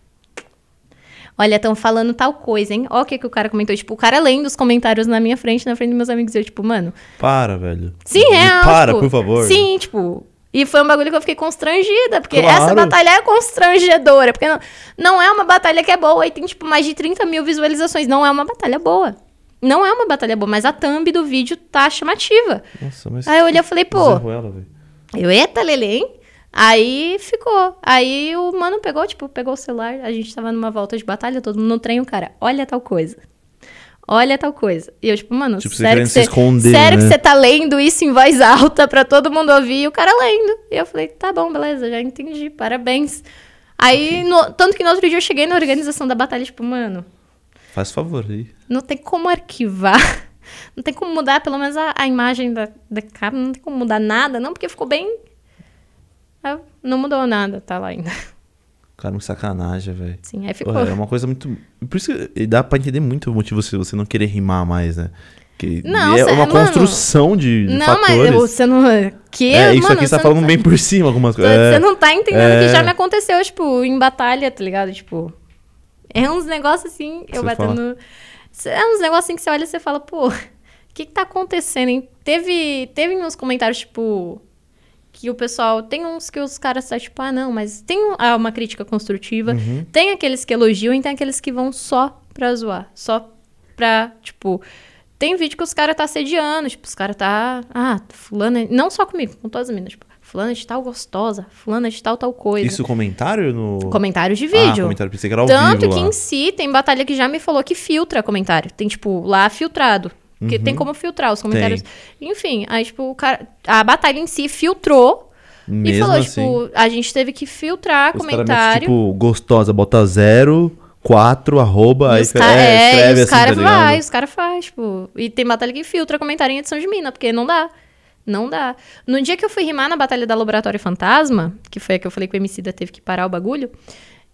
Olha, estão falando tal coisa, hein? Ó, o que, que o cara comentou. Tipo, o cara lendo os comentários na minha frente, na frente dos meus amigos. E eu, tipo, mano,
Para, velho.
sim, real.
Para,
tipo,
por favor.
Sim, tipo. E foi um bagulho que eu fiquei constrangida, porque
Claro.
essa batalha é constrangedora. Porque não, não é uma batalha que é boa e tem, tipo, mais de 30 mil visualizações. Não é uma batalha boa. Não é uma batalha boa, mas a thumb do vídeo tá chamativa.
Nossa, mas.
Aí eu olhei e falei, pô.
Zerro ela, velho.
Eu, eita, Lele, hein? Aí ficou. Aí o mano pegou, tipo, pegou o celular. A gente tava numa volta de batalha, todo mundo no trem, o cara, olha tal coisa. Olha tal coisa. E eu, tipo, mano,
Tipo, você
sério,
querendo
que
se
você,
esconder,
sério
né?
que você tá lendo isso em voz alta pra todo mundo ouvir? E o cara lendo. E eu falei, tá bom, beleza, já entendi, parabéns. Aí, no- tanto que no outro dia eu cheguei na organização da batalha, tipo, mano,
Faz favor aí.
não tem como arquivar. Não tem como mudar, pelo menos a, a imagem da, da cara, não tem como mudar nada, não, porque ficou bem. Ah, Não mudou nada, tá lá ainda.
Cara, que sacanagem, velho.
Sim, aí ficou.
Porra, É uma coisa muito. Por isso que e dá pra entender muito o motivo se você não querer rimar mais, né? Que
Não,
é
cê-
uma
mano,
construção de, de
não,
fatores.
mas você não. Que?
é, isso
mano,
aqui você tá
não
falando bem por cima algumas
Tô-
coisas.
Você
É,
não tá entendendo
é.
que já me aconteceu, tipo, em batalha, tá ligado? Tipo, é uns negócios assim, eu
Você
batendo. Cê- É uns negócios assim que você olha e você fala, pô, o que que tá acontecendo, hein? Teve, teve uns comentários, tipo, que o pessoal. Tem uns que os caras tá tipo, ah, não, mas tem um- ah, uma crítica construtiva,
Uhum.
tem aqueles que elogiam e tem aqueles que vão só pra zoar, só pra, tipo. Tem vídeo que os caras tá assediando, tipo, os caras tá. Ah, fulana. é- Não só comigo, com todas as minas. Tipo, fulana de tal gostosa, fulana de tal tal coisa.
Isso comentário no.
Comentários de
Ah,
vídeo.
comentário pensei que era ao
Tanto
vivo
que
lá.
em si tem batalha que já me falou que filtra comentário. Tem, tipo, lá filtrado. Porque
Uhum.
tem como filtrar os comentários. Enfim, aí, tipo, o cara, a batalha em si filtrou e
Mesmo
falou,
assim,
tipo, a gente teve que filtrar
os caras metem,
comentário.
tipo, gostosa, bota zero, quatro, arroba,
E
aí
os
fica-
ca-
é,
é,
escreve
e os
assim, tá
caras
ligado?
vai, os caras faz, tipo. E tem batalha que filtra comentário em edição de mina, porque não dá. Não dá. No dia que eu fui rimar na batalha da Laboratório Fantasma, que foi a que eu falei que o MC da teve que parar o bagulho,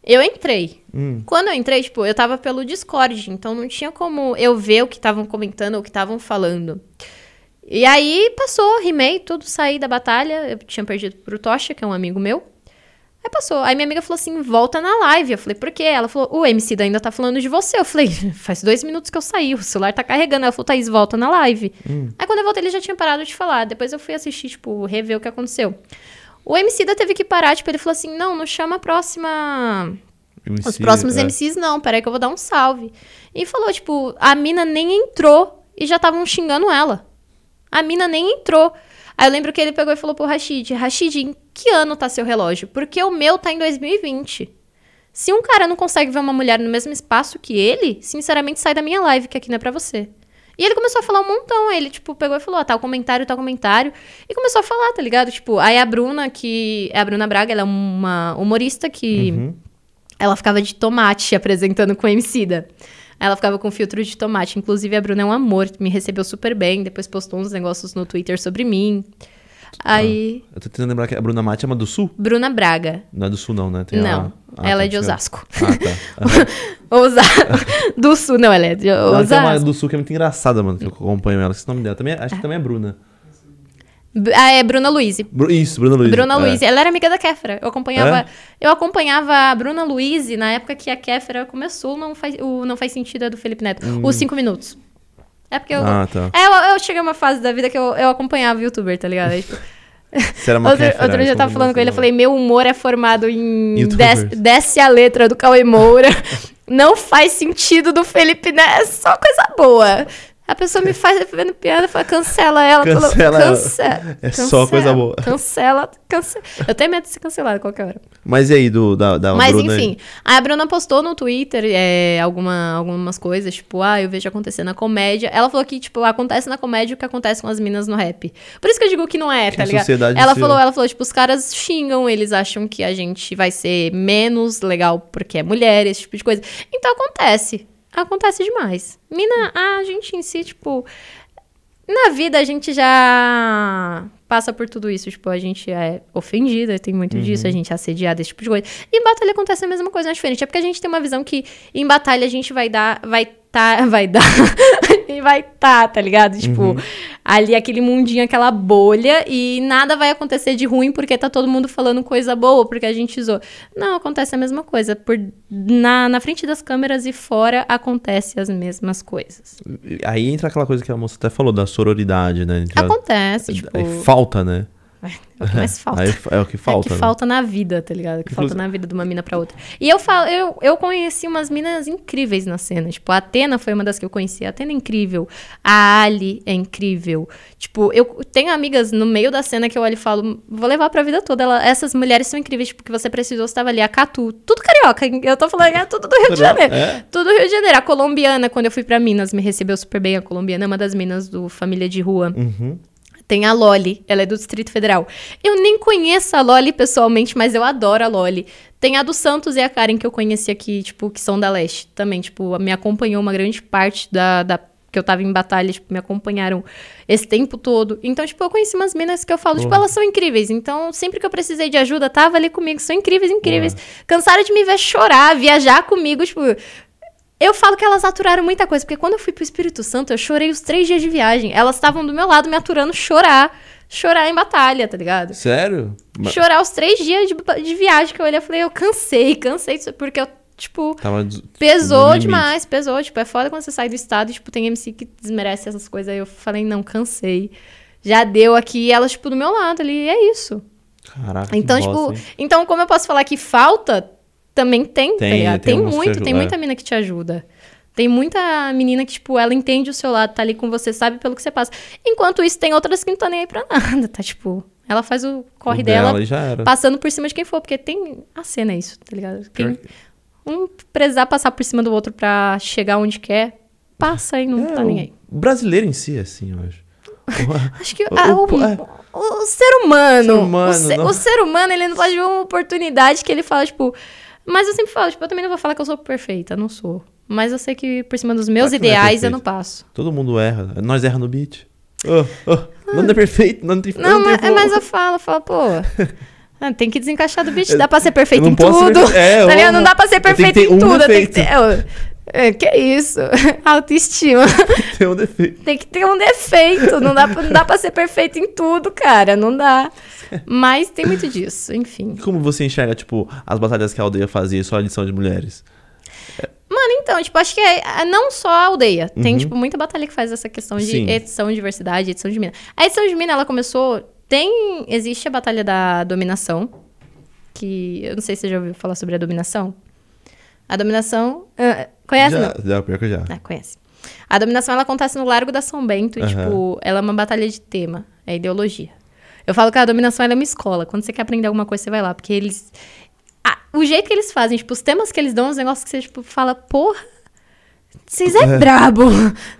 eu entrei.
Hum.
Quando eu entrei, tipo, eu tava pelo Discord, então não tinha como eu ver o que estavam comentando ou o que estavam falando. E aí passou, rimei, tudo, saí da batalha. Eu tinha perdido pro Tocha, que é um amigo meu. Aí passou. Aí minha amiga falou assim: volta na live. Eu falei, por quê? Ela falou, o MC ainda tá falando de você. Eu falei, faz dois minutos que eu saí, o celular tá carregando. Ela falou, Thaís, volta na live. Aí quando eu voltei, ele já tinha parado de falar. Depois eu fui assistir, tipo, rever o que aconteceu. O MC da teve que parar, tipo, ele falou assim: não, não chama a próxima.
MC,
Os próximos
é.
MCs não, peraí que eu vou dar um salve. E falou, tipo, a mina nem entrou e já estavam xingando ela. A mina nem entrou. Aí eu lembro que ele pegou e falou pro Rashid, Rashid, em que ano tá seu relógio? Porque o meu tá em 2020. Se um cara não consegue ver uma mulher no mesmo espaço que ele, sinceramente sai da minha live, que aqui não é pra você. E ele começou a falar um montão, aí ele, tipo, pegou e falou, ó, tal comentário, tal comentário, e começou a falar, tá ligado? Tipo, aí a Bruna, que... É a Bruna Braga, ela é uma humorista que... Ela ficava de tomate apresentando com Emicida. Ela ficava com filtro de tomate. Inclusive, a Bruna é um amor, me recebeu super bem. Depois postou uns negócios no Twitter sobre mim. Aí,
Eu tô tentando lembrar que a Bruna Mate é uma do Sul?
Bruna Braga.
Não é do Sul, não, né? Tem
Não,
a- Ah,
ela
tá,
é de
tá.
Osasco.
Ah, tá.
Osasco. Do Sul, não, ela é de
Ela tem uma
Osasco.
do Sul que é muito engraçada, mano, que eu acompanho ela. Esse nome dela também, é- acho que também é Bruna.
B- Ah, é Bruna Luiz.
Bru- Isso, Bruna Luiz.
Bruna
é.
Luiz, ela era amiga da Kéfera. Eu acompanhava,
É?
eu acompanhava a Bruna Luiz na época que a Kéfera começou, o não faz, o não faz sentido é do Felipe Neto, os cinco minutos. É porque eu,
Hum. Ah, tá.
é, eu, eu cheguei a uma fase da vida que eu, eu acompanhava youtuber, tá ligado? Aí, tipo,
Você era uma
Outro,
Kéfera,
outro dia
é
eu
isso
tava
não-
falando com ele, eu
não-
falei, meu humor é formado em
Youtubers.
des- desce a letra do Cauê Moura, não faz sentido do Felipe Neto, é só coisa boa. A pessoa me faz vendo piada, fala, cancela ela. falou,
Cancela ela.
"Cance-
É só
cancela,
coisa boa."
Cancela, cancela. Eu tenho medo de ser cancelado a qualquer hora.
né? Mas e aí, do, da, da
Mas
Bruna?
enfim, a Bruna postou no Twitter é, alguma, algumas coisas, tipo, ah, eu vejo acontecer na comédia. Ela falou que, tipo, acontece na comédia o que acontece com as minas no rap. Por isso que eu digo que não é,
Que
tá
a
ligado?
sociedade
Ela
se-
falou, ela falou, tipo, os caras xingam, eles acham que a gente vai ser menos legal porque é mulher, esse tipo de coisa. Então acontece. Acontece demais. Mina, a gente em si, tipo. Na vida a gente já passa por tudo isso. Tipo, a gente é ofendida, tem muito disso, a gente é assediada, esse tipo de coisa. E em batalha acontece a mesma coisa, não é diferente. É porque a gente tem uma visão que em batalha a gente vai dar. Vai tá, vai dar. em vai estar, tá, ligado? Tipo, ali aquele mundinho, aquela bolha e nada vai acontecer de ruim porque tá todo mundo falando coisa boa, porque a gente usou. Não, acontece a mesma coisa. Por, na, na frente das câmeras e fora acontece as mesmas coisas.
Aí entra aquela coisa que a moça até falou, da sororidade, né? Entre a-
Acontece, tipo,
Aí falta, né?
é o que mais falta.
Aí é o que falta.
é que
né?
falta na vida, tá ligado? É Que falta
Inclusive-
na vida de uma mina pra outra. E eu falo, eu, eu conheci umas minas incríveis na cena. Tipo, a Atena foi uma das que eu conheci. A Atena é incrível. A Ali é incrível. Tipo, eu tenho amigas no meio da cena que eu olho e falo, vou levar pra vida toda. Ela- essas mulheres são incríveis, tipo, que você precisou, estava ali. A Catu, tudo carioca. hein? Eu tô falando, é tudo do Rio de Janeiro.
É.
Tudo Rio de Janeiro. A colombiana, quando eu fui pra Minas, me recebeu super bem. A colombiana é uma das minas do Família de Rua.
Uhum.
Tem a Loli, ela é do Distrito Federal. Eu nem conheço a Loli pessoalmente, mas eu adoro a Loli. Tem a do Santos e a Karen que eu conheci aqui, tipo, que são da Leste também. Tipo, me acompanhou uma grande parte da, da- que eu tava em batalha, tipo, me acompanharam esse tempo todo. Então, tipo, eu conheci umas minas que eu falo, tipo,
Porra.
elas são incríveis. Então, sempre que eu precisei de ajuda, tava ali comigo. São incríveis, incríveis. Cansaram de me ver chorar, viajar comigo, tipo, eu falo que elas aturaram muita coisa, porque quando eu fui pro Espírito Santo, eu chorei os três dias de viagem. Elas estavam do meu lado me aturando chorar. Chorar em batalha, tá ligado?
Sério? Mas
Chorar os três dias de, ba- de viagem que eu olhei, eu falei, eu cansei, cansei, disso, porque eu, tipo,
Tava des- no
pesou
limite.
demais, pesou. Tipo, é foda quando você sai do estado e, tipo, tem MC que desmerece essas coisas. Aí eu falei, não, cansei. Já deu aqui, e elas, tipo, do meu lado ali, e é isso.
Caraca.
Então,
que
tipo,
bosta, hein?
então, como eu posso falar que falta, também tem,
Tem,
tá ligado?
tem
Tem,
umas que
muito,
ajudam,
tem
é.
muita mina que te ajuda. Tem muita menina que, tipo, ela entende o seu lado, tá ali com você, sabe pelo que você passa. Enquanto isso, tem outras que não tá nem aí pra nada, tá? Tipo, ela faz o corre
O
dela,
e já era.
passando por cima de quem for, porque tem a cena é isso, tá ligado? Quem
Pior
um precisar passar por cima do outro pra chegar onde quer, passa e não
É,
tá
o
nem aí.
brasileiro em si é assim, eu acho.
Acho que
O-
ah,
o-
o,
é.
o ser humano.
Ser humano,
o, ser,
não.
o ser humano, ele não pode ver uma oportunidade que ele fala, tipo. Mas eu sempre falo, tipo, eu também não vou falar que eu sou perfeita, não sou. Mas eu sei que por cima dos meus
Claro que não é
ideais eu
perfeito.
não passo.
Todo mundo erra. Nós erra no beat. Ah, ah, Nada é perfeito, nada tem
Não,
tem
mas, é
flow.
mas eu falo, eu falo, pô. ah, Tem que desencaixar do bicho, dá pra ser
Eu
perfeito
não
em
posso ser-
tudo.
É,
tá
eu-
ligado? Não dá pra ser
eu tenho que
perfeito
ter
em
um
tudo. Tem
defeito.
que ter. eu- é, que isso? Autoestima.
Tem um defeito.
Tem que ter um defeito. Não dá, pra- não dá pra ser perfeito em tudo, cara. Não dá. Mas tem muito disso, enfim.
E Como você enxerga, tipo, as batalhas que a aldeia fazia e só a lição de mulheres?
Mano, então, tipo, acho que é, é não só a aldeia. Tem,
Uhum.
tipo, muita batalha que faz essa questão de
Sim.
edição de diversidade, edição de mina. A edição de mina, ela começou. Tem. Existe a batalha da dominação. Que. Eu não sei se você já ouviu falar sobre a dominação. A dominação. ah, conhece, não?
já, já, pior que eu já.
Ah, conhece. A dominação ela acontece no Largo da São Bento, e,
Aham.
tipo, ela é uma batalha de tema, é ideologia. Eu falo que a dominação ela é uma escola. Quando você quer aprender alguma coisa, você vai lá, porque eles Ah, o jeito que eles fazem, tipo, os temas que eles dão, os negócios que você tipo fala, porra, vocês é brabo.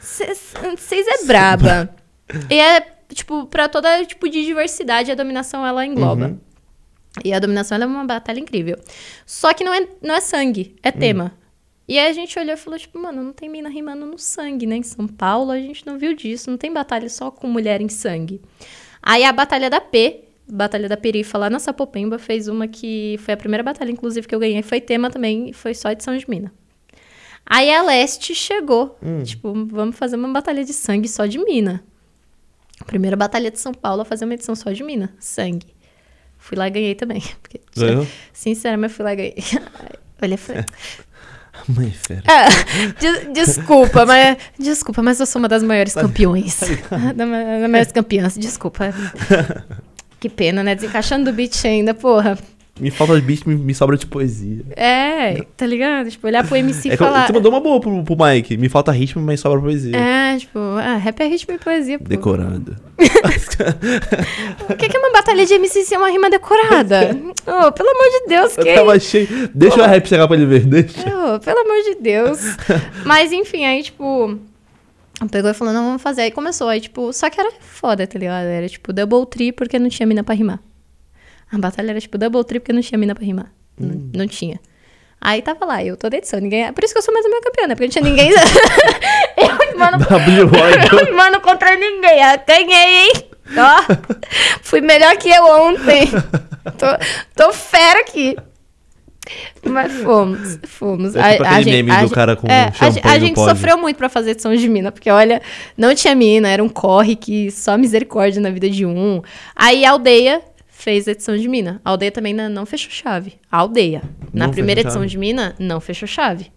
Vocês vocês é braba. E é tipo pra toda tipo de diversidade, a dominação ela engloba.
Uhum.
E a dominação ela é uma batalha incrível. Só que não é, não é sangue, é tema. E aí a gente olhou e falou, tipo, mano, não tem mina rimando no sangue, né? Em São Paulo a gente não viu disso, não tem batalha só com mulher em sangue. Aí a Batalha da P, Batalha da Perifa lá na Sapopemba, fez uma que foi a primeira batalha, inclusive, que eu ganhei. Foi tema também, e foi só edição de mina. Aí a Leste chegou, tipo, vamos fazer uma batalha de sangue só de mina. Primeira batalha de São Paulo a fazer uma edição só de mina, sangue. Fui lá e ganhei também. Porque,
Ganhou?
sinceramente, eu fui lá e ganhei. Olha, foi...
Mãe, fera.
Ah, de- desculpa, mas desculpa, mas eu sou uma das maiores campeões. da, ma- das maiores campeãs, desculpa. Que pena, né? Desencaixando do beat ainda, porra.
Me falta de beat, me, me sobra de poesia.
É, tá ligado? Tipo, olhar pro MC e
é que eu-
falar.
Você mandou uma boa pro, pro Mike. Me falta ritmo, mas sobra poesia.
É, tipo, ah, rap é ritmo e poesia. Pô.
Decorando.
O que que é uma batalha de MC se é uma rima decorada? oh, pelo amor de Deus,
Eu
que
tava cheio. Deixa o rap chegar pra ele ver. Deixa.
Oh, pelo amor de Deus. Mas enfim, aí, tipo. Pegou e falou, não, vamos fazer. Aí começou. Aí, tipo, só que era foda, tá ligado? Era tipo double tree porque não tinha mina pra rimar. A batalha era tipo double tree porque não tinha mina pra rimar. Não, não tinha. Aí tava lá, eu toda edição, ninguém. Por isso que eu sou mais uma campeã, né? Porque não tinha ninguém. eu, mano,
W.O.
eu, mano, contra ninguém. Eu ganhei, hein? Ó, fui melhor que eu ontem. Tô, tô fera aqui. Mas fomos, fomos.
É tipo aquele meme do cara com
é, a,
champanhe
ge- a
no
gente
pódio.
sofreu muito pra fazer edição de mina, porque olha, não tinha mina, era um corre que só misericórdia na vida de um. Aí a aldeia fez edição de mina. A aldeia também na- não fechou chave. A aldeia. na
Não
primeira
fechou
edição
chave.
de mina, não fechou chave.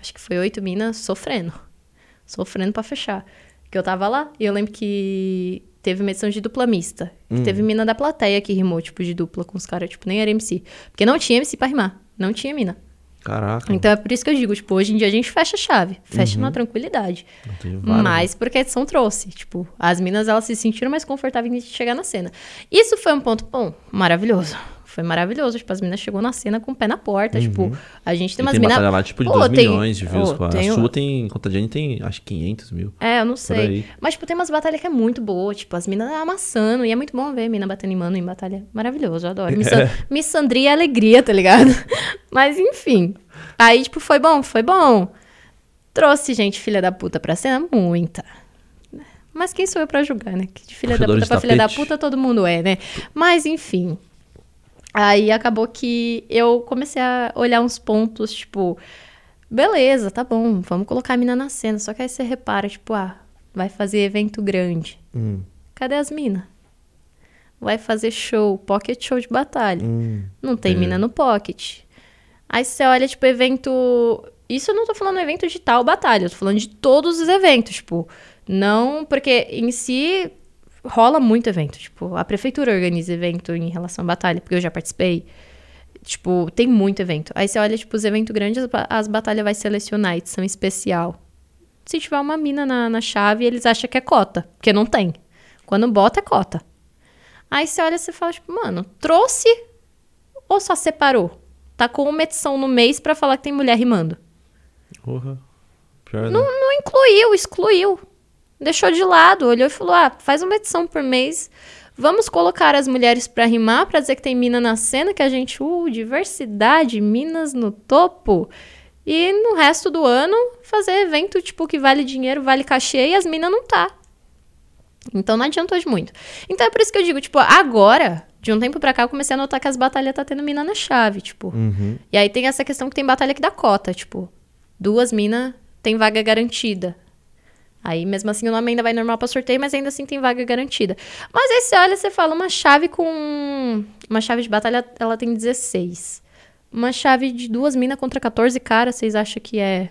Acho que foi oito minas sofrendo. Sofrendo pra fechar. Que eu tava lá e eu lembro que teve uma edição de dupla mista. que
Hum.
Teve mina da plateia que rimou, tipo, de dupla com os caras, tipo, nem era MC. Porque não tinha MC pra rimar. Não tinha mina.
Caraca.
Então é por isso que eu digo, tipo, hoje em dia a gente fecha a chave, fecha na tranquilidade.
tem Uhum. várias,
Mas porque a edição trouxe, tipo, as minas elas se sentiram mais confortáveis de chegar na cena. Isso foi um ponto, bom, maravilhoso. Foi maravilhoso, tipo, as minas chegou na cena com o pé na porta, tipo, a gente tem
Uhum. E
umas
tem
minas...
batalha lá, tipo, de
Pô,
2
tem-
milhões de views.
Pô,
pô.
tem- um
A sua tem, conta de tem, acho que 500 mil.
É, eu não
aí.
sei. Mas, tipo, tem umas batalhas que é muito boa, tipo, as minas amassando, e é muito bom ver a mina batendo em mano em batalha. Maravilhoso, eu adoro. Miss, Miss Sandria é alegria, tá ligado? Mas, enfim. Aí, tipo, foi bom, foi bom. Trouxe gente filha da puta pra cena? Muita. Mas quem sou eu pra julgar, né? Que de filha da
Puxadora
puta
de
pra filha da
tapete.
puta todo mundo é, né? Mas, enfim. Aí acabou que eu comecei a olhar uns pontos, tipo, beleza, tá bom, vamos colocar a mina na cena. Só que aí você repara, tipo, ah, vai fazer evento grande.
Hum,
Cadê as minas? Vai fazer show, pocket show de batalha.
hum.
Não tem
É.
mina no pocket. Aí você olha, tipo, evento. Isso eu não tô falando evento de tal batalha, eu tô falando de todos os eventos, tipo. Não, porque em si rola muito evento. Tipo, a prefeitura organiza evento em relação à batalha, porque eu já participei. Tipo, tem muito evento. Aí você olha, tipo, os eventos grandes, as ba- as batalhas vai selecionar edição especial. Se tiver uma mina na, na chave, eles acham que é cota, porque não tem. Quando bota, é cota. Aí você olha e você fala, tipo, mano, trouxe ou só separou? Tá com uma edição no mês pra falar que tem mulher rimando.
Porra. Pior, né?
Não incluiu, excluiu. Deixou de lado, olhou e falou: ah, faz uma edição por mês. Vamos colocar as mulheres pra rimar, pra dizer que tem mina na cena, que a gente, uh, diversidade, minas no topo. E no resto do ano, fazer evento, tipo, que vale dinheiro, vale cachê, e as minas não tá. Então não adiantou de muito. Então é por isso que eu digo, tipo, agora, de um tempo pra cá, eu comecei a notar que as batalhas tá tendo mina na chave, tipo.
Uhum.
E aí tem essa questão que tem batalha que dá cota, tipo, duas minas tem vaga garantida. Aí, mesmo assim, o nome ainda vai normal pra sorteio, mas ainda assim tem vaga garantida. Mas aí você olha, você fala, uma chave com... Uma chave de batalha, ela tem 16. Uma chave de duas minas contra 14 caras, vocês acham que é...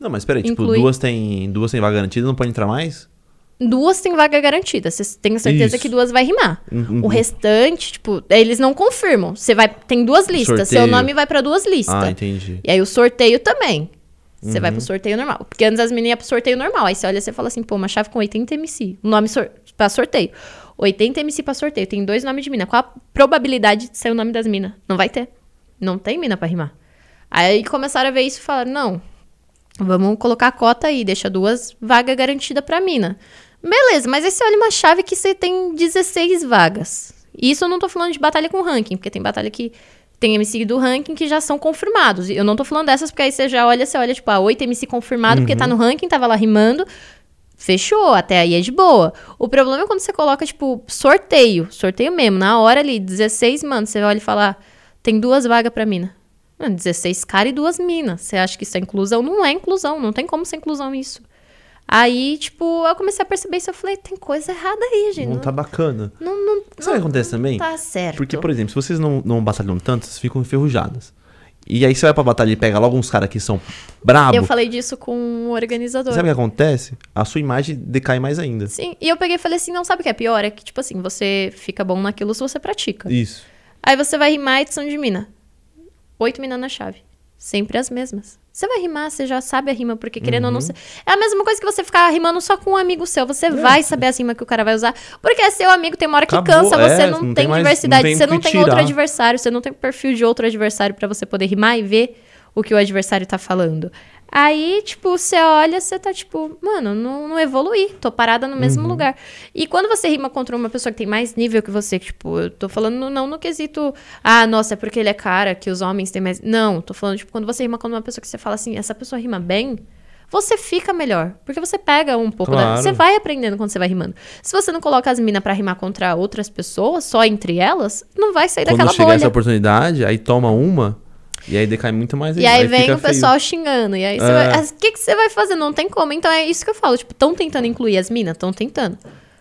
Não, mas peraí, tipo,
Inclui.
duas tem, duas tem vaga garantida, não pode entrar mais?
Duas tem vaga garantida, vocês têm certeza
Isso.
que duas vai rimar.
Uhum.
O restante, tipo, eles não confirmam. Você vai... Tem duas listas, seu
Sorteio.
nome vai pra duas listas.
Ah, entendi.
E aí o sorteio também. Você vai pro sorteio normal. Porque antes as meninas iam pro sorteio normal. Aí você olha e você fala assim, pô, uma chave com 80 MC. Um nome sor pra sorteio. 80 MC pra sorteio. Tem dois nomes de mina. Qual a probabilidade de ser o nome das minas? Não vai ter. Não tem mina pra rimar. Aí começaram a ver isso e falaram, não, vamos colocar a cota aí, deixa duas vagas garantidas pra mina. Beleza, mas aí você olha uma chave que você tem 16 vagas. E Isso eu não tô falando de batalha com ranking, porque tem batalha que tem MC do ranking que já são confirmados. E Eu não tô falando dessas, porque aí você já olha, você olha, tipo, a 8 MC confirmado, porque tá no ranking, tava lá rimando. Fechou, até aí é de boa. O problema é quando você coloca, tipo, sorteio, sorteio mesmo, na hora ali, 16, mano, você olha e fala, ah, tem duas vagas pra mina. Mano, 16 cara e duas minas. Você acha que isso é inclusão? Não é inclusão, não tem como ser inclusão isso. Aí, tipo, eu comecei a perceber isso, eu falei, tem coisa errada aí, gente.
Não
Não,
tá bacana.
não, não,
Sabe o que acontece também?
tá certo.
Porque, por exemplo, se vocês não, não batalham tanto, vocês ficam enferrujadas. E aí você vai pra batalha e pega logo uns caras que são brabo.
Eu falei disso com o organizador.
Sabe o que acontece? A sua imagem decai mais ainda.
Sim, e eu peguei e falei assim, não, sabe o que é pior? É que, tipo assim, você fica bom naquilo se você pratica.
Isso.
Aí você vai rimar a edição de mina. Oito minas na chave. Sempre as mesmas. Você vai rimar, você já sabe a rima, porque querendo
Uhum.
ou não. Você... É a mesma coisa que você ficar rimando só com um amigo seu. Você
É.
vai saber a rima que o cara vai usar. Porque é seu amigo, tem uma hora que
Acabou,
cansa,
é,
você não, tem,
mais-
diversidade,
não tem
você
do
não
que
tem outro
tirar.
adversário, você não tem perfil de outro adversário pra você poder rimar e ver o que o adversário tá falando. Aí, tipo, você olha, você tá tipo, mano, não, não evoluí, tô parada no mesmo lugar. E quando você rima contra uma pessoa que tem mais nível que você, que, tipo, eu tô falando no- não no quesito, ah, nossa, é porque ele é cara, que os homens têm mais. Não, tô falando, tipo, quando você rima contra uma pessoa que você fala assim, essa pessoa rima bem, você fica melhor. Porque você pega um pouco da.
Claro.
Você vai aprendendo quando você vai rimando. Se você não coloca as minas pra rimar contra outras pessoas, só entre elas, não vai sair
Quando
daquela
chegar
bolha.
essa oportunidade, aí toma uma, E aí decai muito mais
E
ainda,
aí vem
fica
o
feio.
pessoal xingando. E aí você
É.
vai. as- O que, que você vai fazer? Não tem como. Então é isso que eu falo. Tipo, estão tentando incluir as minas? Estão tentando.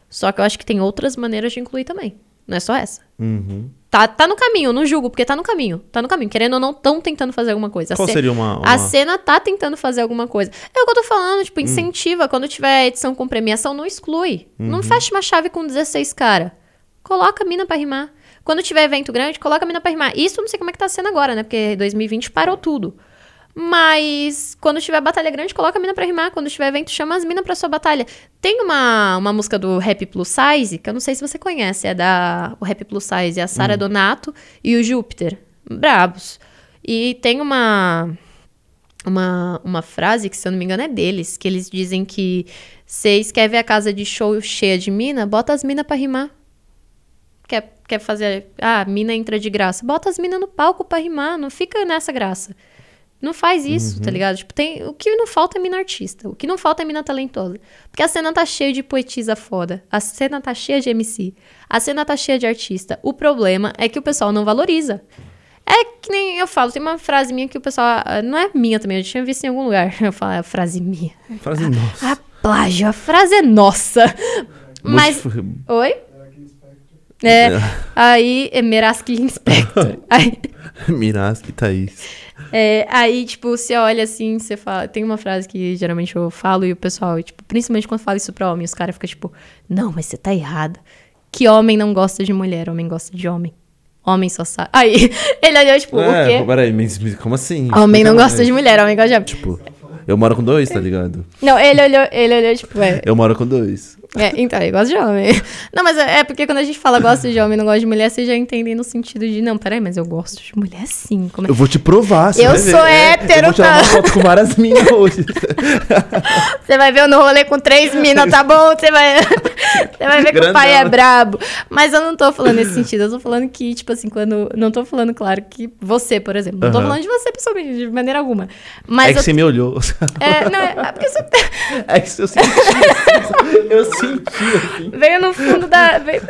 Só que eu acho que tem outras maneiras de incluir também. Não é só essa.
Uhum.
Tá, tá no caminho, não julgo, porque tá no caminho. Tá no caminho. Querendo ou não, estão tentando fazer alguma coisa. A
Qual
ce-
seria uma. uma-
A cena tá tentando fazer alguma coisa. É o que eu tô falando, tipo, incentiva. Quando tiver edição com premiação, não exclui. Não fecha uma chave com 16 cara. Coloca a mina pra rimar. Quando tiver evento grande, coloca a mina pra rimar. Isso eu não sei como é que tá sendo agora, né? Porque 2020 parou tudo. Mas quando tiver batalha grande, coloca a mina pra rimar. Quando tiver evento, chama as minas pra sua batalha. Tem uma, uma música do Rap Plus Size, que eu não sei se você conhece, é da o Rap Plus Size, é a Sara Donato e o Júpiter. Brabos. E tem uma uma, uma frase que, se eu não me engano, é deles, que eles dizem que vocês quer ver a casa de show cheia de mina, bota as mina pra rimar. Quer, quer fazer. Ah, mina entra de graça. Bota as mina no palco pra rimar, não fica nessa graça. Não faz isso, tá ligado? Tipo, tem, o que não falta é mina artista. O que não falta é mina talentosa. Porque a cena tá cheia de poetisa foda. A cena tá cheia de MC. A cena tá cheia de artista. O problema é que o pessoal não valoriza. É que nem eu falo, tem uma frase minha que o pessoal. ah, Não é minha também, eu tinha visto em algum lugar. Eu falo, é frase minha.
Frase nossa.
A plágio, a frase é nossa. Mas.
Muito-
Oi?
Dark Spectre.
É. Aí, é Meraski Inspector. Aí,
Miraski Thaís.
é, aí, tipo, você olha assim, você fala. Tem uma frase que geralmente eu falo e o pessoal, tipo, principalmente quando fala isso pra homem, os caras ficam tipo, não, mas você tá errada. Que homem não gosta de mulher, homem gosta de homem. Homem só sabe. Aí, ele olhou, tipo, o
é,
quê? Ah,
peraí, mas mas como assim?
Homem não
Explica
gosta
mais.
de mulher, homem gosta de homem.
Tipo, eu moro com dois, tá ligado?
Não, ele olhou, ele olhou, tipo, é,
Eu moro com dois.
é, então, ele gosta de homem. Não, mas é é porque quando a gente fala gosta de homem não gosta de mulher, vocês já entendem no sentido de, não, peraí, mas eu gosto de mulher sim. Como é?
Eu vou te provar. você
Eu
vai ver.
sou
É, Eu
hétero,
vou tirar uma
tá?
foto com várias minas hoje.
Você vai ver eu no rolê com três minas, tá bom? Você vai, você vai ver que o pai é
Grandão.
brabo. Mas eu não tô falando nesse sentido, eu tô falando que, tipo assim, quando. Não tô falando, claro, que você, por exemplo. Não tô
Aham.
falando de você pessoalmente, de maneira alguma.
é
Mas
que
eu.
você me olhou.
É, não, é é porque você
É que eu senti. assim, eu senti,
veio no fundo da. veio-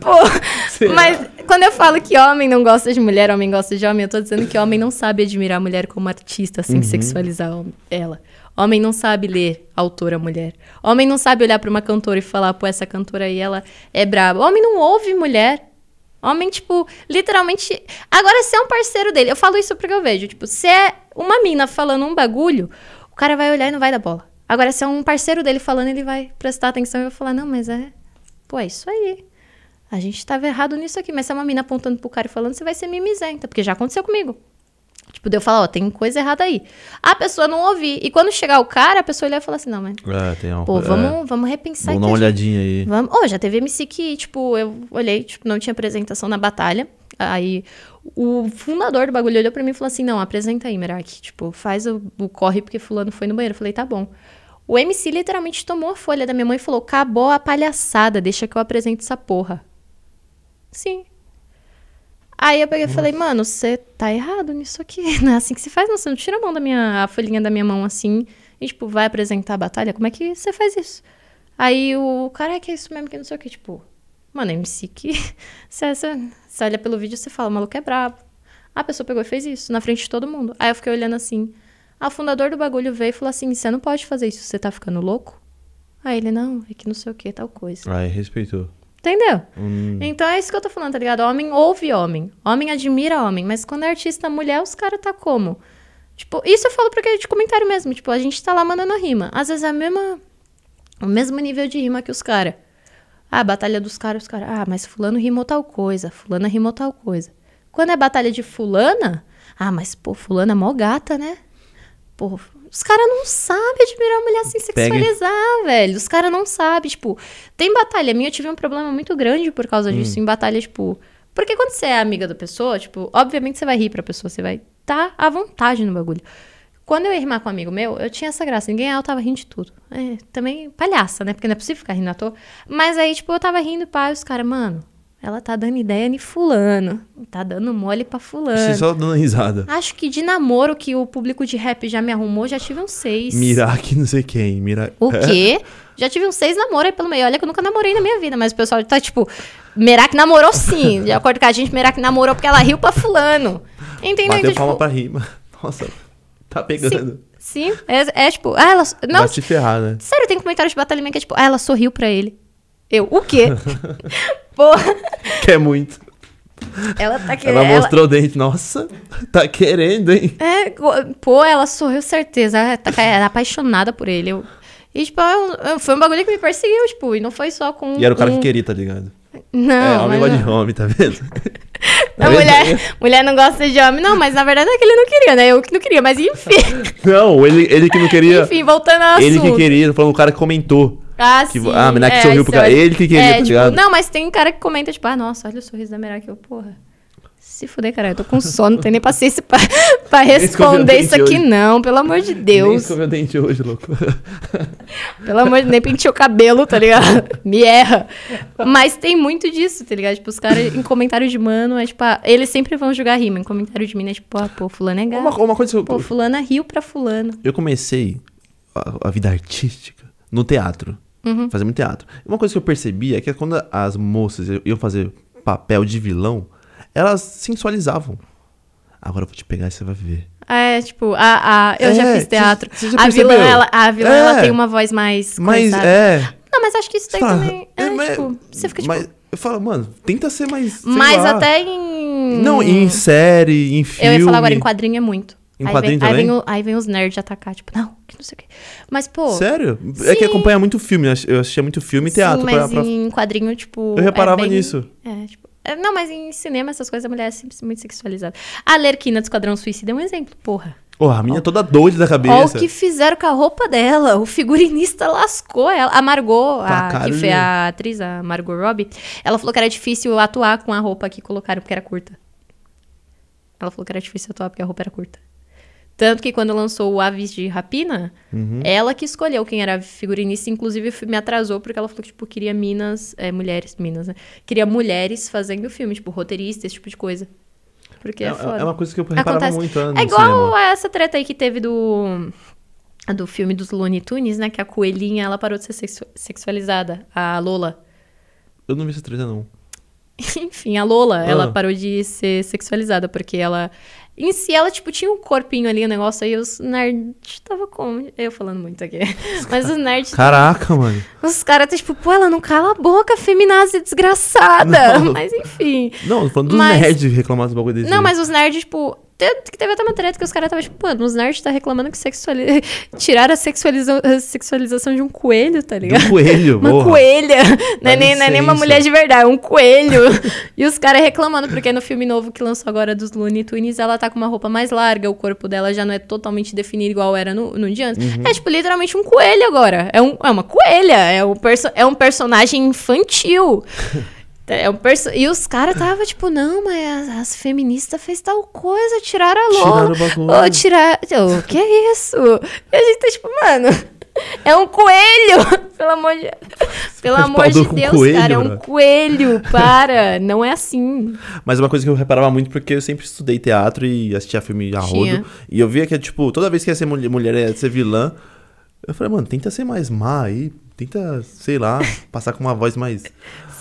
Pô.
assim.
Mas quando eu falo que homem não gosta de mulher, homem gosta de homem, eu tô dizendo que homem não sabe admirar a mulher como artista sem sexualizar hom- ela. Homem não sabe ler autora mulher. Homem não sabe olhar pra uma cantora e falar, pô, essa cantora aí, ela é braba. Homem não ouve mulher. Homem, tipo, literalmente. Agora, se é um parceiro dele, eu falo isso porque eu vejo. Tipo, se é uma mina falando um bagulho, o cara vai olhar e não vai dar bola. Agora, se é um parceiro dele falando, ele vai prestar atenção e vai falar, não, mas é. Pô, é isso aí. A gente tava errado nisso aqui, mas se é uma mina apontando pro cara e falando, você vai ser mimizenta, porque já aconteceu comigo. Tipo, deu falar, ó, tem coisa errada aí. A pessoa não ouvir. E quando chegar o cara, a pessoa olhar e falar assim, não, mas.
Ah, tem uma
Pô,
é,
vamos, vamos repensar
Vamos dar uma
aqui. a gente-
olhadinha aí.
Vamos. Oh, já teve MC que, tipo, eu olhei, tipo, não tinha apresentação na batalha. Aí o fundador do bagulho olhou pra mim e falou assim: não, apresenta aí, Merak. Tipo, faz o, o corre porque fulano foi no banheiro. Eu falei, tá bom. O MC literalmente tomou a folha da minha mãe e falou: acabou a palhaçada, deixa que eu apresente essa porra. Sim. Aí eu peguei e falei, mano, você tá errado nisso aqui. Não é assim que se faz, não. Você não tira a mão da minha. a folhinha da minha mão assim e, tipo, vai apresentar a batalha. Como é que você faz isso? Aí o cara, "É que é isso mesmo, que não sei o que, tipo, mano, MC que. Você, é, você, você olha pelo vídeo e você fala, o maluco é brabo. A pessoa pegou e fez isso, na frente de todo mundo. Aí eu fiquei olhando assim. Ah, o fundador do bagulho veio e falou assim: você não pode fazer isso, você tá ficando louco? Aí ele, não, é que não sei o que, tal coisa.
Ai, respeitou.
Entendeu?
Hum.
Então é isso que eu tô falando, tá ligado? Homem ouve homem. Homem admira homem. Mas quando é artista mulher, os caras tá como? Tipo, isso eu falo porque é de comentário mesmo. Tipo, a gente tá lá mandando rima. Às vezes é a mesma, o mesmo nível de rima que os caras. Ah, batalha dos caras, os caras. Ah, mas fulano rimou tal coisa. Fulana rimou tal coisa. Quando é batalha de fulana, ah, mas pô, fulana é mó gata, né? Pô, os caras não sabem admirar a mulher assim sem
Pega.
sexualizar, velho. Os caras não sabem, tipo, tem batalha minha, eu tive um problema muito grande por causa disso em batalha, tipo. Porque quando você é amiga da pessoa, tipo, obviamente você vai rir pra pessoa, você vai tá à vontade no bagulho. Quando eu ia rimar com um amigo meu, eu tinha essa graça, ninguém ah, eu tava rindo de tudo. É, também palhaça, né? Porque não é possível ficar rindo à toa. Mas aí, tipo, eu tava rindo pá, e os caras, mano, ela tá dando ideia em fulano. Tá dando mole pra
Você
fulano.
só dando risada.
Acho que de namoro que o público de rap já me arrumou, já tive uns seis.
Mirar que não sei quem. É. Mirar.
O quê? Já tive uns seis namoros aí pelo meio. Olha que eu nunca namorei na minha vida, mas o pessoal tá tipo, Merak namorou sim. De acordo com a gente, Merak namorou porque ela riu pra fulano. Entendeu?
Bateu
Então,
palma
tipo,
pra rima. Nossa, tá pegando.
Sim, é, é tipo, ah, ela. Não,
Vai se ferrar, né?
sério, tem comentários de Batalha Minha que é tipo, ah, ela sorriu pra ele. Eu, o quê? Porra,
Quer muito.
ela tá querendo.
Ela mostrou o dente. Nossa, tá querendo, hein?
É, co- pô, ela sorriu, certeza. Ela tá ca- era apaixonada por ele. Eu, e, tipo, eu- eu- foi um bagulho que me perseguiu, tipo, e não foi só com.
E era o cara
um-
que queria, tá ligado?
Não,
é, homem
Ah, mas
gosta de homem, tá vendo? Tá
a
vendo?
mulher, mulher não gosta de homem, não, mas na verdade é que ele não queria, né? Eu que não queria, mas enfim.
Não, ele, ele que não queria.
enfim, voltando ao
ele que
assunto.
queria, tô falando o cara que comentou.
Ah,
Que
sim.
vo- ah, a Menak sorriu pro
isso eu
cara.
acho-
Ele que queria,
é,
tá
tipo,
ligado?
Não, mas tem cara que comenta, tipo, ah, nossa, olha o sorriso da Merak. Eu, porra, se fuder, cara, eu tô com sono, não tenho nem paciência pra, pra responder
dente
isso aqui,
hoje.
não. Pelo amor de
Nem
Deus.
escoveu o dente hoje, louco.
Pelo amor de Deus, nem pentei o cabelo, tá ligado? Me erra. Mas tem muito disso, tá ligado? Tipo, os caras em comentário de mano, é tipo, ah, eles sempre vão julgar rima. Em comentário de mina é tipo, ah, pô, fulano é gato.
Uma, uma coisa que
Pô,
eu,
fulana riu pra fulano.
eu comecei a, a vida artística no teatro.
Uhum.
Fazer muito teatro. Uma coisa que eu percebi é que quando as moças i- iam fazer papel de vilão, elas sensualizavam. Agora eu vou te pegar e você vai ver.
É, tipo, a, a, eu já
É,
fiz teatro.
cê- cê já
a vilã,
percebeu?
ela, a vilã, ela
É.
tem uma voz mais.
Mas
coisada.
é.
Não, mas acho que isso daí
tá,
também. É,
mas-
tipo, você fica tipo.
mas
Mas,
eu falo, mano, tenta ser mais. sei lá.
até em.
Não, em série, em filme.
Eu ia falar agora em quadrinho é muito.
Em
aí
quadrinho
vem, aí
também?
vem o- aí vem os nerds atacar, tipo, não, que não sei o quê. Mas, pô.
Sério? É que
Sim.
acompanha muito filme. eu ass- Eu assistia muito filme e teatro.
Sim,
pra-
mas
pra-
em quadrinho, tipo.
Eu reparava
é bem-
nisso.
É, tipo. é, Não, mas em cinema, essas coisas, a mulher é sempre muito sexualizada. A Lerquina do Esquadrão Suicida é um exemplo, porra.
Porra, a minha é toda doida da
Olha o
cabeça.
que fizeram com a roupa dela. O figurinista lascou ela. A Margot, a,
Tacaram
que foi a atriz, a Margot Robbie, ela falou que era difícil atuar com a roupa que colocaram, porque era curta. Ela falou que era difícil atuar porque a roupa era curta. Tanto que quando lançou o Aves de Rapina, ela que escolheu quem era a figurinista, inclusive me atrasou, porque ela falou que, tipo, queria minas, é, mulheres, minas, né? Queria mulheres fazendo o filme, tipo, roteirista, esse tipo de coisa. Porque
é,
é,
é
foda.
uma coisa que eu reparava
Acontece.
muito né, no
É igual
cinema.
a essa treta aí que teve do a do filme dos Looney Tunes, né? Que a coelhinha, ela parou de ser sexu- sexualizada. A Lola.
Eu não vi essa treta, não.
Enfim, a Lola,
Ah.
ela parou de ser sexualizada, porque ela... Em si, ela, tipo, tinha um corpinho ali, um negócio aí, os nerds tava com... Eu falando muito aqui. Mas os nerds...
Caraca, mano.
Os caras, tá, tipo, pô, ela não cala a boca, feminazi desgraçada.
Não.
Mas, enfim.
Não, tô falando dos
Mas-
nerds reclamar dos bagulho desse.
Não,
aí.
mas os nerds, tipo. te- que Teve até uma treta que os caras estavam, tipo, mano, os nerds tá reclamando que sexuali... tiraram a, sexualiza- a sexualização de um coelho, tá ligado?
Do coelho,
Uma
porra.
coelha. Não
Dá
é, nem, não é nem uma
licença.
mulher de verdade, é um coelho. e os caras reclamando, porque no filme novo que lançou agora dos Looney Tunes, ela tá com uma roupa mais larga, o corpo dela já não é totalmente definido igual era no, no de antes.
Uhum.
É, tipo, literalmente um coelho agora. É, um, é uma coelha, é um, perso- é um personagem infantil. É um perso- e os caras tava tipo, não, mas as, as feministas fez tal coisa, tiraram a
Tiraram
lola.
o bagulho.
Ô, tirar. Ô, que isso? E a gente tá tipo, mano, é um coelho! Pelo amor de, Pelo amor de
Respaldou com
Deus,
coelho, né?
cara, é um
bro.
coelho. Para, não é assim.
Mas uma coisa que eu reparava muito, porque eu sempre estudei teatro e assistia filme a
Tinha.
rodo. E eu via que, tipo, toda vez que ia ser mulher, mulher ia ser vilã, eu falei, mano, tenta ser mais má aí. Tenta, sei lá, passar com uma voz mais.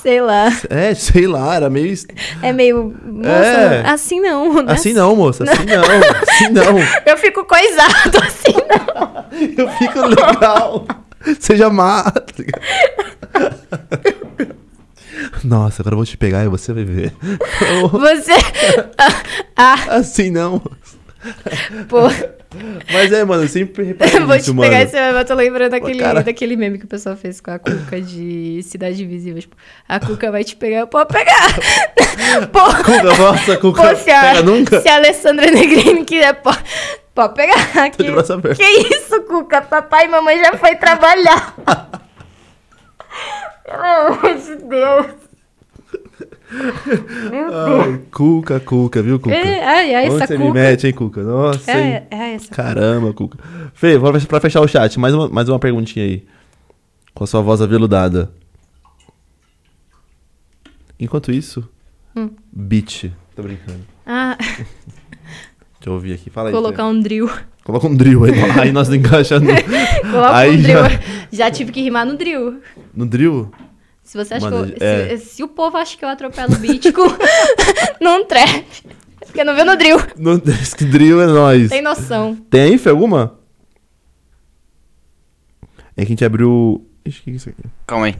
Sei lá.
É, sei lá, era meio. est-
É meio. Moça,
É.
assim não. né?
Assim não, moça, assim não, assim não.
Eu fico coisado, assim não.
Eu fico legal. Seja má. tá ligado? Nossa, agora eu vou te pegar e você vai ver. Oh.
Você. Ah,
Assim não.
pô.
Mas é, mano, eu sempre reparei
Eu Vou
nisso,
te
mano.
pegar esse meme, eu tô lembrando daquele,
cara.
daquele meme que o pessoal fez com a Cuca de Cidade Invisível. Tipo, a Cuca vai te pegar, eu posso pegar. Pô,
Cuca, nossa, Cuca.
pô, se a,
Pega nunca.
se a Alessandra Negrini quiser, pô, pode pegar.
Tô de braço
Que,
aberto.
que isso, Cuca? Papai e mamãe já foi trabalhar. Pelo amor de Deus.
Ai, Cuca, Cuca, viu, Cuca?
É, ai, ai,
Onde
essa
você
Cuca.
me mete, hein, Cuca? Nossa, hein?
É, é, essa Cuca.
Caramba, Cuca. Fê, bora pra fechar o chat, mais uma, mais uma perguntinha aí. Com a sua voz aveludada. Enquanto isso,
Hum.
beat. Tô brincando.
Ah,
Deixa eu ouvir aqui. Fala aí.
colocar um drill.
Fê. Coloca um drill aí. no- aí nós
tá
não encaixamos.
Coloca
Aí
um drill.
já-
já tive que rimar no drill.
No drill?
Se você acha
Mano,
que eu,
é.
se, se o povo acha que eu atropelo o beat com- num trap, Porque não viu no drill.
No Desk Drill é nóis.
Tem noção.
Tem aí, Fê, alguma? É que a gente abriu. Ixi, o que que é isso aqui?
Calma aí.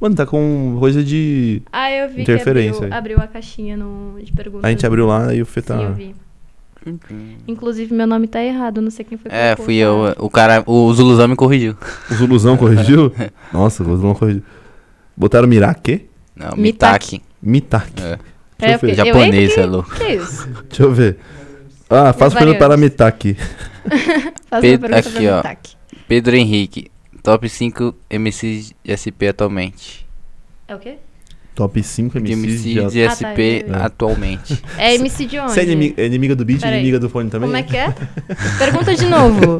Mano, tá com coisa de.
Ah, eu vi
Interferência
que
aí.
abriu, abriu a caixinha no, de perguntas.
A gente abriu lá e o Fê tá.
Sim, eu vi. Inclusive, meu nome tá errado, não sei quem foi que
É,
colocou,
fui
tá?
eu. O cara, o Zuluzão me corrigiu.
O Zuluzão corrigiu? Nossa, o Zuluzão corrigiu. Botaram Miraque?
Não, tá
Mitaki.
Mitaki.
Mitaki.
É.
Deixa eu
É,
ver.
porque eu-
Japonês,
eita, que-
é louco.
Que isso?
Deixa eu ver. Ah, faço pergunta
Variantes.
para Mitaki.
Faz uma
Pe-
pergunta pra
aqui, ó.
mim, Taki.
Pedro Henrique. Top 5 MCs de SP atualmente.
É o quê?
Top 5
De
MCs de
MCs de
Ah, tá,
SP
né?
eu vi.
atualmente.
É MC de onde?
Você é inimiga, é inimiga do beat e
Peraí.
inimiga do fone também?
Como é que é? Pergunta de novo.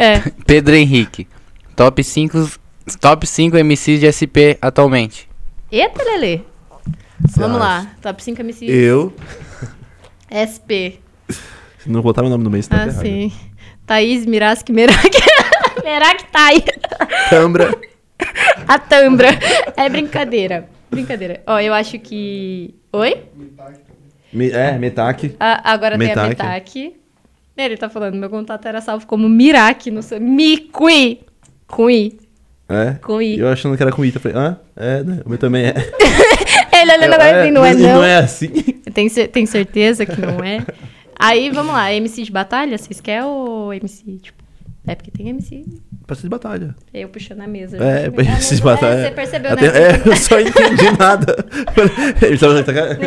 É,
Pedro Henrique. Top 5 Top 5 MCs de SP atualmente.
eita, Lelê.
Você
Vamos
acha?
lá, top 5 MCs.
Eu,
SP.
se não botar meu nome no meio, você tá
Ah,
ferrado.
sim. Thaís, Mirask, Merak. Merak, Thaís.
Tâmbra.
A Tambra. É brincadeira. Brincadeira. Ó, eu acho que. Oi?
Mi- é, Mitaki.
Ah, agora tem a
Metac.
Metac. Ele tá falando, meu contato era salvo como Mirac, não sei. Micui. Cui.
É.
Com I.
Eu achando que era com Ita. Falei, hã? É, né? O meu também é.
Ele olhando agora
é,
assim, não é
mas
não.
Não é assim.
Tem, cer- tem certeza que não é? Aí, vamos lá, MC de batalha, vocês querem ou MC, tipo... É porque tem MC,
Parece de batalha.
eu puxando a mesa.
É,
Puxando a
parece de
mesa.
batalha.
É, você percebeu,
Eu
né?
tenho- É, eu só entendi nada. Ele tava na cara.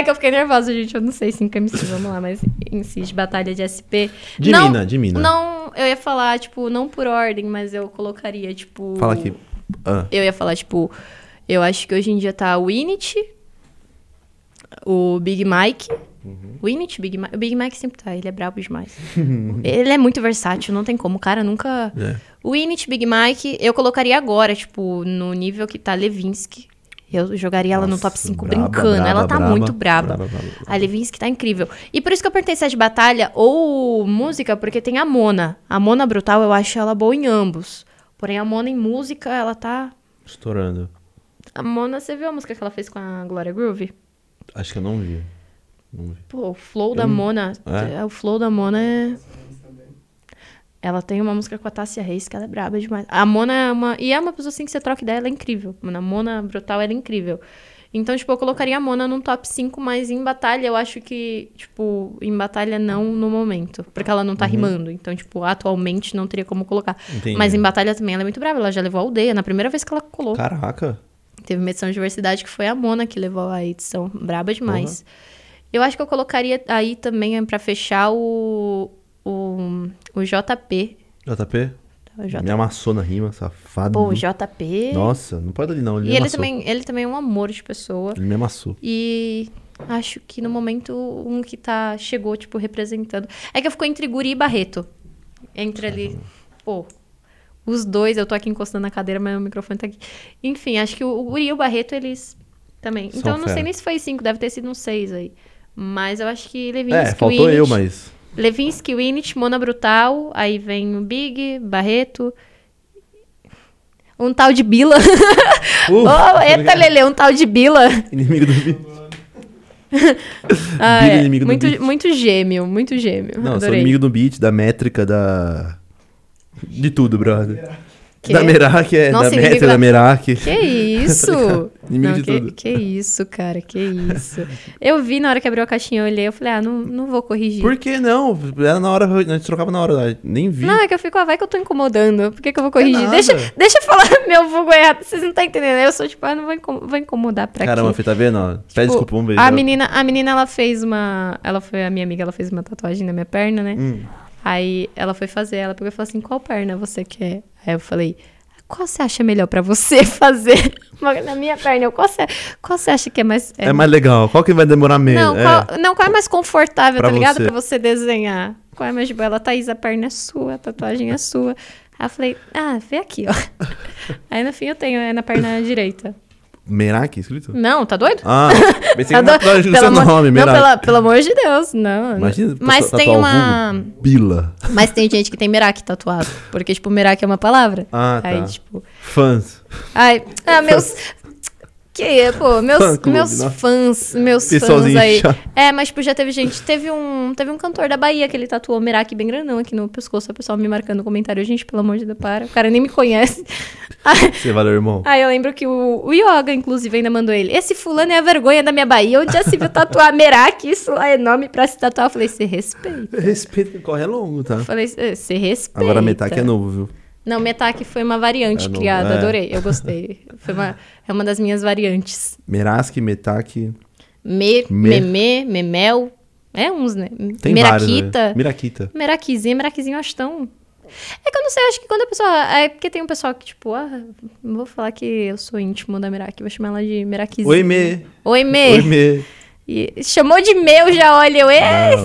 É que eu fiquei nervosa, gente. Eu não sei se MC, vamos lá, mas MC de batalha de SP.
De
não,
mina, de mina.
Não, eu ia falar, tipo, não por ordem, mas eu colocaria, tipo.
Fala aqui. Ah,
Eu ia falar, tipo, eu acho que hoje em dia tá o Init, o Big Mike.
Uhum.
O Init, Big Mike. O Big Mike sempre tá, ele é brabo demais. ele é muito versátil, não tem como. O cara nunca.
é.
O Init, Big Mike, eu colocaria agora, tipo, no nível que tá Levinsky. Eu jogaria ela no
Nossa,
top 5
braba,
brincando.
braba,
ela tá
braba,
muito braba.
braba, braba, braba.
A Levinsky tá incrível. E por isso que eu pertenço a de batalha ou música, porque tem a Mona. A Mona Brutal, eu acho ela boa em ambos. Porém, a Mona em música, ela tá.
Estourando.
A Mona, você viu a música que ela fez com a Gloria Groove?
Acho que eu não vi. Não vi.
Pô, o flow da Mona.
É?
O flow da Mona é. Ela tem uma música com a Tássia Reis, que ela é braba demais. A Mona é uma. E é uma pessoa assim que você troca ideia, ela é incrível. Mano, a Mona Brutal, ela é incrível. Então, tipo, eu colocaria a Mona num top 5, mas em batalha eu acho que, tipo, em batalha não no momento. Porque ela não
Uhum.
tá rimando. Então, tipo, atualmente não teria como colocar.
Entendi.
Mas em batalha também ela é muito brava. Ela já levou a aldeia na primeira vez que ela colou.
Caraca.
Teve uma edição de diversidade que foi a Mona que levou a edição. Braba demais. Eu acho que eu colocaria aí também pra fechar o, o, o JP.
JP?
O
Me
J...
amassou na rima, safado.
Pô, o JP.
Uhum. Nossa, não pode ali não. Ele
e
me
ele
amassou.
também, ele também é um amor de pessoa.
Ele me amassou.
E acho que no momento um que tá chegou, tipo, representando. É que eu fico entre Guri e Barreto. Entre
Uhum.
ali. Pô. Os dois, eu tô aqui encostando na cadeira, mas o microfone tá aqui. Enfim, acho que o o Guri e o Barreto, eles também.
São
então eu não
fera.
sei nem se foi cinco, deve ter sido uns seis aí. Mas eu acho que Levinsky,
É, faltou
Winit-
eu, mas.
Levinsky, Winit, Mona Brutal, aí vem o Big, Barreto. Um tal de Bila.
Uh,
oh, eita, Lele, um tal de Bila.
Inimigo do beat.
Ah,
Big
é.
inimigo do
muito,
beat.
muito gêmeo, muito gêmeo.
Não, eu sou
Adorei.
inimigo do beat, da métrica, da. De tudo, brother.
Que-
Da Merak, é.
Nossa,
da
inimigo
métrica,
da-
da Merak.
Que isso?
Inimigo de
que,
tudo.
que isso, cara, que isso. Eu vi na hora que abriu a caixinha, eu olhei, eu falei, ah, não, não vou corrigir.
Por que não? Era na hora, a gente trocava na hora, lá, nem vi.
Não, é que eu fico, ah, vai que eu tô incomodando. Por que, que eu vou corrigir?
nada.
deixa, deixa eu falar meu vulgo errado. Vocês não estão entendendo. Eu sou tipo, ah, não vou, incom- vou incomodar pra
Caramba,
quê?
Fê, tá vendo? ó? Pede
Tipo,
desculpa, vamos ver.
A menina, a menina, ela fez uma. Ela foi a minha amiga, ela fez uma tatuagem na minha perna, né?
Hum.
Aí ela foi fazer, ela pegou e falou assim: qual perna você quer? Aí eu falei. Qual você acha melhor pra você fazer? Uma- Na minha perna, eu, qual, você, qual você acha que é mais.
É mais legal. Qual que vai demorar menos?
não,
é.
qual, não, qual é mais confortável,
Pra
tá ligado?
você.
Pra você desenhar. Qual é mais de boa? Ela, Thaís, a perna é sua, a tatuagem é sua. Aí eu falei, ah, vê aqui, ó. Aí no fim eu tenho, é na perna direita.
Merak é escrito?
Não, tá doido?
Ah, pensei que era
Tá doido?
tatuagem do
Pelo
seu
amor-
nome,
não,
Merak.
pela- pelo amor de Deus, não.
Imagina,
Mas
tatu-
tem
tatuar o
uma.
vulgo, Bila.
Mas tem gente que tem Merak tatuado. Porque,
tá.
tipo, Merak é uma palavra.
Ah, tá.
Aí, tipo.
Fãs.
Ai, ah, meus. Que, pô, meus,
Fã clube,
meus
né?
fãs, meus fãs
Pessoalzinho
aí.
chato.
É, mas tipo, já teve gente. Teve um, teve um cantor da Bahia que ele tatuou o Meraki bem grandão aqui no pescoço. A pessoa me marcando comentário, gente, pelo amor de Deus, para. O cara nem me conhece.
Você valeu, irmão.
Aí Ah, eu lembro que o, o Yoga, inclusive, ainda mandou ele. Esse fulano é a vergonha da minha Bahia. Onde já se viu tatuar Meraki? Isso lá é nome pra se tatuar. Eu falei, você respeita.
Respeita que corre é longo, tá?
Eu falei, você respeita.
Agora metade que é novo, viu?
Não, Metac foi uma variante
É novo,
criada,
é.
adorei, eu gostei. Foi uma, é uma das minhas variantes.
Meraski, Metaki.
Me,
Me-
Memê, Memel, é uns, né?
Tem vários.
Meraquita,
Né? Miraquita.
Meraquizinha, Meraquizinha eu acho tão... É que eu não sei, eu acho que quando a pessoa... É porque tem um pessoal que tipo, ah, não vou falar que eu sou íntimo da Meraki, vou chamar ela de Meraquizinha.
Oi, Me.
Oi, Mê.
Oi, Me.
E chamou de meu já, olha, eu...
Ah,
"Ei,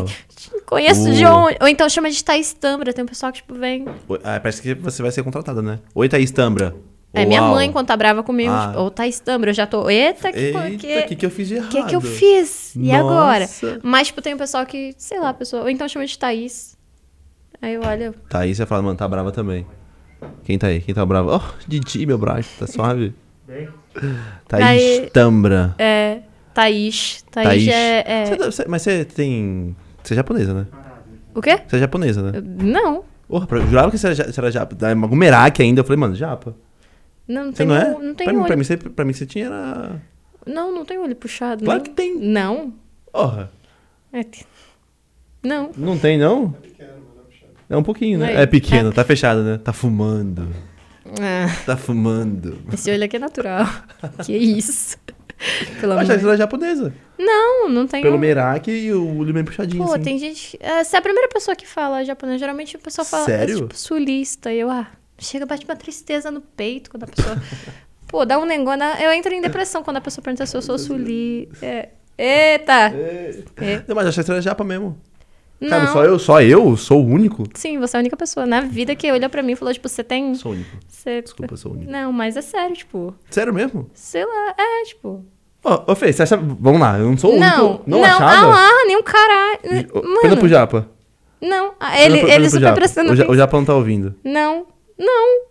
Conheço de
Uh.
onde? Ou então chama de Thaís Tambra, tem um pessoal que tipo, vem...
oi- ah, parece que você vai ser contratada, né? Oi, Thaís Tambra.
É, minha
Uau.
mãe quando tá brava comigo,
Ah.
tipo, ou Thaís Tambra, eu já tô... Eita, que...
Eita, o que, que eu fiz de
O
errado?
que, que eu fiz? E agora?
Nossa.
Mas, tipo, tem um pessoal que, sei lá, a pessoa. Ou então chama de Thaís. Aí eu olho.
Thaís vai falar, mano, tá brava também. Quem tá aí? Quem tá brava? Oh, Didi, meu braço, tá suave? Thaís
Aí-
Tambra.
É. Thaís. Thaís,
Thaís.
é. é-
Você- tá você- mas você tem. Você é japonesa, né?
O quê?
Você é japonesa, né?
Não.
Porra, pra- eu jurava que você era, ja- você era japa. Daí, Algum meraki ainda. Eu falei, mano, japa.
Não, não
Você
tem
não
olho.
é?
Não tem
pra, mim, pra,
olho.
mim, você, pra mim você tinha era.
Não, não tem olho puxado.
Claro
não.
que tem.
Não.
Porra.
É que- Não.
Não tem, não?
Pequeno, mas não puxado.
É um pouquinho, né?
Aí.
É pequeno, tá fechado, né? Tá fumando.
Ah,
Tá fumando.
esse olho aqui é natural. que isso?
Eu
Pelo amor
achava
de
que você era japonesa.
Não, não tem
Pelo
olho.
meraki e o olho bem puxadinho,
Pô,
assim.
tem gente. é, Você é a primeira pessoa que fala japonês. Geralmente o pessoal fala
Sério?
é, tipo, sulista. E eu, ah, chega, bate uma tristeza no peito quando a pessoa. Pô, dá um negócio. na- Eu entro em depressão quando a pessoa pergunta se eu sou suli. É. Eita! É.
Não, mas eu achei que você era japa mesmo. Cara,
Não.
só eu, só eu sou o único?
Sim, você é a única pessoa na vida que olhou pra mim e falou, tipo, você tem.
Sou o único.
Você...
Desculpa, eu sou o único.
Não, mas é sério, tipo.
Sério mesmo?
Sei lá, é, tipo.
Ô, ô Fê, você acha. Vamos lá, eu não sou o
não,
único.
não,
Não,
não, ah
achava?
lá, nenhum caralho.
Ô,
Mano,
Pergunta pro japa.
não, ah,
Pergunta pro-
ele, ele
pergunta pro
super
japa.
prestando
O, ja- o
atenção.
japa não tá ouvindo.
Não, não.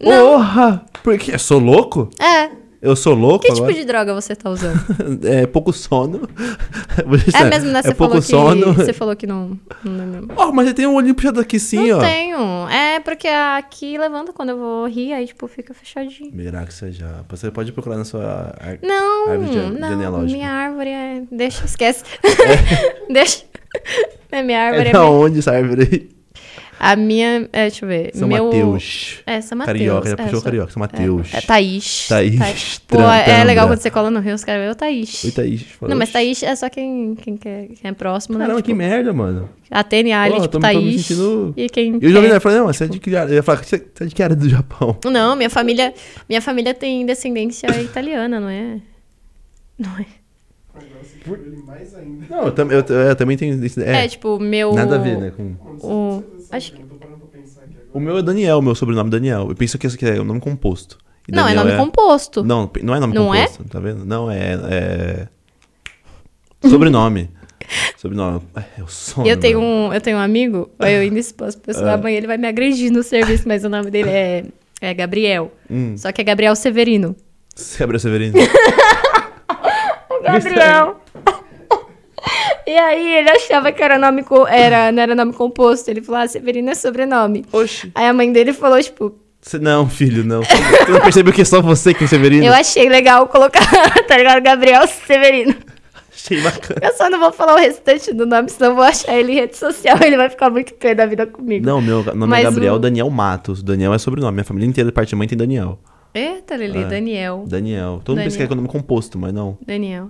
Não.
Porra! Por quê? Eu sou louco?
É.
Eu sou louco
Que
agora?
tipo de droga você tá usando?
É pouco sono.
É mesmo, né? Você
é
falou
pouco
que.
sono.
Você falou que não. Não, é mesmo.
Ó, mas eu tenho um olhinho puxado aqui sim,
não
ó.
tenho. É porque aqui levanta quando eu vou rir, aí tipo, fica fechadinho.
Mirá que você já. Você pode procurar na sua. ar-
Não,
Árvore gene-
não,
genealógica.
minha árvore é. Deixa, esquece. Deixa. É minha árvore.
É
É
da
minha...
onde essa árvore?
A minha. É, deixa eu ver.
São
meu...
Mateus.
É, São Mateus.
Carioca, já
é,
puxou
São-
carioca. São Mateus.
É, é Thaís.
Thaís,
Pô, é
Trantambra.
legal quando você cola no Rio, os caras veem o Thaís.
Oi, Thaís. Fala,
Não, mas
"Oxi".
Thaís é só quem, quem, quer, quem é próximo, né?
Caramba,
Tipo,
que merda, mano.
Atene e Ali,
Porra,
tipo,
tô me- tô me
Thaís.
sentindo-
E quem.
E o jovem
quer-
Nerd falou, não, você é de que área? Eu ia falar, você você é de que área do Japão?
Não, minha família, minha família tem descendência italiana, não é? Não é.
Agora você quebrou ele mais ainda.
Não, eu, tam- eu- eu- eu também tenho... isso-
É,
É,
tipo, meu
nada a ver, né? com-
Não
O-
sei se você sabe,
acho que-
Eu tô parando pra pensar aqui agora.
O meu é Daniel, meu sobrenome é Daniel. Eu penso que esse aqui é o nome composto. E
Não, é
Daniel
nome composto.
Não, pe- não é nome
Não é?
composto, tá vendo? Não, é... é... Sobrenome. Sobrenome. É, é o sono.
eu tenho
mano.
um, eu tenho um amigo, eu ainda exposto pra
É.
pessoa, amanhã ele vai me agredir no serviço, mas o nome dele é, é Gabriel.
Hum,
Só que é Gabriel Severino.
você abriu Severino.
Gabriel. E aí ele achava que era nome co- era, não era nome composto, ele falou: "Ah, Severino é sobrenome".
Oxi.
Aí a mãe dele falou tipo:
Você- não, filho, não. Você não percebeu que é só você que é Severino?
"Eu achei legal colocar, tá ligado, Gabriel Severino".
achei bacana.
Eu só não vou falar o restante do nome, senão eu vou achar ele em rede social. Ele vai ficar muito pé da vida comigo.
Não, meu nome é
Mas
Gabriel
o-
Daniel Matos. Daniel é sobrenome. Minha família inteira, parte de mãe, tem Daniel.
Eita, Lili,
É.
Daniel.
Daniel. Todo mundo pensa que é
Daniel.
nome composto, mas não.
Daniel.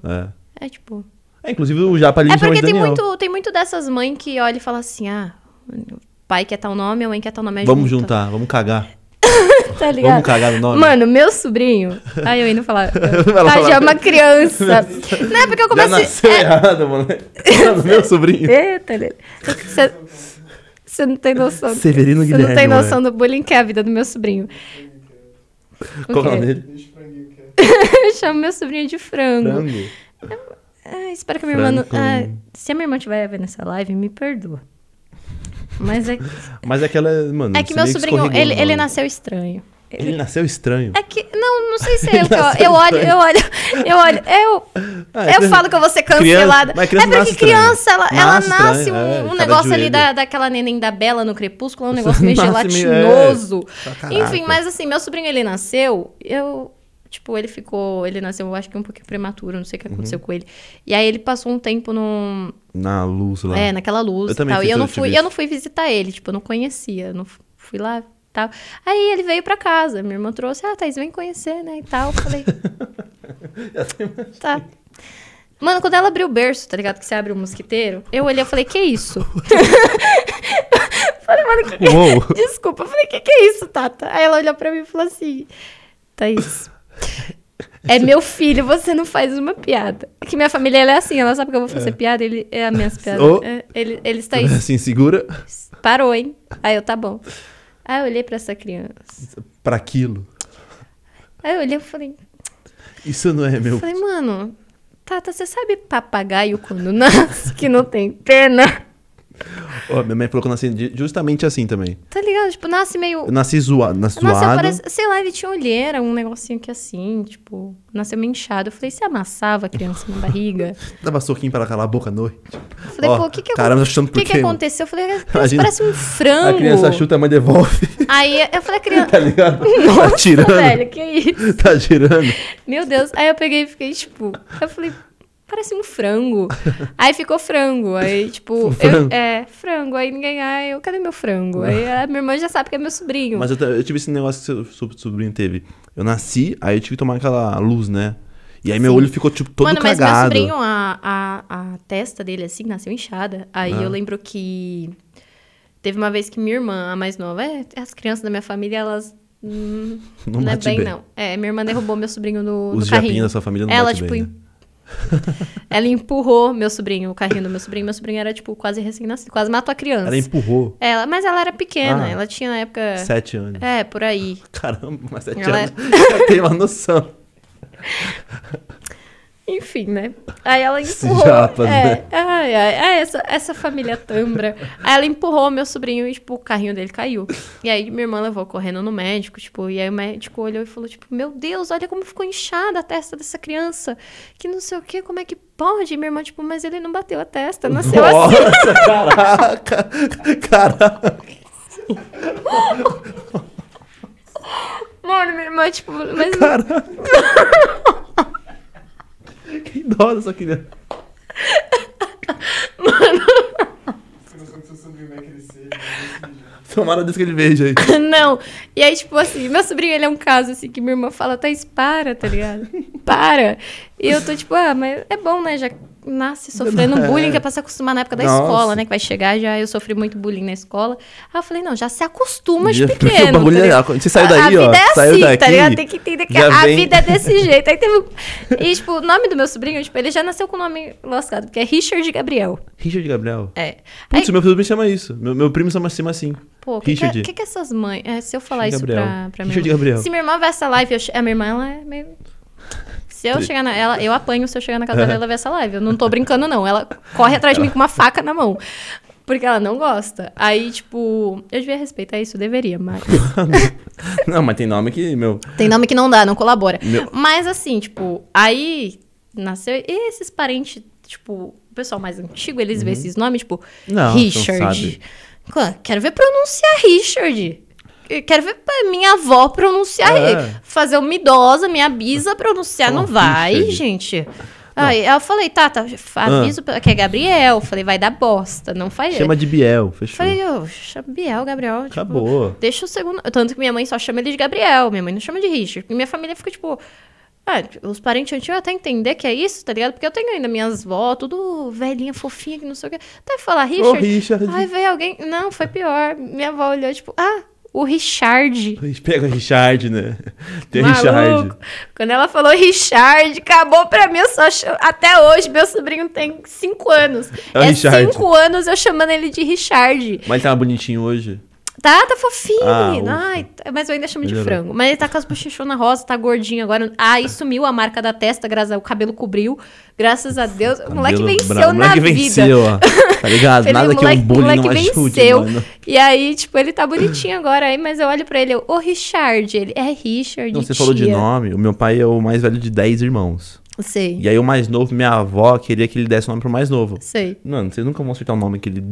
É.
É tipo.
É, inclusive o Japa ali
É
me chama de
porque tem
Daniel.
muito, tem muito dessas mães que olha e fala assim: ah, o pai quer tal nome, a mãe quer tal nome. é aí
Vamos
junta.
juntar, vamos cagar.
Tá ligado?
Vamos cagar no nome.
Mano, meu sobrinho. Aí eu indo falar.
Ela
Ah,
fala-
já é uma criança. Não é porque
Já
eu comecei.
nasceu errado, mano. Mano, meu sobrinho.
Eita, Lili. Você- Você não tem noção.
Severino
Você
Guilherme. né?
não tem noção do bullying que é a vida do meu sobrinho.
velho. Qual que é o nome dele?
Deixa o franguinho que é.
Eu chamo meu sobrinho de frango.
Frango.
Ah, espero que a minha irmã. Não...
Franklin.
Ah, se a minha irmã estiver vendo essa live, me perdoa. Mas é,
Mas aquela, mano.
é que
você
meu
meio
sobrinho,
escorregou
ele,
no
ele
nome.
nasceu estranho.
Ele nasceu estranho.
É que. Não, não sei se é eu que eu, eu olho, eu olho, eu olho, eu,
Ah,
eu
isso é-
falo que eu vou ser cancelada.
Criança- mas criança
é porque
nasce
criança, ela,
estranha.
ela
Nasce
nasce
estranha, é,
um, um
cara de
negócio ali
joelho.
da, daquela neném da Bela no Crepúsculo, um negócio meio
Nasce meio- é.
gelatinoso.
Pra caraca.
Enfim, mas assim, meu sobrinho, ele nasceu, eu... Tipo, ele ficou... Ele nasceu, eu acho que um pouquinho prematuro, não sei o que aconteceu
Uhum.
com ele. E aí, ele passou um tempo num...
Na luz lá.
É, naquela luz
Eu
e
também
tal.
fiz
E eu não,
esse
fui,
serviço.
eu não fui visitar ele, tipo, eu não conhecia. eu Não fu- fui lá e tal. Aí ele veio pra casa, minha irmã trouxe, ah, Thaís, vem conhecer, né? E tal. Eu falei. tá. Mano, quando ela abriu o berço, tá ligado? Que você abre o mosquiteiro, eu olhei e falei, que isso? falei, mano, que...
Uou.
desculpa. Eu falei, que que é isso, Tata? Aí ela olhou pra mim e falou assim, Thaís. É meu filho, você não faz uma piada. É Que minha família ela é assim, ela sabe que eu vou fazer piada, ele é as minhas piadas.
Oh.
É, ele, ele está aí.
Assim, segura
Parou, hein? Aí eu, tá bom. Aí eu olhei pra essa criança.
pra aquilo.
Aí eu olhei e falei,
Isso não é meu.
falei, mano, Tata, você sabe papagaio quando nasce, que não tem perna?
Ó, minha mãe falou que eu nasci de- justamente assim também.
Tá ligado? Tipo, nasce meio.
Eu nasci zoa- nasci zoado.
Nasceu, parece, sei lá, ele tinha olheira, um negocinho que assim, tipo, nasceu meio inchado. Eu falei, você amassava a criança na barriga?
Dava soquinho pra ela calar a boca à noite.
Eu falei,
Ó,
pô, o que que, acon-
caramba, tá chutando
o
por
que, que
quê, mano?
aconteceu? Eu falei, a criança
Imagina,
parece um frango.
A criança chuta, a mãe devolve.
Aí eu falei, a criança.
Tá ligado?
Nossa,
tá tirando.
velho, que isso?
Tá girando.
Meu Deus. Aí eu peguei e fiquei, tipo, eu falei, parece um frango. Aí ficou frango. Aí, tipo, eu-
Um Frango.
é, frango. Aí ninguém, ai, eu, cadê meu frango? Aí a minha irmã já sabe que é meu sobrinho.
Mas eu, ta- eu tive esse negócio que seu so- sobrinho teve. Eu nasci, aí eu tive que tomar aquela luz, né? E aí meu
Sim.
olho ficou, tipo, todo
Mano, mas meu
cagado.
sobrinho, a, a, a testa dele, assim, nasceu inchada. Aí
Ah.
eu lembro que teve uma vez que minha irmã, a mais nova, é, as crianças da minha família, elas. hum,
Não
é
bate
bem,
bem.
não. É, minha irmã derrubou meu sobrinho no,
Os
no
japinhas
carrinho.
da sua família não
Ela,
bate
tipo,
bem, né?
em- Ela empurrou meu sobrinho, o carrinho do meu sobrinho. Meu sobrinho era, tipo, quase recém-nascido, quase matou a criança.
Ela empurrou.
Ela, mas ela era pequena,
Ah.
ela tinha na época.
Sete anos.
É, por aí.
Caramba, mas sete
Ela é-
anos. Já tem uma noção.
Enfim, né? Aí ela
Esses
empurrou.
japas,
é,
né?
ai, ai, ai, essa, essa família Tambra. Aí ela empurrou meu sobrinho e, tipo, o carrinho dele caiu. E aí minha irmã levou correndo no médico, tipo, e aí o médico olhou e falou, tipo, meu Deus, olha como ficou inchada a testa dessa criança. Que não sei o quê, como é que pode? E minha irmã, tipo, mas ele não bateu a testa, nasceu assim.
Nossa, caraca! Caraca!
Mano, minha irmã, tipo, mas
Caraca! que dó dessa criança.
Você não sabe se o sobrinho vai crescer, ele vai decidir.
Tomara Deus que ele veja aí.
Não. E aí, tipo assim, meu sobrinho, ele é um caso, assim, que minha irmã fala, Thaís, para, tá ligado? Para. E eu tô tipo, ah, mas é bom, né? Já nasce sofrendo
É.
bullying, que é pra se acostumar na época da
Nossa.
escola, né? Que vai chegar, já eu sofri muito bullying na escola. Aí eu falei, não, já se acostuma de
Já- porque
pequeno.
o bagulho
tá
é-
ligado?
você saiu
A-
daí,
a
ó,
vida é
saiu
assim, tá
daqui,
ligado? Tem que entender que
já
a
vem-
vida é desse jeito. Aí teve... um- E, tipo, o nome do meu sobrinho, tipo, ele já nasceu com o nome lascado, porque é Richard Gabriel.
Richard Gabriel.
É.
Putz,
Aí-
meu primo chama isso. Meu, meu primo chama assim, assim.
Pô, o que, que,
Richard.
é- que que essas mães. é, se eu falar
Richard
isso
Gabriel.
pra, pra minha
Richard
irmã.
Gabriel.
Se minha irmã ver essa live, eu che- a minha irmã, ela é meio. Se eu chegar na. Ela, eu apanho se eu chegar na casa dela e ela ver essa live. Eu não tô brincando, não. Ela corre atrás de mim com uma faca na mão. Porque ela não gosta. Aí, tipo, eu devia respeitar isso, eu deveria, mas.
Não, mas tem nome que, meu.
Tem nome que não dá, não colabora.
Meu.
Mas assim, tipo, aí nasceu. E esses parentes, tipo, o pessoal mais antigo, eles veem esses nomes, tipo,
Uhum. Não,
Richard.
não sabe.
Qu- Quero ver pronunciar Richard. Eu Quero ver pra minha avó pronunciar.
É.
ele. Fazer uma idosa, minha bisa pronunciar.
Pô,
não vai,
Richard. Ah.
gente. Aí eu falei, tá, tá, aviso pra- que é Gabriel. Falei, vai dar bosta, não faz.
Chama de Biel, fechou.
Falei, ô, chama Biel, Gabriel. tipo,
Acabou.
Deixa o segundo. Tanto que minha mãe só chama ele de Gabriel, minha mãe não chama de Richard. Porque minha família fica tipo. Ah, os parentes antigos até entender que é isso, tá ligado? Porque eu tenho ainda minhas vó, tudo velhinha, fofinha, que não sei o quê. Até falar Richard.
Ô, Richard.
Ai, veio alguém. Não, foi pior. Minha avó olhou, tipo, ah, o Richard.
Pega o Richard, né? Tem o
Maluco.
Richard.
Quando ela falou Richard, acabou pra mim. Eu só chamo- Até hoje, meu sobrinho tem cinco anos.
É o Richard.
cinco anos eu chamando ele de Richard.
Mas ele tá bonitinho hoje.
Tá, tá fofinho,
Ah,
menino.
ufa.
Ai, tá- mas eu ainda chamo de
Melhorou.
frango. Mas ele tá com as bochechonas rosa, tá gordinho agora. Ai, sumiu a marca da testa, graças, o cabelo cobriu. Graças a Deus. O moleque
Cabelo
venceu
bravo.
na
moleque
vida.
venceu, ó. Tá ligado?
Ele-
Nada
o
que um
moleque-
bullying
moleque
não ajude,
venceu.
mano.
E aí, tipo, ele tá bonitinho agora aí, mas eu olho pra ele, eu, ô Richard, ele é Richard.
Não, você falou de
tia."
nome. O meu pai é o mais velho de 10 irmãos.
Sei,
E aí o mais novo, minha avó, queria que ele desse o nome pro mais novo.
sei.
Mano, vocês nunca vão acertar o nome que ele...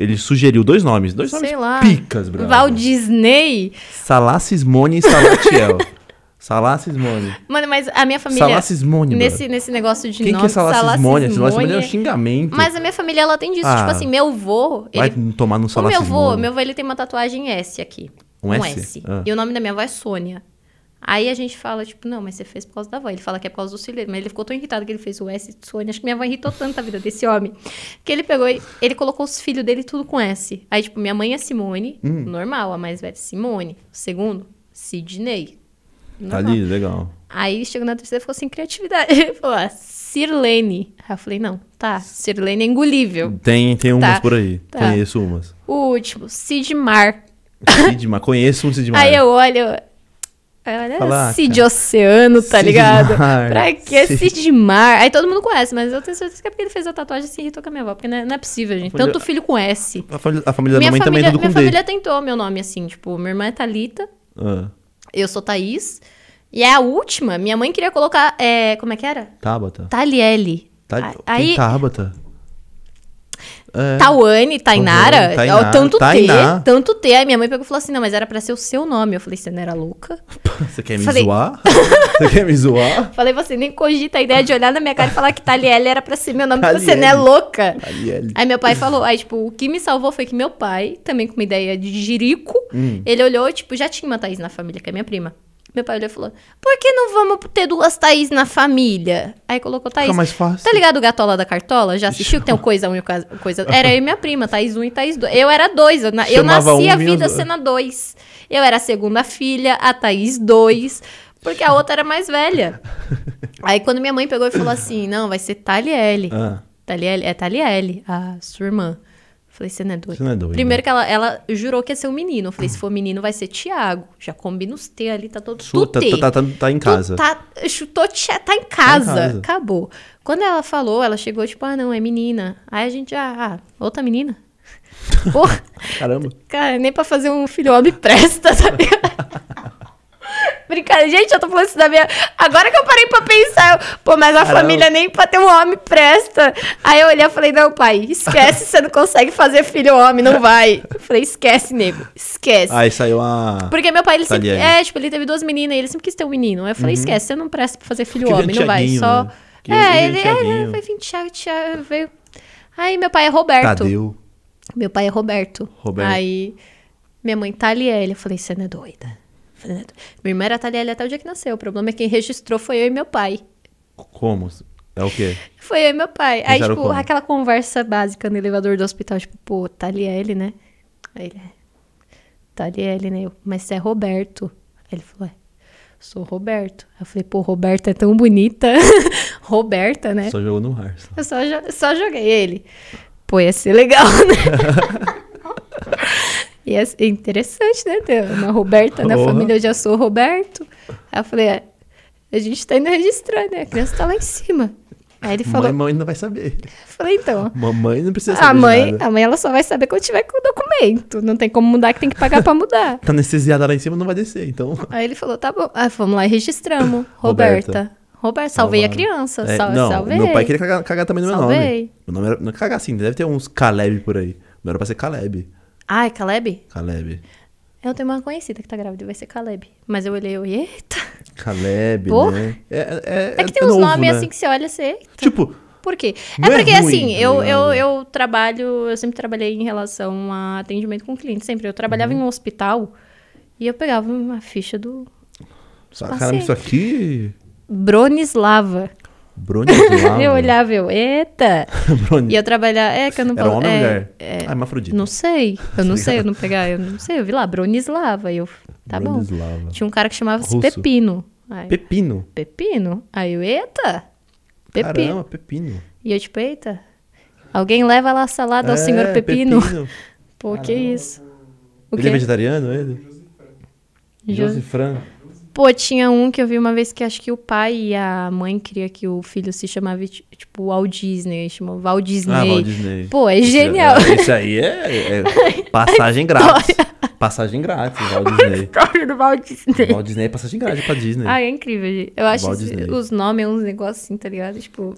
Ele sugeriu dois nomes. Dois
Sei
nomes
lá.
picas, brother.
Val Disney.
Salah Cismone e Salatiel. Salah Cismone.
Mano, mas a minha família.
Salah Cismone, brother.
nesse, nesse negócio de
Quem
nome.
que é Salah Cismone? Salah Cismone é um
Cismônia.
xingamento.
Mas a minha família, ela tem disso.
Ah.
Tipo assim, meu vô.
Vai
Ele...
tomar no
O
Salah
meu vô,
Cismone.
meu vô, ele tem uma tatuagem S aqui.
Um S? Ah.
E o nome da minha avó é Sônia. Aí a gente fala, tipo, não, mas você fez por causa da avó. Ele fala que é por causa do cílio, mas ele ficou tão irritado que ele fez o S de Sônia. Acho que minha avó irritou tanto a vida desse homem. Que ele pegou, e- ele colocou os filhos dele tudo com S. Aí, tipo, minha mãe é Simone,
Hum.
normal, a mais velha é Simone. O segundo, Sidney.
Tá
normal.
ali, legal.
Aí chegou na terceira e falou assim, criatividade. Ele falou, ah, Sirlene. Aí eu falei, não, tá, Sirlene é engolível.
Tem, tem umas
Tá,
por aí.
tá.
Conheço umas.
O último, Sidmar.
Sidmar, conheço um Sidmar.
Aí eu olho. Aí eu olho,
Fala,
"Ah, Cid
cara.
Oceano, tá
Cid
ligado?
Mar.
Pra que
Cid-
Cid Mar? Aí todo mundo conhece, mas eu tenho certeza que é porque ele fez a tatuagem e se irritou com a minha avó. Porque não é, não é possível, gente.
Olha-
Tanto filho com S.
A família, a família da
minha
mãe também
família,
é tudo
minha
com D.
família tentou meu nome assim. Tipo, minha irmã é Thalita,
Ah,
eu sou Thaís. E é a última. Minha mãe queria colocar. é, como é que era?
Tabata.
Taliele.
Tá,
Aí,
Quem Tabata? É.
Tauane, Tainara,
Tauane, Tainá,
ó, tanto
Tainá.
T, tanto T. Aí minha mãe pegou e falou assim: não, mas era pra ser o seu nome. Eu falei: você não era louca?
Você quer me
Falei-
zoar? Você quer me zoar?
Falei, você nem cogita a ideia de olhar na minha cara e falar que Taliele era pra ser meu nome, que
Taliele.
você não é louca.
Taliele.
Aí meu pai falou, aí tipo, o que me salvou foi que meu pai, também com uma ideia de jirico,
Hum.
ele olhou, tipo, já tinha uma Thaís na família, que é minha prima. Meu pai olhou e falou, por que não vamos ter duas Thaís na família? Aí colocou Thaís.
Fica mais fácil.
Tá ligado o Gatola da Cartola? Já assistiu que tem o Coisa 1 e o Coisa... coisa... Era eu e minha prima, Thaís 1 e Thaís 2. Eu era dois, eu, na- eu
Chamava
nasci
um, vinha
a vida
os-
sendo a dois. Eu era a segunda filha, a Thaís 2, porque a outra era mais velha. Aí quando minha mãe pegou e falou assim, não, vai ser Taliele.
Ah,
Taliele, é Taliele, a sua irmã. Eu Falei, você não é doido.
Você não é doido.
Primeiro que ela, ela jurou que ia ser um menino. Eu falei, se for menino, vai ser Tiago. Já combina os T ali, tá todo
sua, tá,
tutê.
tá, tá, tá em
Tu
casa.
Tá, chutou, tia- tá em casa.
casa.
Acabou. Quando ela falou, ela chegou, tipo, ah, não, é menina. Aí a gente já, ah, outra menina? Porra,
Caramba.
cara, nem pra fazer um filho homem presta, sabe? Brincadeira. Gente, eu tô falando isso da minha. Agora que eu parei pra pensar, eu, pô, mas a
Caramba.
família nem pra ter um homem presta. Aí eu olhei e falei, não, pai, esquece, você não consegue fazer filho homem, não vai. Eu falei, esquece, nego, esquece.
Aí tá saiu a...
Porque meu pai, ele sempre.
Italiano.
É, tipo, ele teve duas meninas e ele sempre quis ter um menino. Aí eu
Uhum.
falei, esquece, você não presta pra fazer filho homem, não vai.
Tiaguinho,
Só.
né? Que
É,
veio
ele,
Tiaguinho.
é, foi vir Thiago, Thiago, veio. Aí meu pai é Roberto.
Tadeu.
Meu pai é Roberto.
Roberto.
Aí minha mãe, Taliele. Eu falei, você não é doida. Eu falei, "Não é doida." Minha irmã era Taliele até o dia que nasceu. O problema é que quem registrou foi eu e meu pai.
Como? É o quê?
Foi eu e meu pai. Aí,
Fizeram
tipo,
como?
aquela conversa básica no elevador do hospital, tipo, pô, Taliele, né? Aí ele, é. Taliele, né? Eu, Mas você é Roberto. Aí ele falou, é, sou Roberto. Aí eu falei, pô, Roberta é tão bonita. Roberta, né?
Só jogou no ar. só.
Eu só, jo- só joguei ele. Pô, ia ser legal, né? ia ser interessante, né? Ter uma Roberta na
Porra.
família, eu já sou o Roberto. Aí eu falei, é, a gente tá indo registrar, né? A criança tá lá em cima. Aí ele falou,
Mãe, mãe não vai saber.
eu falei, então.
Mamãe não precisa saber
A
de
mãe, é
nada.
a mãe, ela só vai saber quando tiver com o documento. Não tem como mudar, que tem que pagar pra mudar.
Tá anestesiada lá em cima, não vai descer, então...
Aí ele falou, tá bom. Aí vamos lá e registramos.
Roberta.
Roberta. Roberta, salvei a
Salvaram.
criança.
É,
sal-
não,
salvei.
meu pai queria cagar, cagar também no meu
Salvei.
nome. Meu nome era... Não, cagar assim, deve ter uns Caleb por aí. Não era pra ser Caleb.
Ai, Caleb?
Caleb.
Eu tenho uma conhecida que tá grávida, vai ser Caleb. Mas eu olhei, eu, eita.
Caleb,
Pô.
né? É,
É que tem uns
novo,
nomes
né?
assim que você olha, você... eita.
Tipo,
Por quê?
Não
é
é
porque,
ruim,
assim,
tá
eu, eu,
ligado?
eu trabalho, eu sempre trabalhei em relação a atendimento com cliente, sempre. Eu trabalhava
Uhum.
em um hospital e eu pegava uma ficha do Tipo
ah, caramba,
assim,
isso aqui...
Bronislava.
Bronislava.
eu olhava, eu, eita.
Broni-
E eu trabalhava, é que eu não
Era
falo-
homem
é,
ou mulher?
é,
ah, Tá hermafrodita.
não sei, eu não sei, eu não pegar, eu não sei, eu vi lá, Bronislava, e eu, tá bom. é.
Bronislava.
Tinha um cara que chamava-se
Russo.
Pepino. Aí,
Pepino.
Pepino? Aí eu, eita, Pepino.
Caramba, pepino.
E eu, tipo, eita, alguém leva lá a salada ao
É,
senhor Pepino. Pô, que
Caramba.
isso. O
ele é
quê?
vegetariano, ele?
José.
Josifran.
Pô, tinha um que eu vi uma vez que acho que o pai e a mãe queria que o filho se chamava, tipo, Walt Disney. Chamou Walt Disney.
Ah, Walt Disney.
Pô, é genial.
É, Isso aí é, é passagem grátis. Passagem grátis, Walt Disney.
História do Walt Disney.
Walt Disney é passagem grátis pra Disney.
Ah, é incrível, gente. Eu acho
Walt
esse-
Disney.
os nomes, uns negócios assim, tá ligado? Tipo,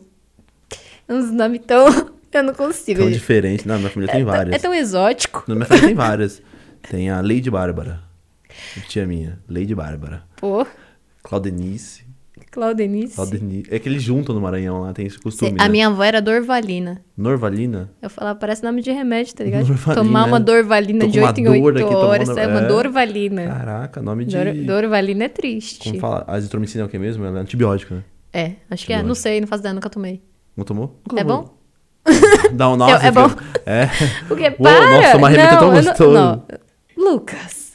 é uns nomes tão... Eu não consigo.
É Tão
gente.
diferente. Na minha família tem várias.
É tão exótico.
Na minha família tem várias. Tem a Lady Bárbara. Tia minha. Lady Bárbara.
Pô,
Claudenice.
Claudenice.
Claudenice. É que eles juntam no Maranhão lá, tem esse costume.
A
né?
minha avó era Dorvalina.
Norvalina?
Eu falava, parece nome de remédio, tá ligado?
Dorvalina,
Tomar uma
né?
Dorvalina
Tô
de
com uma
8 em
dor
8
aqui, tomar uma
horas.
dor-
É uma
é.
Dorvalina.
Caraca, nome de.
Dor- Dorvalina é triste.
Como fala? A azitromicina é o que mesmo? Ela é antibiótico, né?
É, acho que é. Não sei, não faço ideia, nunca tomei.
Não tomou? Nunca
É
tomou.
bom?
Dá um nossa.
É- é bom?
fica- É.
O quê?
Uou,
Para!
nossa, uma remeta
não,
tão
eu
gostoso.
Não, não. Lucas.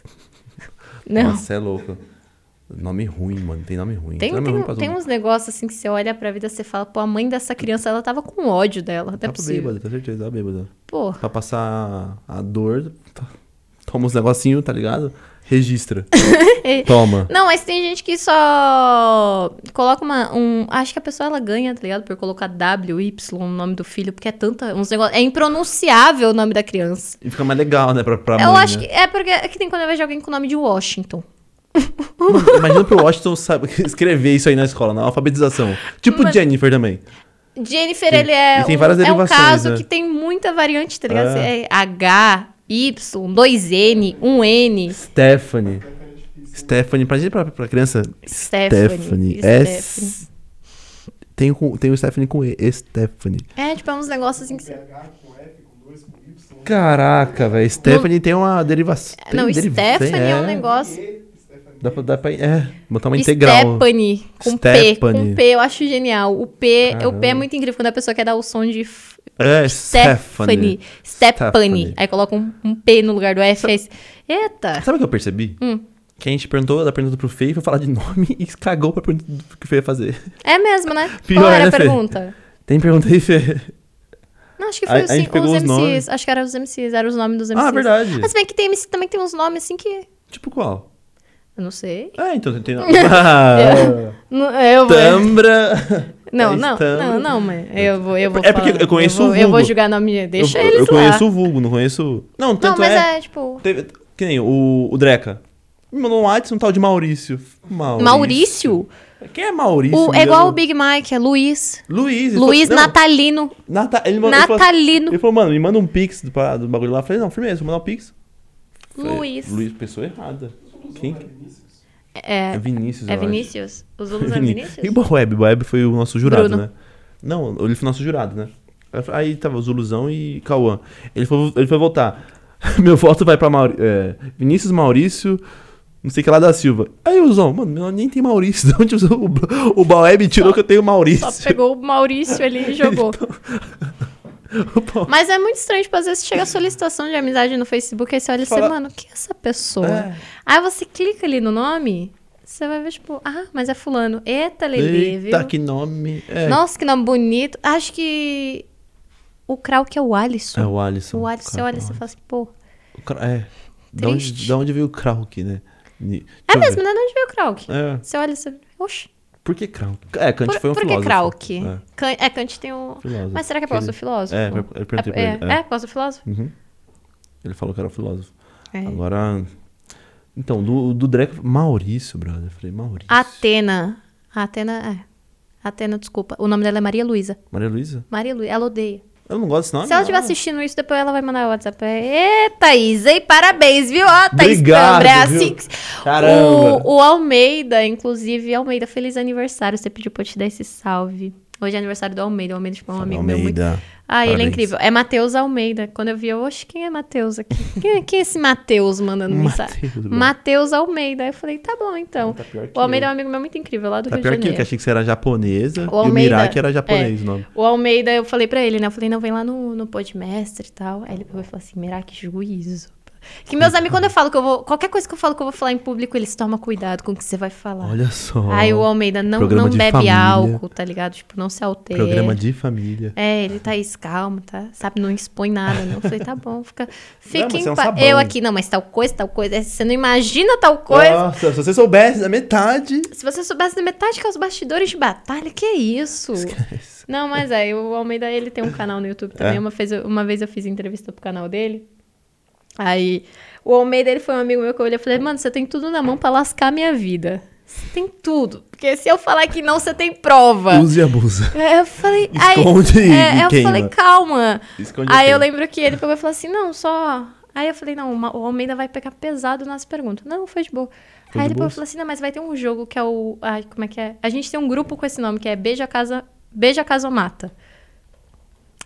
Não.
Nossa, é louco. Nome ruim, mano. Tem nome ruim. Tá
Tem, um-
nome
tem,
ruim pra
tem
tudo.
uns negócios assim que você olha pra vida e você fala, pô, a mãe dessa criança, ela tava com ódio dela. Não é
Tá
possível.
bêbada, com certeza, tá bêbada.
Pô,
Pra passar a dor, tá- toma uns negocinhos, tá ligado? Registra.
é,
toma.
Não, mas tem gente que só coloca uma, um... Acho que a pessoa, ela ganha, tá ligado? Por colocar W, Y no nome do filho, porque é tanta... Uns negócios... É impronunciável o nome da criança.
E fica mais legal, né? Pra, pra
eu
mãe,
acho
né?
que... É porque... É que tem quando eu vejo alguém com o nome de Washington.
Mano, imagina pro Washington sabe, escrever isso aí na escola, na alfabetização. Tipo
Mano.
Jennifer também.
Jennifer, ele é,
e tem
um,
várias
é um
derivações,
caso
né?
que tem muita variante, tá ligado?
É.
É H, Y, um 2N, 1N,
Stephanie. Stephanie, pra gente, pra, pra criança. É
Stephanie. Stephanie.
S... Tem, com, tem o Stephanie com E. Stephanie.
É, tipo, é uns negócios assim que você...
PH com F, com 2, com Y.
Caraca, velho. Stephanie tem uma derivação.
Não, Stephanie é um negócio...
E, Stephanie.
Dá pra, dá pra é, botar uma integral.
Stephanie, com P,
Stephanie.
com P, eu acho genial. O P, o P é
Caramba.
muito incrível quando a pessoa quer dar o som de f-
É,
Stephanie.
Stephanie.
Stephanie.
Stephanie.
Aí coloca um, um P no lugar do F. aí- Eita!
Sabe o que eu percebi?
Hum.
Que a gente perguntou da pergunta pro Fê e foi falar de nome e cagou pra pergunta do que o Fê ia fazer.
É mesmo, né?
Pior,
Qual era
né,
a
Fê?
pergunta?
Tem pergunta aí, Fê?
Não, acho que foi
A- a gente
assim,
pegou
os
os
MCs.
nomes.
Acho que eram os MCs, eram os nomes dos MCs.
Ah, verdade.
Mas bem que tem MC também tem uns nomes assim que.
Tipo qual?
Eu não sei.
Ah, então tem- tem nome. Ah, É
Não, eu vou.
Tambra.
Não,
Thaís
não,
Tambra.
não, não, mas eu vou. Eu vou
É porque
falar.
eu conheço
eu
o
vou, eu vou
vulgo.
julgar nome. Deixa
eu,
eles
Eu conheço
lá.
o vulgo, não conheço... Não,
Não,
tanto
mas
é...
é, tipo.
Teve- que nem o, o Dreca. Me mandou um WhatsApp, um tal de Maurício.
Maurício?
Quem é Maurício?
O-
me
é igual o
engano?
Big Mike, é Luiz.
Luiz. ele
Luiz
falou- não,
Natalino.
Nata- ele mandou- ele falou-
Natalino.
Ele falou, mano, me manda um pix do, pa- do bagulho lá. Eu falei, não, firmeza, vou mandar um pix. Falei,
Luiz.
Luiz, pessoa errada. Quem? que-
É,
É Vinícius,
é
eu acho.
Vinícius? Os Zulus é
Vini- E o
Vinícius?
Boab? O Boab foi o nosso jurado,
Bruno.
né? Não, ele foi nosso jurado, né? Aí tava Zuluzão e Cauã. Ele foi, ele foi votar. Meu voto vai pra Mauri- é, Vinícius Maurício, não sei o que lá da Silva. Aí o Zão, mano, meu, nem tem Maurício. De onde o, Zão- o Boab tirou que eu tenho Maurício?
Só pegou o Maurício ali e jogou.
Então, O Boab-
Mas é muito estranho, tipo, às vezes chega a solicitação de amizade no Facebook, aí você olha e você,
Fala-
mano, que é essa pessoa?
É.
Aí você clica ali no nome, você vai ver, tipo, ah, mas é fulano. Eita, Lelê,
Eita,
viu?
que nome. É,
Nossa, que nome bonito. Acho que o Krauk é o Alisson.
é o Alisson.
O Alisson, você
Cara,
olha e você fala assim, pô.
o Cra- É. Da onde,
Triste.
da onde veio o Krauk, né? Ni-
É
deixa eu ver.
mesmo, né? De onde veio o Krauk?
É.
Você olha e você. Oxi.
Por que Krauk? É, Kant
por,
foi um
por que
filósofo.
Krauk?
É.
Kant- É. Kant tem um.
Filósofo.
Mas será que é por causa do
Aquele-
filósofo?
É, eu- eu perguntei pra
é,
ele,
É,
é.
por causa do filósofo?
Ele falou que era um filósofo.
É.
Agora. Então, do, do Dreco. Maurício, brother. Eu falei, Maurício.
Ah. Atena. Atena, é. Atena, desculpa. O nome dela é Maria Luísa.
Maria Luísa?
Maria Luísa, ela odeia.
Eu não gosto desse nome.
Se ela estiver assistindo isso, depois ela vai mandar o WhatsApp. Ê, Thaís, ei, parabéns, viu? Ó, Thaís
Obrigado,
Câmara, é
viu?
assim que-
Caramba.
O, o Almeida, inclusive, Almeida, feliz aniversário. Você pediu pra eu te dar esse salve. Hoje é aniversário do Almeida. O Almeida, tipo, é um amigo meu muito
Almeida.
Ah, ele é
Parabéns.
incrível. É Matheus Almeida. Quando eu vi, eu, oxe, quem é Matheus aqui? Quem, quem é esse Matheus mandando mensagem?
Matheus, mano.
Matheus Almeida. Aí eu falei, tá bom, então.
Tá pior que
o
eu.
Almeida é um amigo meu muito incrível, lá do
Tá
Rio
pior que
de
eu, que
Janeiro.
achei que você era japonesa. e
O
o
Almeida, É.
Miraki era japonês o nome.
O Almeida, eu falei pra ele, né? Eu falei, não, vem lá no, no Podmestre e tal. Aí ele pegou e falou assim, Miraki, juízo. Que meus amigos, quando eu falo que eu vou. Qualquer coisa que eu falo que eu vou falar em público, eles tomam cuidado com o que você vai falar.
Olha só.
Aí o Almeida não,
Programa
não
de
bebe
família.
álcool, tá ligado? Tipo, não se altera.
Programa de família.
É, ele tá isso, calmo, tá? Sabe, não expõe nada, não. Eu falei, tá bom, fica.
mas
Fica
você é
em
um
paz.
sabão.
eu aqui, não, mas tal coisa, tal coisa. Você não imagina tal coisa.
Nossa, se você soubesse da metade.
Se você soubesse da metade que é os bastidores de batalha, que é isso? Não, mas é, o Almeida, ele tem um canal no YouTube também.
É.
Uma, fez, uma vez eu fiz entrevista pro canal dele. Aí, o Almeida, ele foi um amigo meu que eu olhei e falei, mano, você tem tudo na mão pra lascar minha vida. Você tem tudo. Porque se eu falar que não, você tem prova.
Use e abusa.
É, eu falei...
Esconde
aí,
e-
é,
e
Eu
queima.
falei, calma.
Esconde
Aí
aqui.
eu lembro que ele pegou e falou assim, não, só... Aí eu falei, não, uma- o Almeida vai pegar pesado nas perguntas. Não, foi de boa.
Foi
aí
de
depois
boa.
eu falei assim, não, mas vai ter um jogo que é o... Ai, como é que é? A gente tem um grupo com esse nome, que é Beija Casa, Beija Casa ou Mata.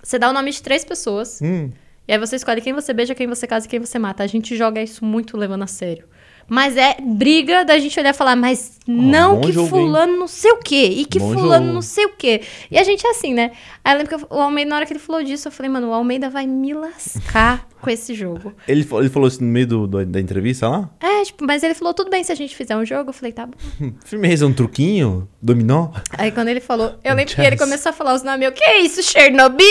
Você dá o nome de três pessoas,
Hum,
e aí você escolhe quem você beija, quem você casa e quem você mata. A gente joga isso muito levando a sério. Mas é briga da gente olhar e falar, mas não
bom
que
jogo, hein?
fulano não sei o quê, e que
Bom
fulano
jogo.
não sei o quê. E a gente é assim, né? Aí eu lembro que eu- o Almeida, na hora que ele falou disso, eu falei, mano, o Almeida vai me lascar com esse jogo.
Ele, fa- ele falou isso no meio do- do- da entrevista lá?
É, tipo, mas ele falou, tudo bem se a gente fizer um jogo. Eu falei, tá bom.
Hum, Firmeza, um truquinho? Dominó?
Aí quando ele falou, eu lembro que
Jazz.
ele começou a falar os nomes, eu, que isso, Chernobyl?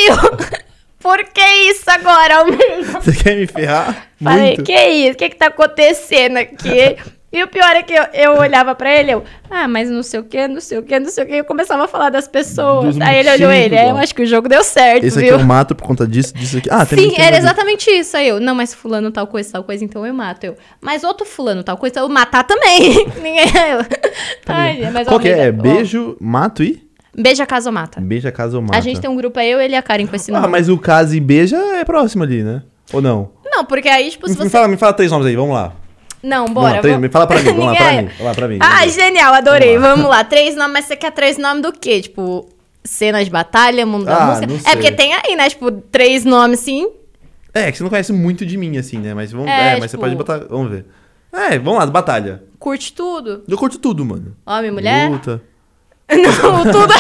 Por que isso agora, Almeida?
Você quer me ferrar?
Falei,
Muito.
que isso? O que que tá acontecendo aqui? E o pior é que eu, eu olhava pra ele, eu, ah, mas não sei o que, não sei o que, não sei o que. Eu começava a falar das pessoas.
Dos
Aí ele olhou
motivos,
ele, é,
ó.
eu acho que o jogo deu certo,
Esse aqui é um
viu?
eu mato por conta disso, disso aqui. Ah, tem
Sim,
muito
era
mais-
exatamente isso. Aí eu, não, mas fulano tal coisa, tal coisa, então eu mato. Eu, mas outro fulano tal coisa, eu matar também. Ninguém. Eu, Ai, mas
Qual que é?
Almeida, ó,
Beijo, mato e?
Beija, casa ou mata.
Beija, casa ou mata.
Tá. A gente tem um grupo, aí eu, ele e a Karen com esse
Ah,
nome.
mas o casa e beija é próximo ali, né? Ou não?
Não, porque aí, tipo, se
Me, me
você.
fala, me fala três nomes aí, vamos lá.
Não,
Vamos
bora.
lá, três,
vamos-
me fala pra mim, vamos lá, pra
Ninguém-
mim. Vamos lá, pra mim.
Ah,
vamos lá.
genial, adorei. Vamos lá. três nomes, mas você quer três nomes do quê? Tipo, cenas de batalha, mundo da
Ah,
música?
não
É
sei.
porque tem aí, né? Tipo, três nomes sim.
É, que você não conhece muito de mim, assim, né? Mas vamos. É,
É,
mas você
tipo-
pode botar. Vamos ver. É, vamos lá, batalha.
Curte tudo.
Eu curto tudo, mano.
Homem, mulher.
Luta.
Não, tudo.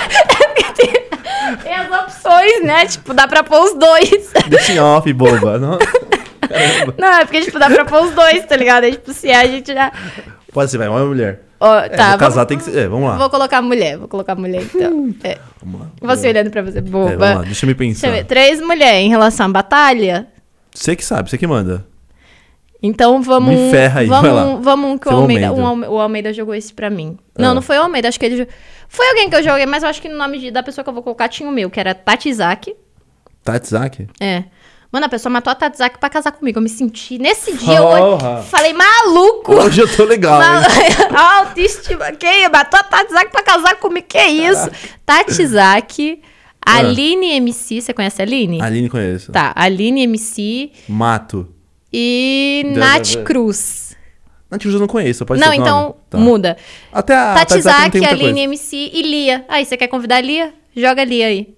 é- tem as opções, né? Tipo, dá pra pôr os dois.
Dating off, boba. Não?
Não, é porque, tipo, dá pra pôr os dois, tá ligado? É, tipo, se a gente já.
Pode ser, vai, homem ou mulher.
Ó,
É,
tá,
vou casar
vou,
tem que ser. É, vamos lá.
vou colocar mulher, vou colocar mulher então. É,
Vamos lá.
você olhando pra você,
Hum. É, vamos lá, Então.
boba.
deixa eu me
Deixa eu ver.
pensar.
Três mulheres em relação à batalha.
Você que sabe, você que manda.
Então vamos.
Me ferra aí,
vamos,
vai lá.
vamos um que o
Seu
Almeida,
Almeida.
um Alme- o Almeida jogou esse pra mim.
Ah.
Não, não foi o Almeida, acho que ele. jo- Foi alguém que eu joguei, mas eu acho que no nome de- da pessoa que eu vou colocar tinha o meu, que era Tatizaki.
Tatsaki?
É. Mano, a pessoa matou a Tatizaki pra casar comigo. Eu me senti. Nesse dia eu
Porra!
olhei- falei, maluco!
Hoje eu tô legal, hein?
Mal... A autoestima. Que matou a Tatizaki pra casar comigo? Que isso? Tatizaki, Aline MC. Você conhece a Aline?
Ah. Aline conheço.
Tá, Aline MC
Mato.
e
Deus vai
Nath
ver.
Cruz.
Nath Cruz eu não conheço, pode
não,
ser o
então
nome? Tá.
muda.
Até a Tatsaki
Tatizaki,
não tá tem muita
Aline,
coisa.
MC e Lia. Aí, você quer convidar a Lia? Joga a Lia aí.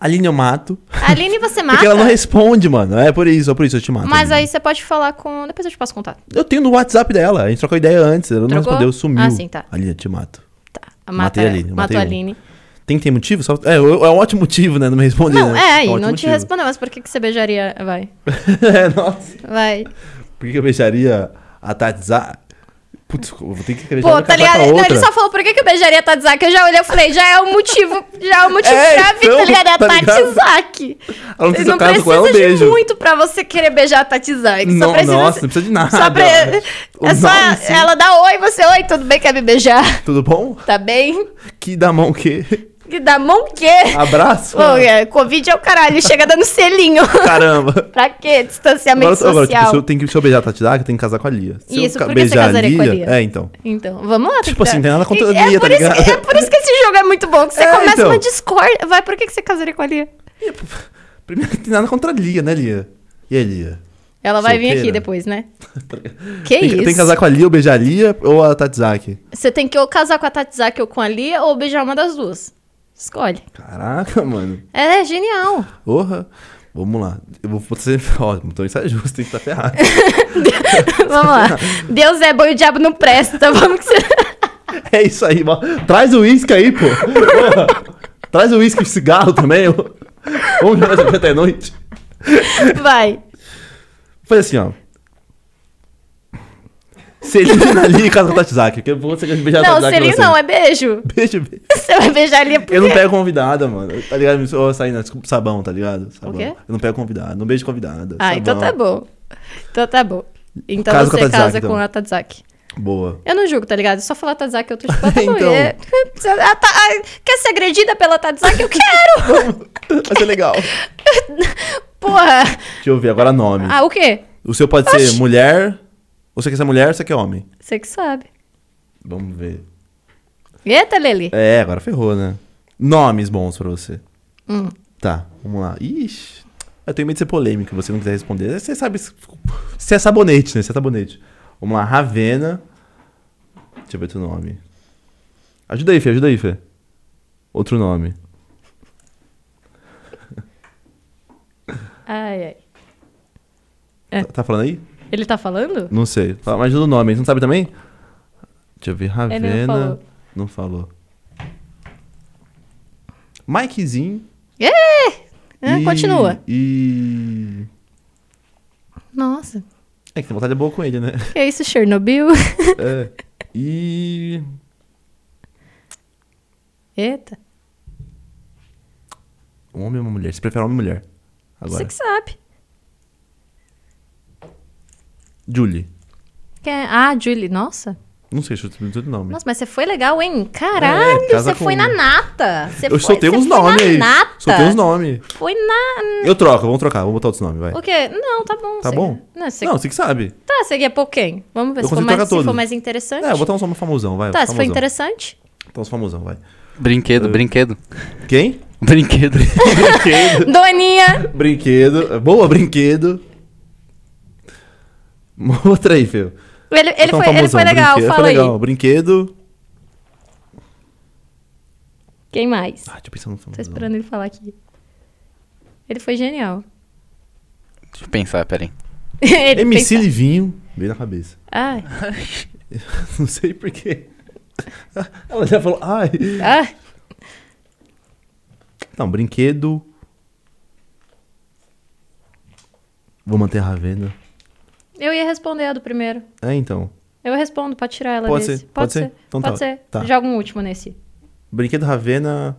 Aline eu mato.
Aline, você mata.
Porque ela não responde, mano. É por isso, é por isso eu te mato.
Mas
Aline.
aí você pode falar com. Depois eu te passo contato.
Eu tenho no WhatsApp dela. A gente trocou ideia antes. Ela não
Trocou?
respondeu, sumiu.
Ah, sim, tá.
Aline, eu te mato.
Tá. Mata,
Matei a Aline, matei
Matou
um.
a Aline.
Tem que ter motivo? Só- É, é um ótimo motivo, né? Não me responder.
Não,
né?
é aí,
um
não
ótimo
te
motivo.
respondeu, mas por que, que você beijaria? Vai.
é, nossa.
Vai.
Por que que eu beijaria a Tatsa? Putz, eu vou ter que beijar
Pô,
Pô,
tá
com a
ligado? Não,
outra.
ele só falou por que, que eu beijaria a Tatizaki. Eu já olhei, eu falei, já é um motivo, já é um motivo
É,
pra vir,
então,
tá ligado? É a
tá ligado?
Tatizaki.
Ela não
Você
precisa eu caso com ela, eu
precisa de
beijo.
muito pra você querer beijar a Tatizaki.
Não,
só precisa
nossa, não precisa de nada.
Só pra...
O
É só
nome, sim.
ela dá oi, você, oi, tudo bem, quer me beijar?
Tudo bom?
Tá bem?
Que da mão que...
E dá mão o quê?
Abraço?
Ô, é, Covid é o caralho, chega dando selinho.
Caramba.
pra quê?
Agora,
Distanciamento
agora, tipo,
social.
se eu, tenho que, se eu beijar a Tatidaka, eu tenho que casar com a Lia. Se eu
Isso,
ca-
por que você casaria com a Lia?
É, então.
Então, vamos lá. tem
Tipo
que
assim,
dar-
tem nada contra
E-
a Lia,
é por
tá
isso que-
ligado?
É por isso que esse jogo é muito bom, que você
É,
começa
então.
uma discórdia. Vai, por que, que você casaria com a Lia?
Primeiro, não tem nada contra a Lia, né, Lia? E a Lia?
Ela vai vir
Solteira. Tá
aqui depois, né? que
tem, que-
isso?
tem que casar com a Lia, ou beijar a Lia, ou a Tatsaki?
Você tem que ou casar com a Tatizaki ou com a Lia, ou beijar uma das duas. Escolhe.
Caraca, mano.
É genial.
Porra. Vamos lá. Eu vou botar sempre... Ó, então isso é justo, tem que estar ferrado.
Vamos lá. Deus é bom e o diabo não presta. Vamos que você.
é isso aí, mano. Traz o uísque aí, pô. Porra. Traz o uísque e cigarro também. ó. Vamos jogar isso aqui até noite.
Vai.
Faz assim, ó. Celina ali e casa com a Tatizaki. Porque eu vou você quer beijar a
Não,
Tatizaki tá-
selinho
você.
não, é beijo.
Beijo, beijo.
Você vai beijar ali é porque...
Eu não pego convidada, mano. Tá ligado? Eu sou saindo, desculpa, sabão, tá ligado? Sabão.
O quê?
Eu não pego convidada. Não beijo convidada.
Ah, então tá
sabão.
bom. Então tá bom. Então
Casa com a
você
Tadzaki,
casa
então.
com a Tadzaki.
Boa.
Eu não julgo, tá ligado? Só falar Tadzaki, eu tô tipo, ah, tá bom,
Então.
é- Ah, tá- ah, Quer ser agredida pela Tadzaki? Eu quero!
Vai ser legal.
Porra!
Deixa eu ver agora nome.
Ah, o quê?
O seu pode ser
Oxi.
mulher. Você quer ser mulher ou você quer homem?
Você que sabe.
Vamos ver.
Eita, Leli.
É, agora ferrou, né? Nomes bons pra você.
Hum.
Tá, vamos lá. Ixi. Eu tenho medo de ser polêmico, se você não quiser responder. Você sabe se se é sabonete, né? Se é sabonete. Vamos lá, Ravena. Deixa eu ver outro nome. Ajuda aí, Fê, ajuda aí, Fê. Outro nome.
Ai, ai. É.
Tá, tá falando aí?
Ele tá falando?
Não sei. Fala, Mas ajuda o nome, você não sabe também? Deixa eu ver, Ravena.
Ele não falou.
Não falou. Mikezinho.
É,
e-
Continua.
E.
Nossa.
É que tem vontade boa com ele, né?
Que é isso, Chernobyl?
É. E.
Eita.
Um homem ou uma mulher? Você prefere homem ou mulher? Agora.
Você que sabe.
Julie.
Quer... Ah, Julie. Nossa.
Não sei, chuta o nome.
Nossa, mas você foi legal, hein? Caralho,
É, casa
você foi
com-
na nata. Você
eu
foi,
soltei
você
uns
foi
nomes
na
aí.
Nata.
Soltei uns nomes.
Foi na...
Eu troco, vamos trocar, vamos botar outros nomes, vai.
O quê? Não, tá bom.
Tá
você-
bom?
Não, você...
Não, você que sabe.
Tá, você guia por quem? Vamos ver
Eu
se, for
consigo
mais,
trocar
se for
todos.
mais interessante.
É, eu vou botar uns nomes famosão, vai.
Tá, se for
famosão.
interessante.
Botar uns famosão, vai.
É.
Brinquedo, brinquedo.
Quem?
Brinquedo.
Brinquedo.
Doninha!
brinquedo. Boa, brinquedo. Uma Outra aí, Fio.
Ele, ele, foi, ele foi
Então né?
legal,
brinquedo.
fala
foi
aí.
legal. Brinquedo.
Quem mais?
Ah, deixa eu pensar no famosão.
Tô esperando ele falar aqui. Ele foi genial.
Deixa eu pensar, peraí.
ele
MC
pensa-
Livinho. Veio na cabeça.
Ai,
Não sei porquê. Ela já falou, ai.
ai.
Não, brinquedo. Vou manter a Ravena.
Eu ia responder a do primeiro.
É, então.
Eu respondo pra tirar ela
Pode
desse.
ser, pode ser? Então
pode
tá,
ser.
tá.
Joga um último nesse.
Brinquedo Ravena.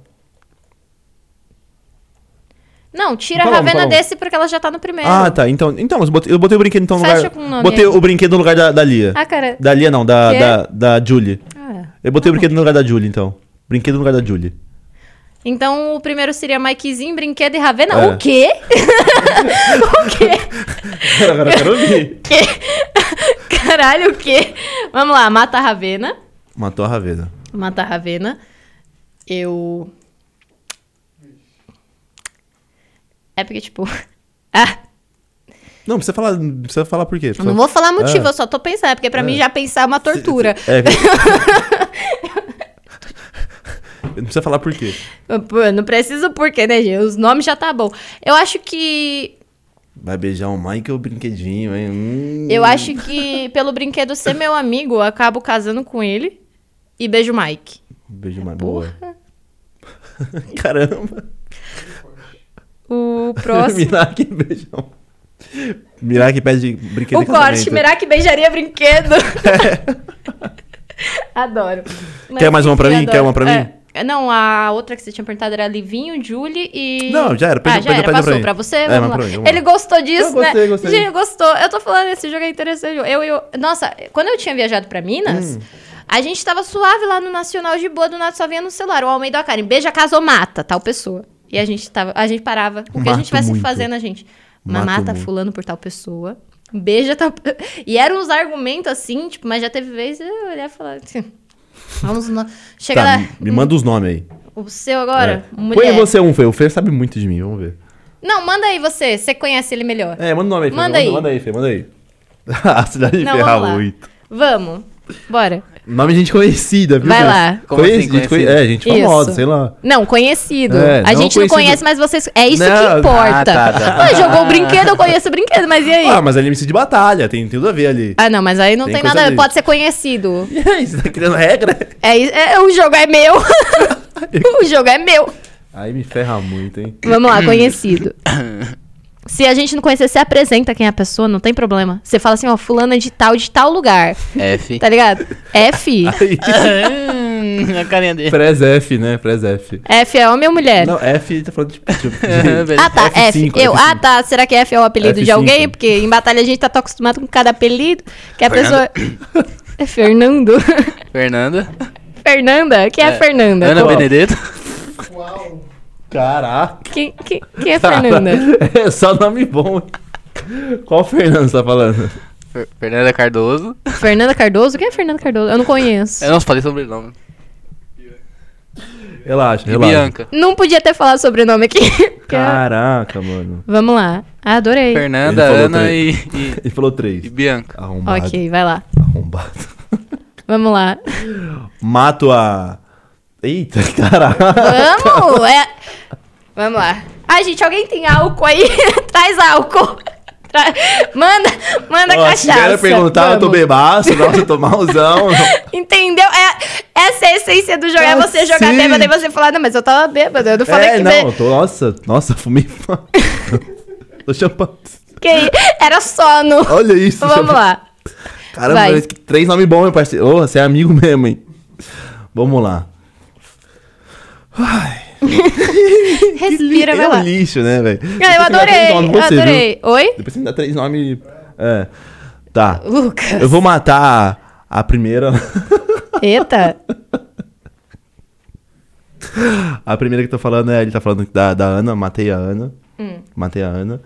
Não, tira
Fala
a
um,
Ravena
fala um.
desse porque ela já tá no primeiro.
Ah, tá. Então, então eu botei, eu botei o brinquedo então, no
Fecha
lugar.
com o nome
botei
aí.
o brinquedo no lugar da, da Lia.
Ah, cara.
Da Lia não, da,
Quê?
da, da Julie.
Ah.
Eu botei o brinquedo no lugar da Julie, então. Brinquedo no lugar da Julie.
Então o primeiro seria Mikezinho, Brinquedo e Ravena.
É.
O quê? o quê?
Agora eu quero ouvir.
quê? Caralho, o quê? Vamos lá, mata a Ravena.
Matou a Ravena.
Mata a Ravena. Eu. É porque, tipo. Ah,
Não, precisa falar, não precisa falar por quê.
eu não vou falar motivo,
É.
eu só tô pensando. É porque pra
É.
mim já pensar é uma tortura.
É. não precisa falar por quê.
Pô, não preciso porque, né, gente? Os nomes já tá bom. Eu acho que.
Vai beijar o Michael brinquedinho, hein? Hum.
Eu acho que, pelo brinquedo ser meu amigo, eu acabo casando com ele. E beijo o Mike.
um Beijo mais boa. Caramba.
O próximo.
Miraki beijão. Miraki pede brinquedo tá?
o
em casamento.
corte. Meraki beijaria brinquedo. Adoro. Mas,
Quer mais uma pra
enfim,
mim? Quer uma pra mim?
É, Não, a outra que você tinha perguntado era Livinho, Julie e.
Não, já era, perdeu-
ah, já
perdeu-
era.
perdeu pra
Passou
mim.
pra, você?
É, mas
vamos lá.
pra mim, vamos lá.
Ele gostou disso,
Eu gostei,
né?
gostei.
Gente, gostou. Eu tô falando, esse jogo é interessante. Eu, eu... Nossa, quando eu tinha viajado pra
Hum.
Minas, a gente tava suave lá no Nacional de boa, do nada só vinha no celular. O Almeida a Karen, beija, casa ou mata, tal pessoa. E a gente tava, a gente parava. O que a
Mato
gente tivesse
muito.
fazendo, a gente.
Mato
Mas mata
muito.
fulano por tal pessoa. Beija tal. pe- E eram uns argumentos assim, tipo, mas já teve vezes eu olhar e falar. assim, Vamos no... Chega
Tá,
lá.
me manda os nomes aí.
O seu agora,
É.
mulher.
Põe você um, Fê. O Fê sabe muito de mim, vamos ver.
Não, manda aí você. Você conhece ele melhor.
É, manda o nome aí, Fê.
Manda aí.
Manda aí, Fê, manda aí. a cidade de
Não,
Ferrar
vamos lá.
8.
Vamos. Bora.
Nome de gente conhecida, viu?
Vai
Fê?
lá.
Como
Conhece-
assim,
gente conhe-
conhecida?
É, gente famosa,
Isso.
sei lá.
Não, conhecido.
É,
a
não
gente
conhecido.
não conhece, mas vocês. É isso
Não.
que importa.
Ah, tá, tá.
Ah, jogou o brinquedo, eu conheço o brinquedo, mas e aí?
Ah,
Ah,
mas é MC de batalha, tem tudo a ver ali.
não, mas aí não
Tem
tem,
coisa
nada. a ver.
dele.
Pode ser conhecido.
E aí, você tá criando regra?
É, isso- é, o jogo é meu. o jogo é meu.
Aí me ferra muito, hein?
Vamos lá, conhecido. Se a gente não conhecer, você apresenta quem é a pessoa, não tem problema. Você fala assim, ó, fulana de tal, de tal lugar.
F.
Tá ligado? F.
Hum, a carinha dele.
Prez F, né? Prez F.
F é homem ou mulher?
Não, F tá falando de. tipo, de-
Ah, tá, F.
F5,
eu, ah,
F5.
tá. Será que F é o apelido de
F5.
alguém? Porque em batalha a gente tá tão acostumado com cada apelido que a
Fernanda.
pessoa. É Fernando.
Fernanda.
Fernanda? Quem é,
É.
Fernanda?
Ana
Qual-
Benedetto.
Uau!
Caraca.
Quem, quem- quem é Fernanda?
É só nome bom. Qual Fernando você tá falando?
Fer- Fernanda Cardoso.
Fernanda Cardoso? Quem é Fernanda Cardoso? Eu não conheço.
Eu não falei sobrenome.
Relaxa,
E
relaxa.
Bianca.
Não podia ter falado sobrenome aqui.
Caraca, mano.
Vamos lá. Adorei.
Fernanda,
Ele falou
Ana e,
três. Ele falou três.
e- e Bianca.
Arrombado.
Ok, vai lá.
Arrombado.
Vamos lá.
Mato a. Eita, caraca.
Vamos! É... Vamos lá. Ai, gente, alguém tem álcool aí? Traz álcool. Tra- Manda, manda
Ó, Se
cachaça.
quer perguntar, eu tô
Vamos.
bebaço, nossa, eu tô malzão.
Entendeu? É, essa é a essência do jogo. É você jogar
Cacete.
bêbado e você falar, não, mas eu tava bêbado. Eu não falei
Ah, é,
que,
não,
be...
eu tô, nossa, nossa, fumei. tô chamando.
que era sono. Então
Olha isso.
Vamos
champanhe.
lá.
Caramba,
Vai.
mas que três nomes bons, meu parceiro. Ô, você é amigo mesmo, hein? Vamos lá.
Respira,
é
vai
um
lá.
lixo, né, velho?
Ah, Eu adorei, eu adorei. Oi?
Depois você me dá três nomes. É. Tá.
Lucas.
Eu vou matar a primeira.
Eita.
A primeira que tá falando é. Ele tá falando da, da Ana. Matei a Ana. Matei a Ana.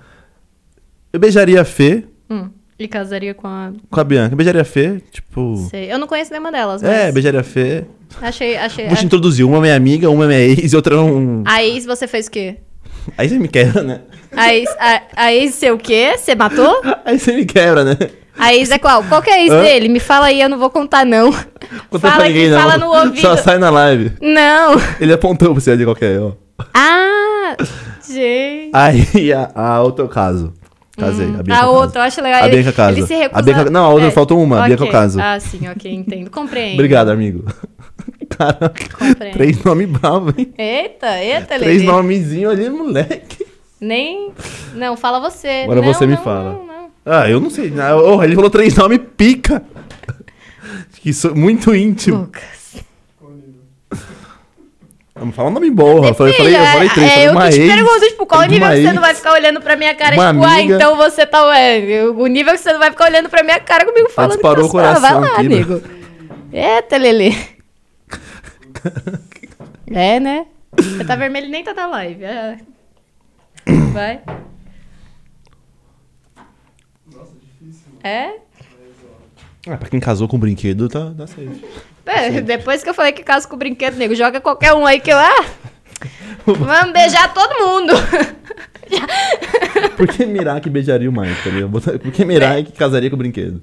Eu beijaria a Fê
Hum, E casaria com a.
com a Bianca. Eu beijaria a Fê, tipo.
Sei. Eu não conheço nenhuma delas, mas.
É, beijaria a Fê.
Achei, achei.
Vou te introduzir. Uma é minha amiga, uma é minha ex e outra é um.
A ex você fez o quê?
Aí você me quebra, né?
A ex, a, a ex sei o quê? Você matou?
Aí você me quebra, né?
A ex é qual? Qual que é a ex
Hã?
dele? Me fala aí, eu não vou contar, não.
Conta
Fala
pra
aqui,
ninguém, não.
fala no ouvido.
Só sai na live.
Não.
Ele apontou pra você ali qualquer, ó.
Ah, gente.
Aí a, a outra eu caso. Casei. a Bianca
Hum, a
eu caso.
outra, eu acho legal.
A
Ele-
Bianca casa.
Ele se
A
recusa... É.
Bianca- não, a outra faltou uma, a Bianca eu
ok.
caso.
Ah, sim, ok, entendo. Compreendo.
Obrigado, amigo. Caraca.
Compreendo.
Três nomes bravos, hein?
Eita, eita, Lele.
Três nomezinhos ali, moleque.
Nem... Não, fala você.
Agora
Não,
você me
não,
fala.
não, não.
Ah, eu não sei. Ah, oh, ele falou três nomes pica. Isso é muito íntimo.
Lucas.
Qual nível?
Fala um nome bom, Rafa. Eu falei, eu
Filha,
falei três.
É,
falei
eu
uma
que te
ex,
pergunto, tipo, qual
falei de
nível
uma
que você
ex.
não vai ficar olhando pra minha cara?
uma
tipo, ah,
amiga.
então você tá. ué, o nível que você não vai ficar olhando pra minha cara comigo falando. que
disparou
eu
o
sou. Ah, Vai
coração
lá,
aqui, né?
amigo. Eita, Lelê. é, né? Você tá vermelho e nem tá na live. ah. Vai.
Nossa, difícil, mano.
É?
Ah, pra quem casou com brinquedo, tá, tá safe.
Pé, É, depois que eu falei que caso com o brinquedo, nego, joga qualquer um aí que eu. Ah! Vamos beijar todo mundo!
Por que Mirai que beijaria o Mike, tá ligado? Botar- Por que Mirai que casaria com o brinquedo?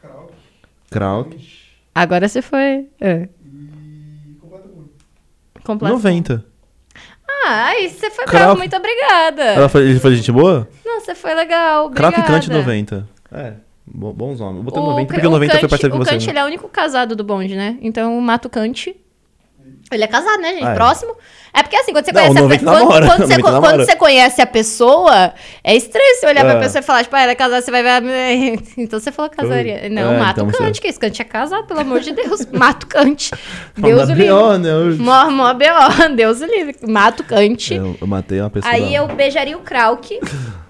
Krauk
Krauk.
Agora você foi. é,
e. Combata muito.
completo.
90.
Ah, aí você foi
Cravo.
bravo, muito obrigada.
Ela foi, ele foi gente boa?
Não, você foi legal, obrigada.
Craficante 90. É, bo- bons homens. Eu botei
O
90
Cra-
porque o 90 foi
Kant-
parceiro com
O
você.
Kant,
né?
ele é o único casado do bonde, né? Então, mata o Kant. Ele é casado, né, gente?
Ah, é.
Próximo. É porque assim, quando você
Não, o
conhece a
90
pessoa. Quando,
namora,
quando
o
você,
90
quando
namora.
você conhece a pessoa, é estranho você olhar pra
É.
pessoa e falar, tipo, ah, ela é casada, você vai ver. "Ah, Então você falou casaria. Não,
É,
mata o
então
Kant,
você-
que esse Kant é casado, pelo amor de Deus. mata o Kant.
Falando
é Deus
da
o
B.O.,
livre.
né? Eu,
Mó, mó B.O., Deus o livre. Mata o Kant.
É, eu, eu matei uma pessoa.
Aí
da-
eu beijaria o Krauk.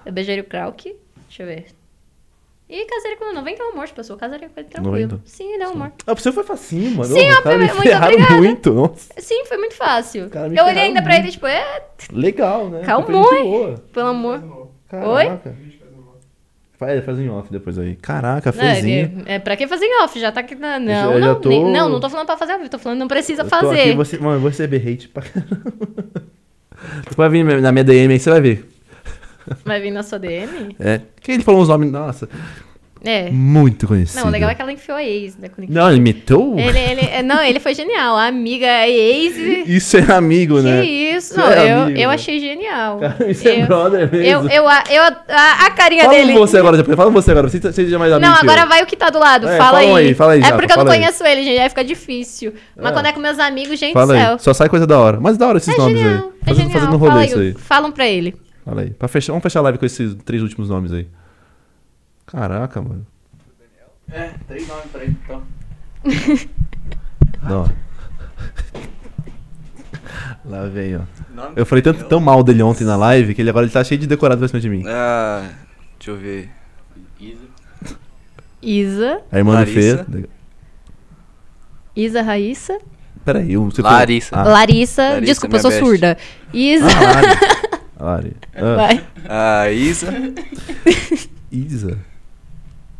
Eu beijaria o Krauk. Deixa eu ver. E casaria com o 90 é um amor de pessoa. Casaria com ele tranquilo.
90.
Sim, ele é um amor.
Ah, pra você foi facinho, mano.
Sim,
Os caras me
obviamente, muito
ferraram
obrigada.
muito. Nossa,
Sim, foi muito fácil.
Cara, me
eu olhei
ferraram
ainda pra ele, tipo, é,
legal, né?
Calma,
Foi gente
hein?
boa.
pelo
Faz
amor.
um novo.
Caraca.
A gente faz um novo.
Faz, faz um off depois aí. Caraca,
Não,
fezinho.
ele- é, pra que fazer em off? Já tá aqui na.
já
Não, não,
tô-
nem- não, não tô falando pra fazer ao vivo, tô falando não precisa
Eu tô
Tá fazer.
Aqui, você, mano, eu vou receber hate pra caramba. Você vai vir na minha DM aí, você vai ver.
Vai vir na sua DM?
É. Que ele falou uns nomes, nossa,
É.
muito conhecido.
Não, o legal é que ela enfiou a ex, né? quando enfiou.
Não, ele meteu?
Ele, ele, é, não, ele foi genial. A amiga, a ex. Que
Isso é amigo, né?
isso?
Você
Não,
é
eu,
amigo,
eu
né?
achei genial.
Cara, isso é
Eu-
brother mesmo.
Eu, eu, a- eu, a, a carinha
fala
dele.
você agora, depois. Fala você agora. Você, você já é mais amigo.
Não,
que eu.
agora vai o que tá do lado.
É, fala
fala, aí.
aí, fala aí,
É
Japa,
porque eu não
fala aí.
conheço ele, gente. Aí fica difícil. Mas
É.
quando é com meus amigos, gente do
Fala
céu.
aí. Só sai coisa da hora. Mas da hora esses
É
nomes
genial.
aí.
É
Fazendo,
genial.
fazendo
fala
um rolê
aí,
isso aí.
Falam pra ele.
Fala aí. Pra fechar, vamos fechar a live com esses três últimos nomes aí. Caraca, mano.
É, três nomes pra ele, então.
Não. Lá vem, ó. Eu falei tanto, tão mal dele ontem na live que ele agora ele tá cheio de decorado pra cima de mim.
Ah, deixa eu ver.
Isa.
A irmã
Larissa.
do Fê.
Isa Raíssa.
Peraí, eu- você
Larissa.
Falou... Ah,
Larissa.
Larissa,
Desculpa, eu
minha
sou
best.
surda. Isa.
Ah, Lari. Lari. Ah,
Vai.
A Isa.
Isa.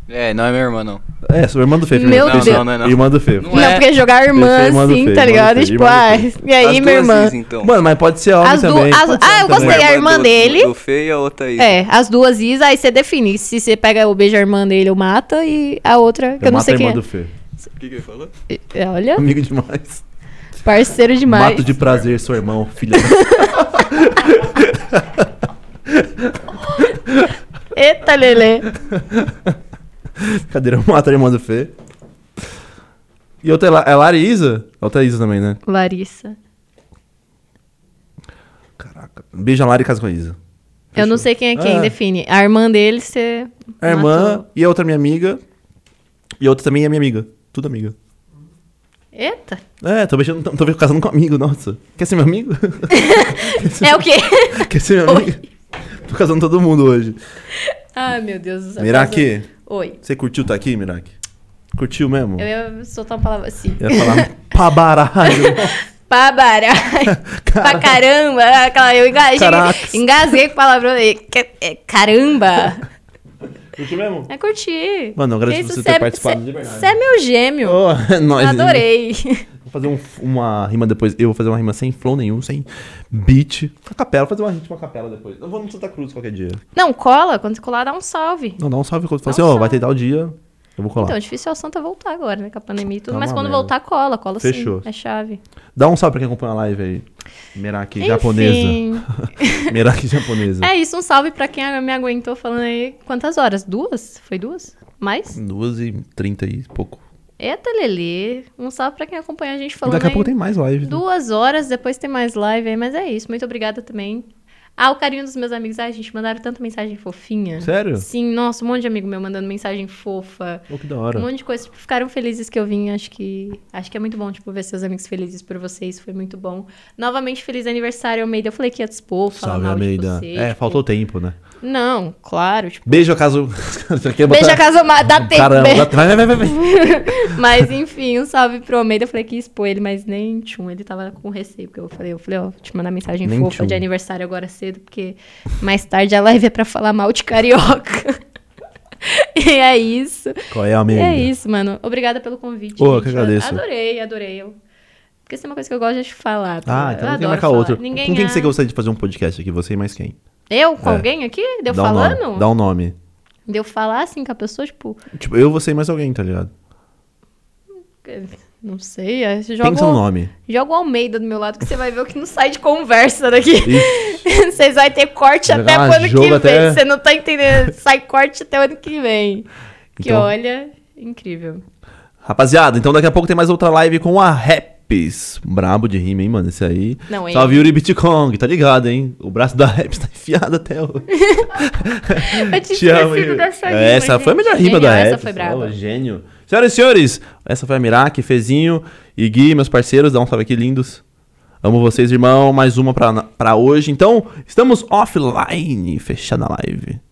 É, não é meu irmão, não.
É, sou irmão do Fê.
Meu
irmã
não,
do Fê.
Deus.
não, não, é não.
Irmã do Fê.
Não
Não,
é.
porque jogar
Fez
irmã,
irmã do
assim,
Fê, irmã
tá
do
ligado?
Fê,
Tipo,
irmã do
ah,
Fê.
e aí,
As
minha
duas
irmã.
Isa, então.
Mano, mas pode ser homem
As du-
também.
as-
pode ser
Ah,
homem
eu
também.
gostei. a
Uma
irmã
do-
dele.
Do Fê e a outra Isa.
É, as duas Isa, aí você define se você pega ou beija a irmã dele ou mata, e a outra, que eu, não
mato
sei
a
quem
irmã
é.
do Fê.
O que que ele falou?
É, Olha,
Amigo demais.
parceiro demais.
Mato de prazer, seu irmão, filha.
Eita, Lelê.
Cadeira, mata a irmã do Fê. E outra é La- é Lari e Isa? A Outra é Isa também, né?
Larissa.
Caraca. Beija a Lari e casa com a Isa.
Eu não sei quem é quem,
É.
define. A irmã dele, você.
A irmã
matou.
e a outra é minha amiga. E a outra também é minha amiga. Tudo amiga.
Eita.
É, tô beijando, tô, tô casando com um amigo, nossa. Quer ser meu amigo?
É o quê?
Quer ser meu amigo? Tô casando todo mundo hoje.
Ai, meu Deus do céu.
Miraki,
Oi.
você curtiu tá aqui, Miraki? Curtiu mesmo?
Eu ia soltar uma palavra assim.
Eu ia falar pra baralho.
Pra baralho. pra caramba. Aquela, eu engasguei,
Caracas.
engasguei com a palavra. é, Caramba.
Curtiu mesmo?
É curtir.
Mano, eu agradeço
Isso,
você
cê
ter
é-
participado
cê-
de verdade.
Você é meu gêmeo.
Oh, é nóis, hein?
Adorei.
Vou fazer um- uma rima depois. Eu vou fazer uma rima sem flow nenhum, sem beat. A capela, vou fazer uma rima com a capela depois. Eu vou no Santa Cruz qualquer dia.
Não, cola. Quando você colar, dá um salve.
Não, dá um salve quando
Dá
fala assim,
um
ó, vai
salve.
ter tal dia, eu vou colar.
Então, difícil é o Santa voltar agora, né? Com a pandemia e tudo.
Tá
mas
uma
quando
merda.
voltar, cola. Cola
Fechou.
sim. É chave.
Dá um salve pra quem acompanha a live aí. Meraki japonesa.
Enfim.
Meraki japonesa.
É isso, um salve pra quem me aguentou falando aí quantas horas? Duas? Foi duas? Mais?
Duas e trinta e pouco.
Eita, Lelê. Um salve pra quem acompanha a gente falando
Daqui a
aí
pouco tem mais live. né?
duas horas, depois tem mais live aí, mas é isso. Muito obrigada também. Ah, o carinho dos meus amigos. Ai, gente, mandaram tanta mensagem fofinha.
Sério?
Sim, nossa, um monte de amigo meu mandando mensagem fofa.
Pô, que da
Um
hora.
monte de coisa. Tipo, ficaram felizes que eu vim. Acho que acho que é muito bom, tipo, ver seus amigos felizes por vocês. Foi muito bom. Novamente, feliz aniversário, Almeida. Eu falei que ia dispor, falar
Salve,
mal de
Almeida.
você,
É,
tipo,
faltou tempo, né?
Não, claro. Tipo,
Beijo, caso... Você quer botar-
Beijo a casa amada, dá tempo.
Caramba,
né?
vai, vai, vai, vai.
Mas enfim, um salve pro Almeida. Eu falei que ia expor ele, mas nem tchum. Ele tava com receio. Porque eu falei, eu falei, ó, vou te mandar mensagem
Nem
fofa
tchum.
de aniversário agora cedo, porque mais tarde a live é pra falar mal de carioca. e é isso.
Qual é,
E
Almeida?
é isso, mano. Obrigada pelo convite.
Ô, eu
gente.
que agradeço.
Adorei, adorei. Eu... Porque isso é uma coisa que eu gosto de falar. tá?
Ah, então tem
eu
que
adoro
marcar
falar.
outro.
Ninguém
Com quem
é-
que você gostaria de fazer um podcast aqui? Você e mais quem?
Eu com
É.
alguém aqui? Deu
Dá um
falando?
nome, Dá um nome.
Deu falar assim com a pessoa, tipo,
Tipo, eu, você e mais alguém, tá ligado?
não sei. aí você
Pensa
joga
um
o-
nome.
Joga o Almeida do meu lado que você vai ver o que não sai de conversa daqui.
Ixi,
Vocês vão ter corte
Vai
até
dar
o
uma
ano que
jogo
vem.
até-
Você não tá entendendo. Sai corte até o ano que vem. Que
Então-
olha, incrível.
Rapaziada, então daqui a pouco tem mais outra live com a Raps. Brabo de rima, hein, mano? Esse aí.
Não, hein?
Salve Yuri Bitcoin, tá ligado, hein? O braço da Raps tá enfiado até hoje.
Eu tinha
Te amo, Yuri.
esquecido
É,
dessa rima,
Essa foi a
gente.
melhor rima da
Genial,
Raps.
Essa foi brava.
Ô, é um gênio. Senhoras e senhores, essa foi a Mirac, Fezinho e Gui, meus parceiros. Dá um salve aqui, lindos. Amo vocês, irmão. Mais uma pra, pra hoje. Então, estamos offline. Fechada a live.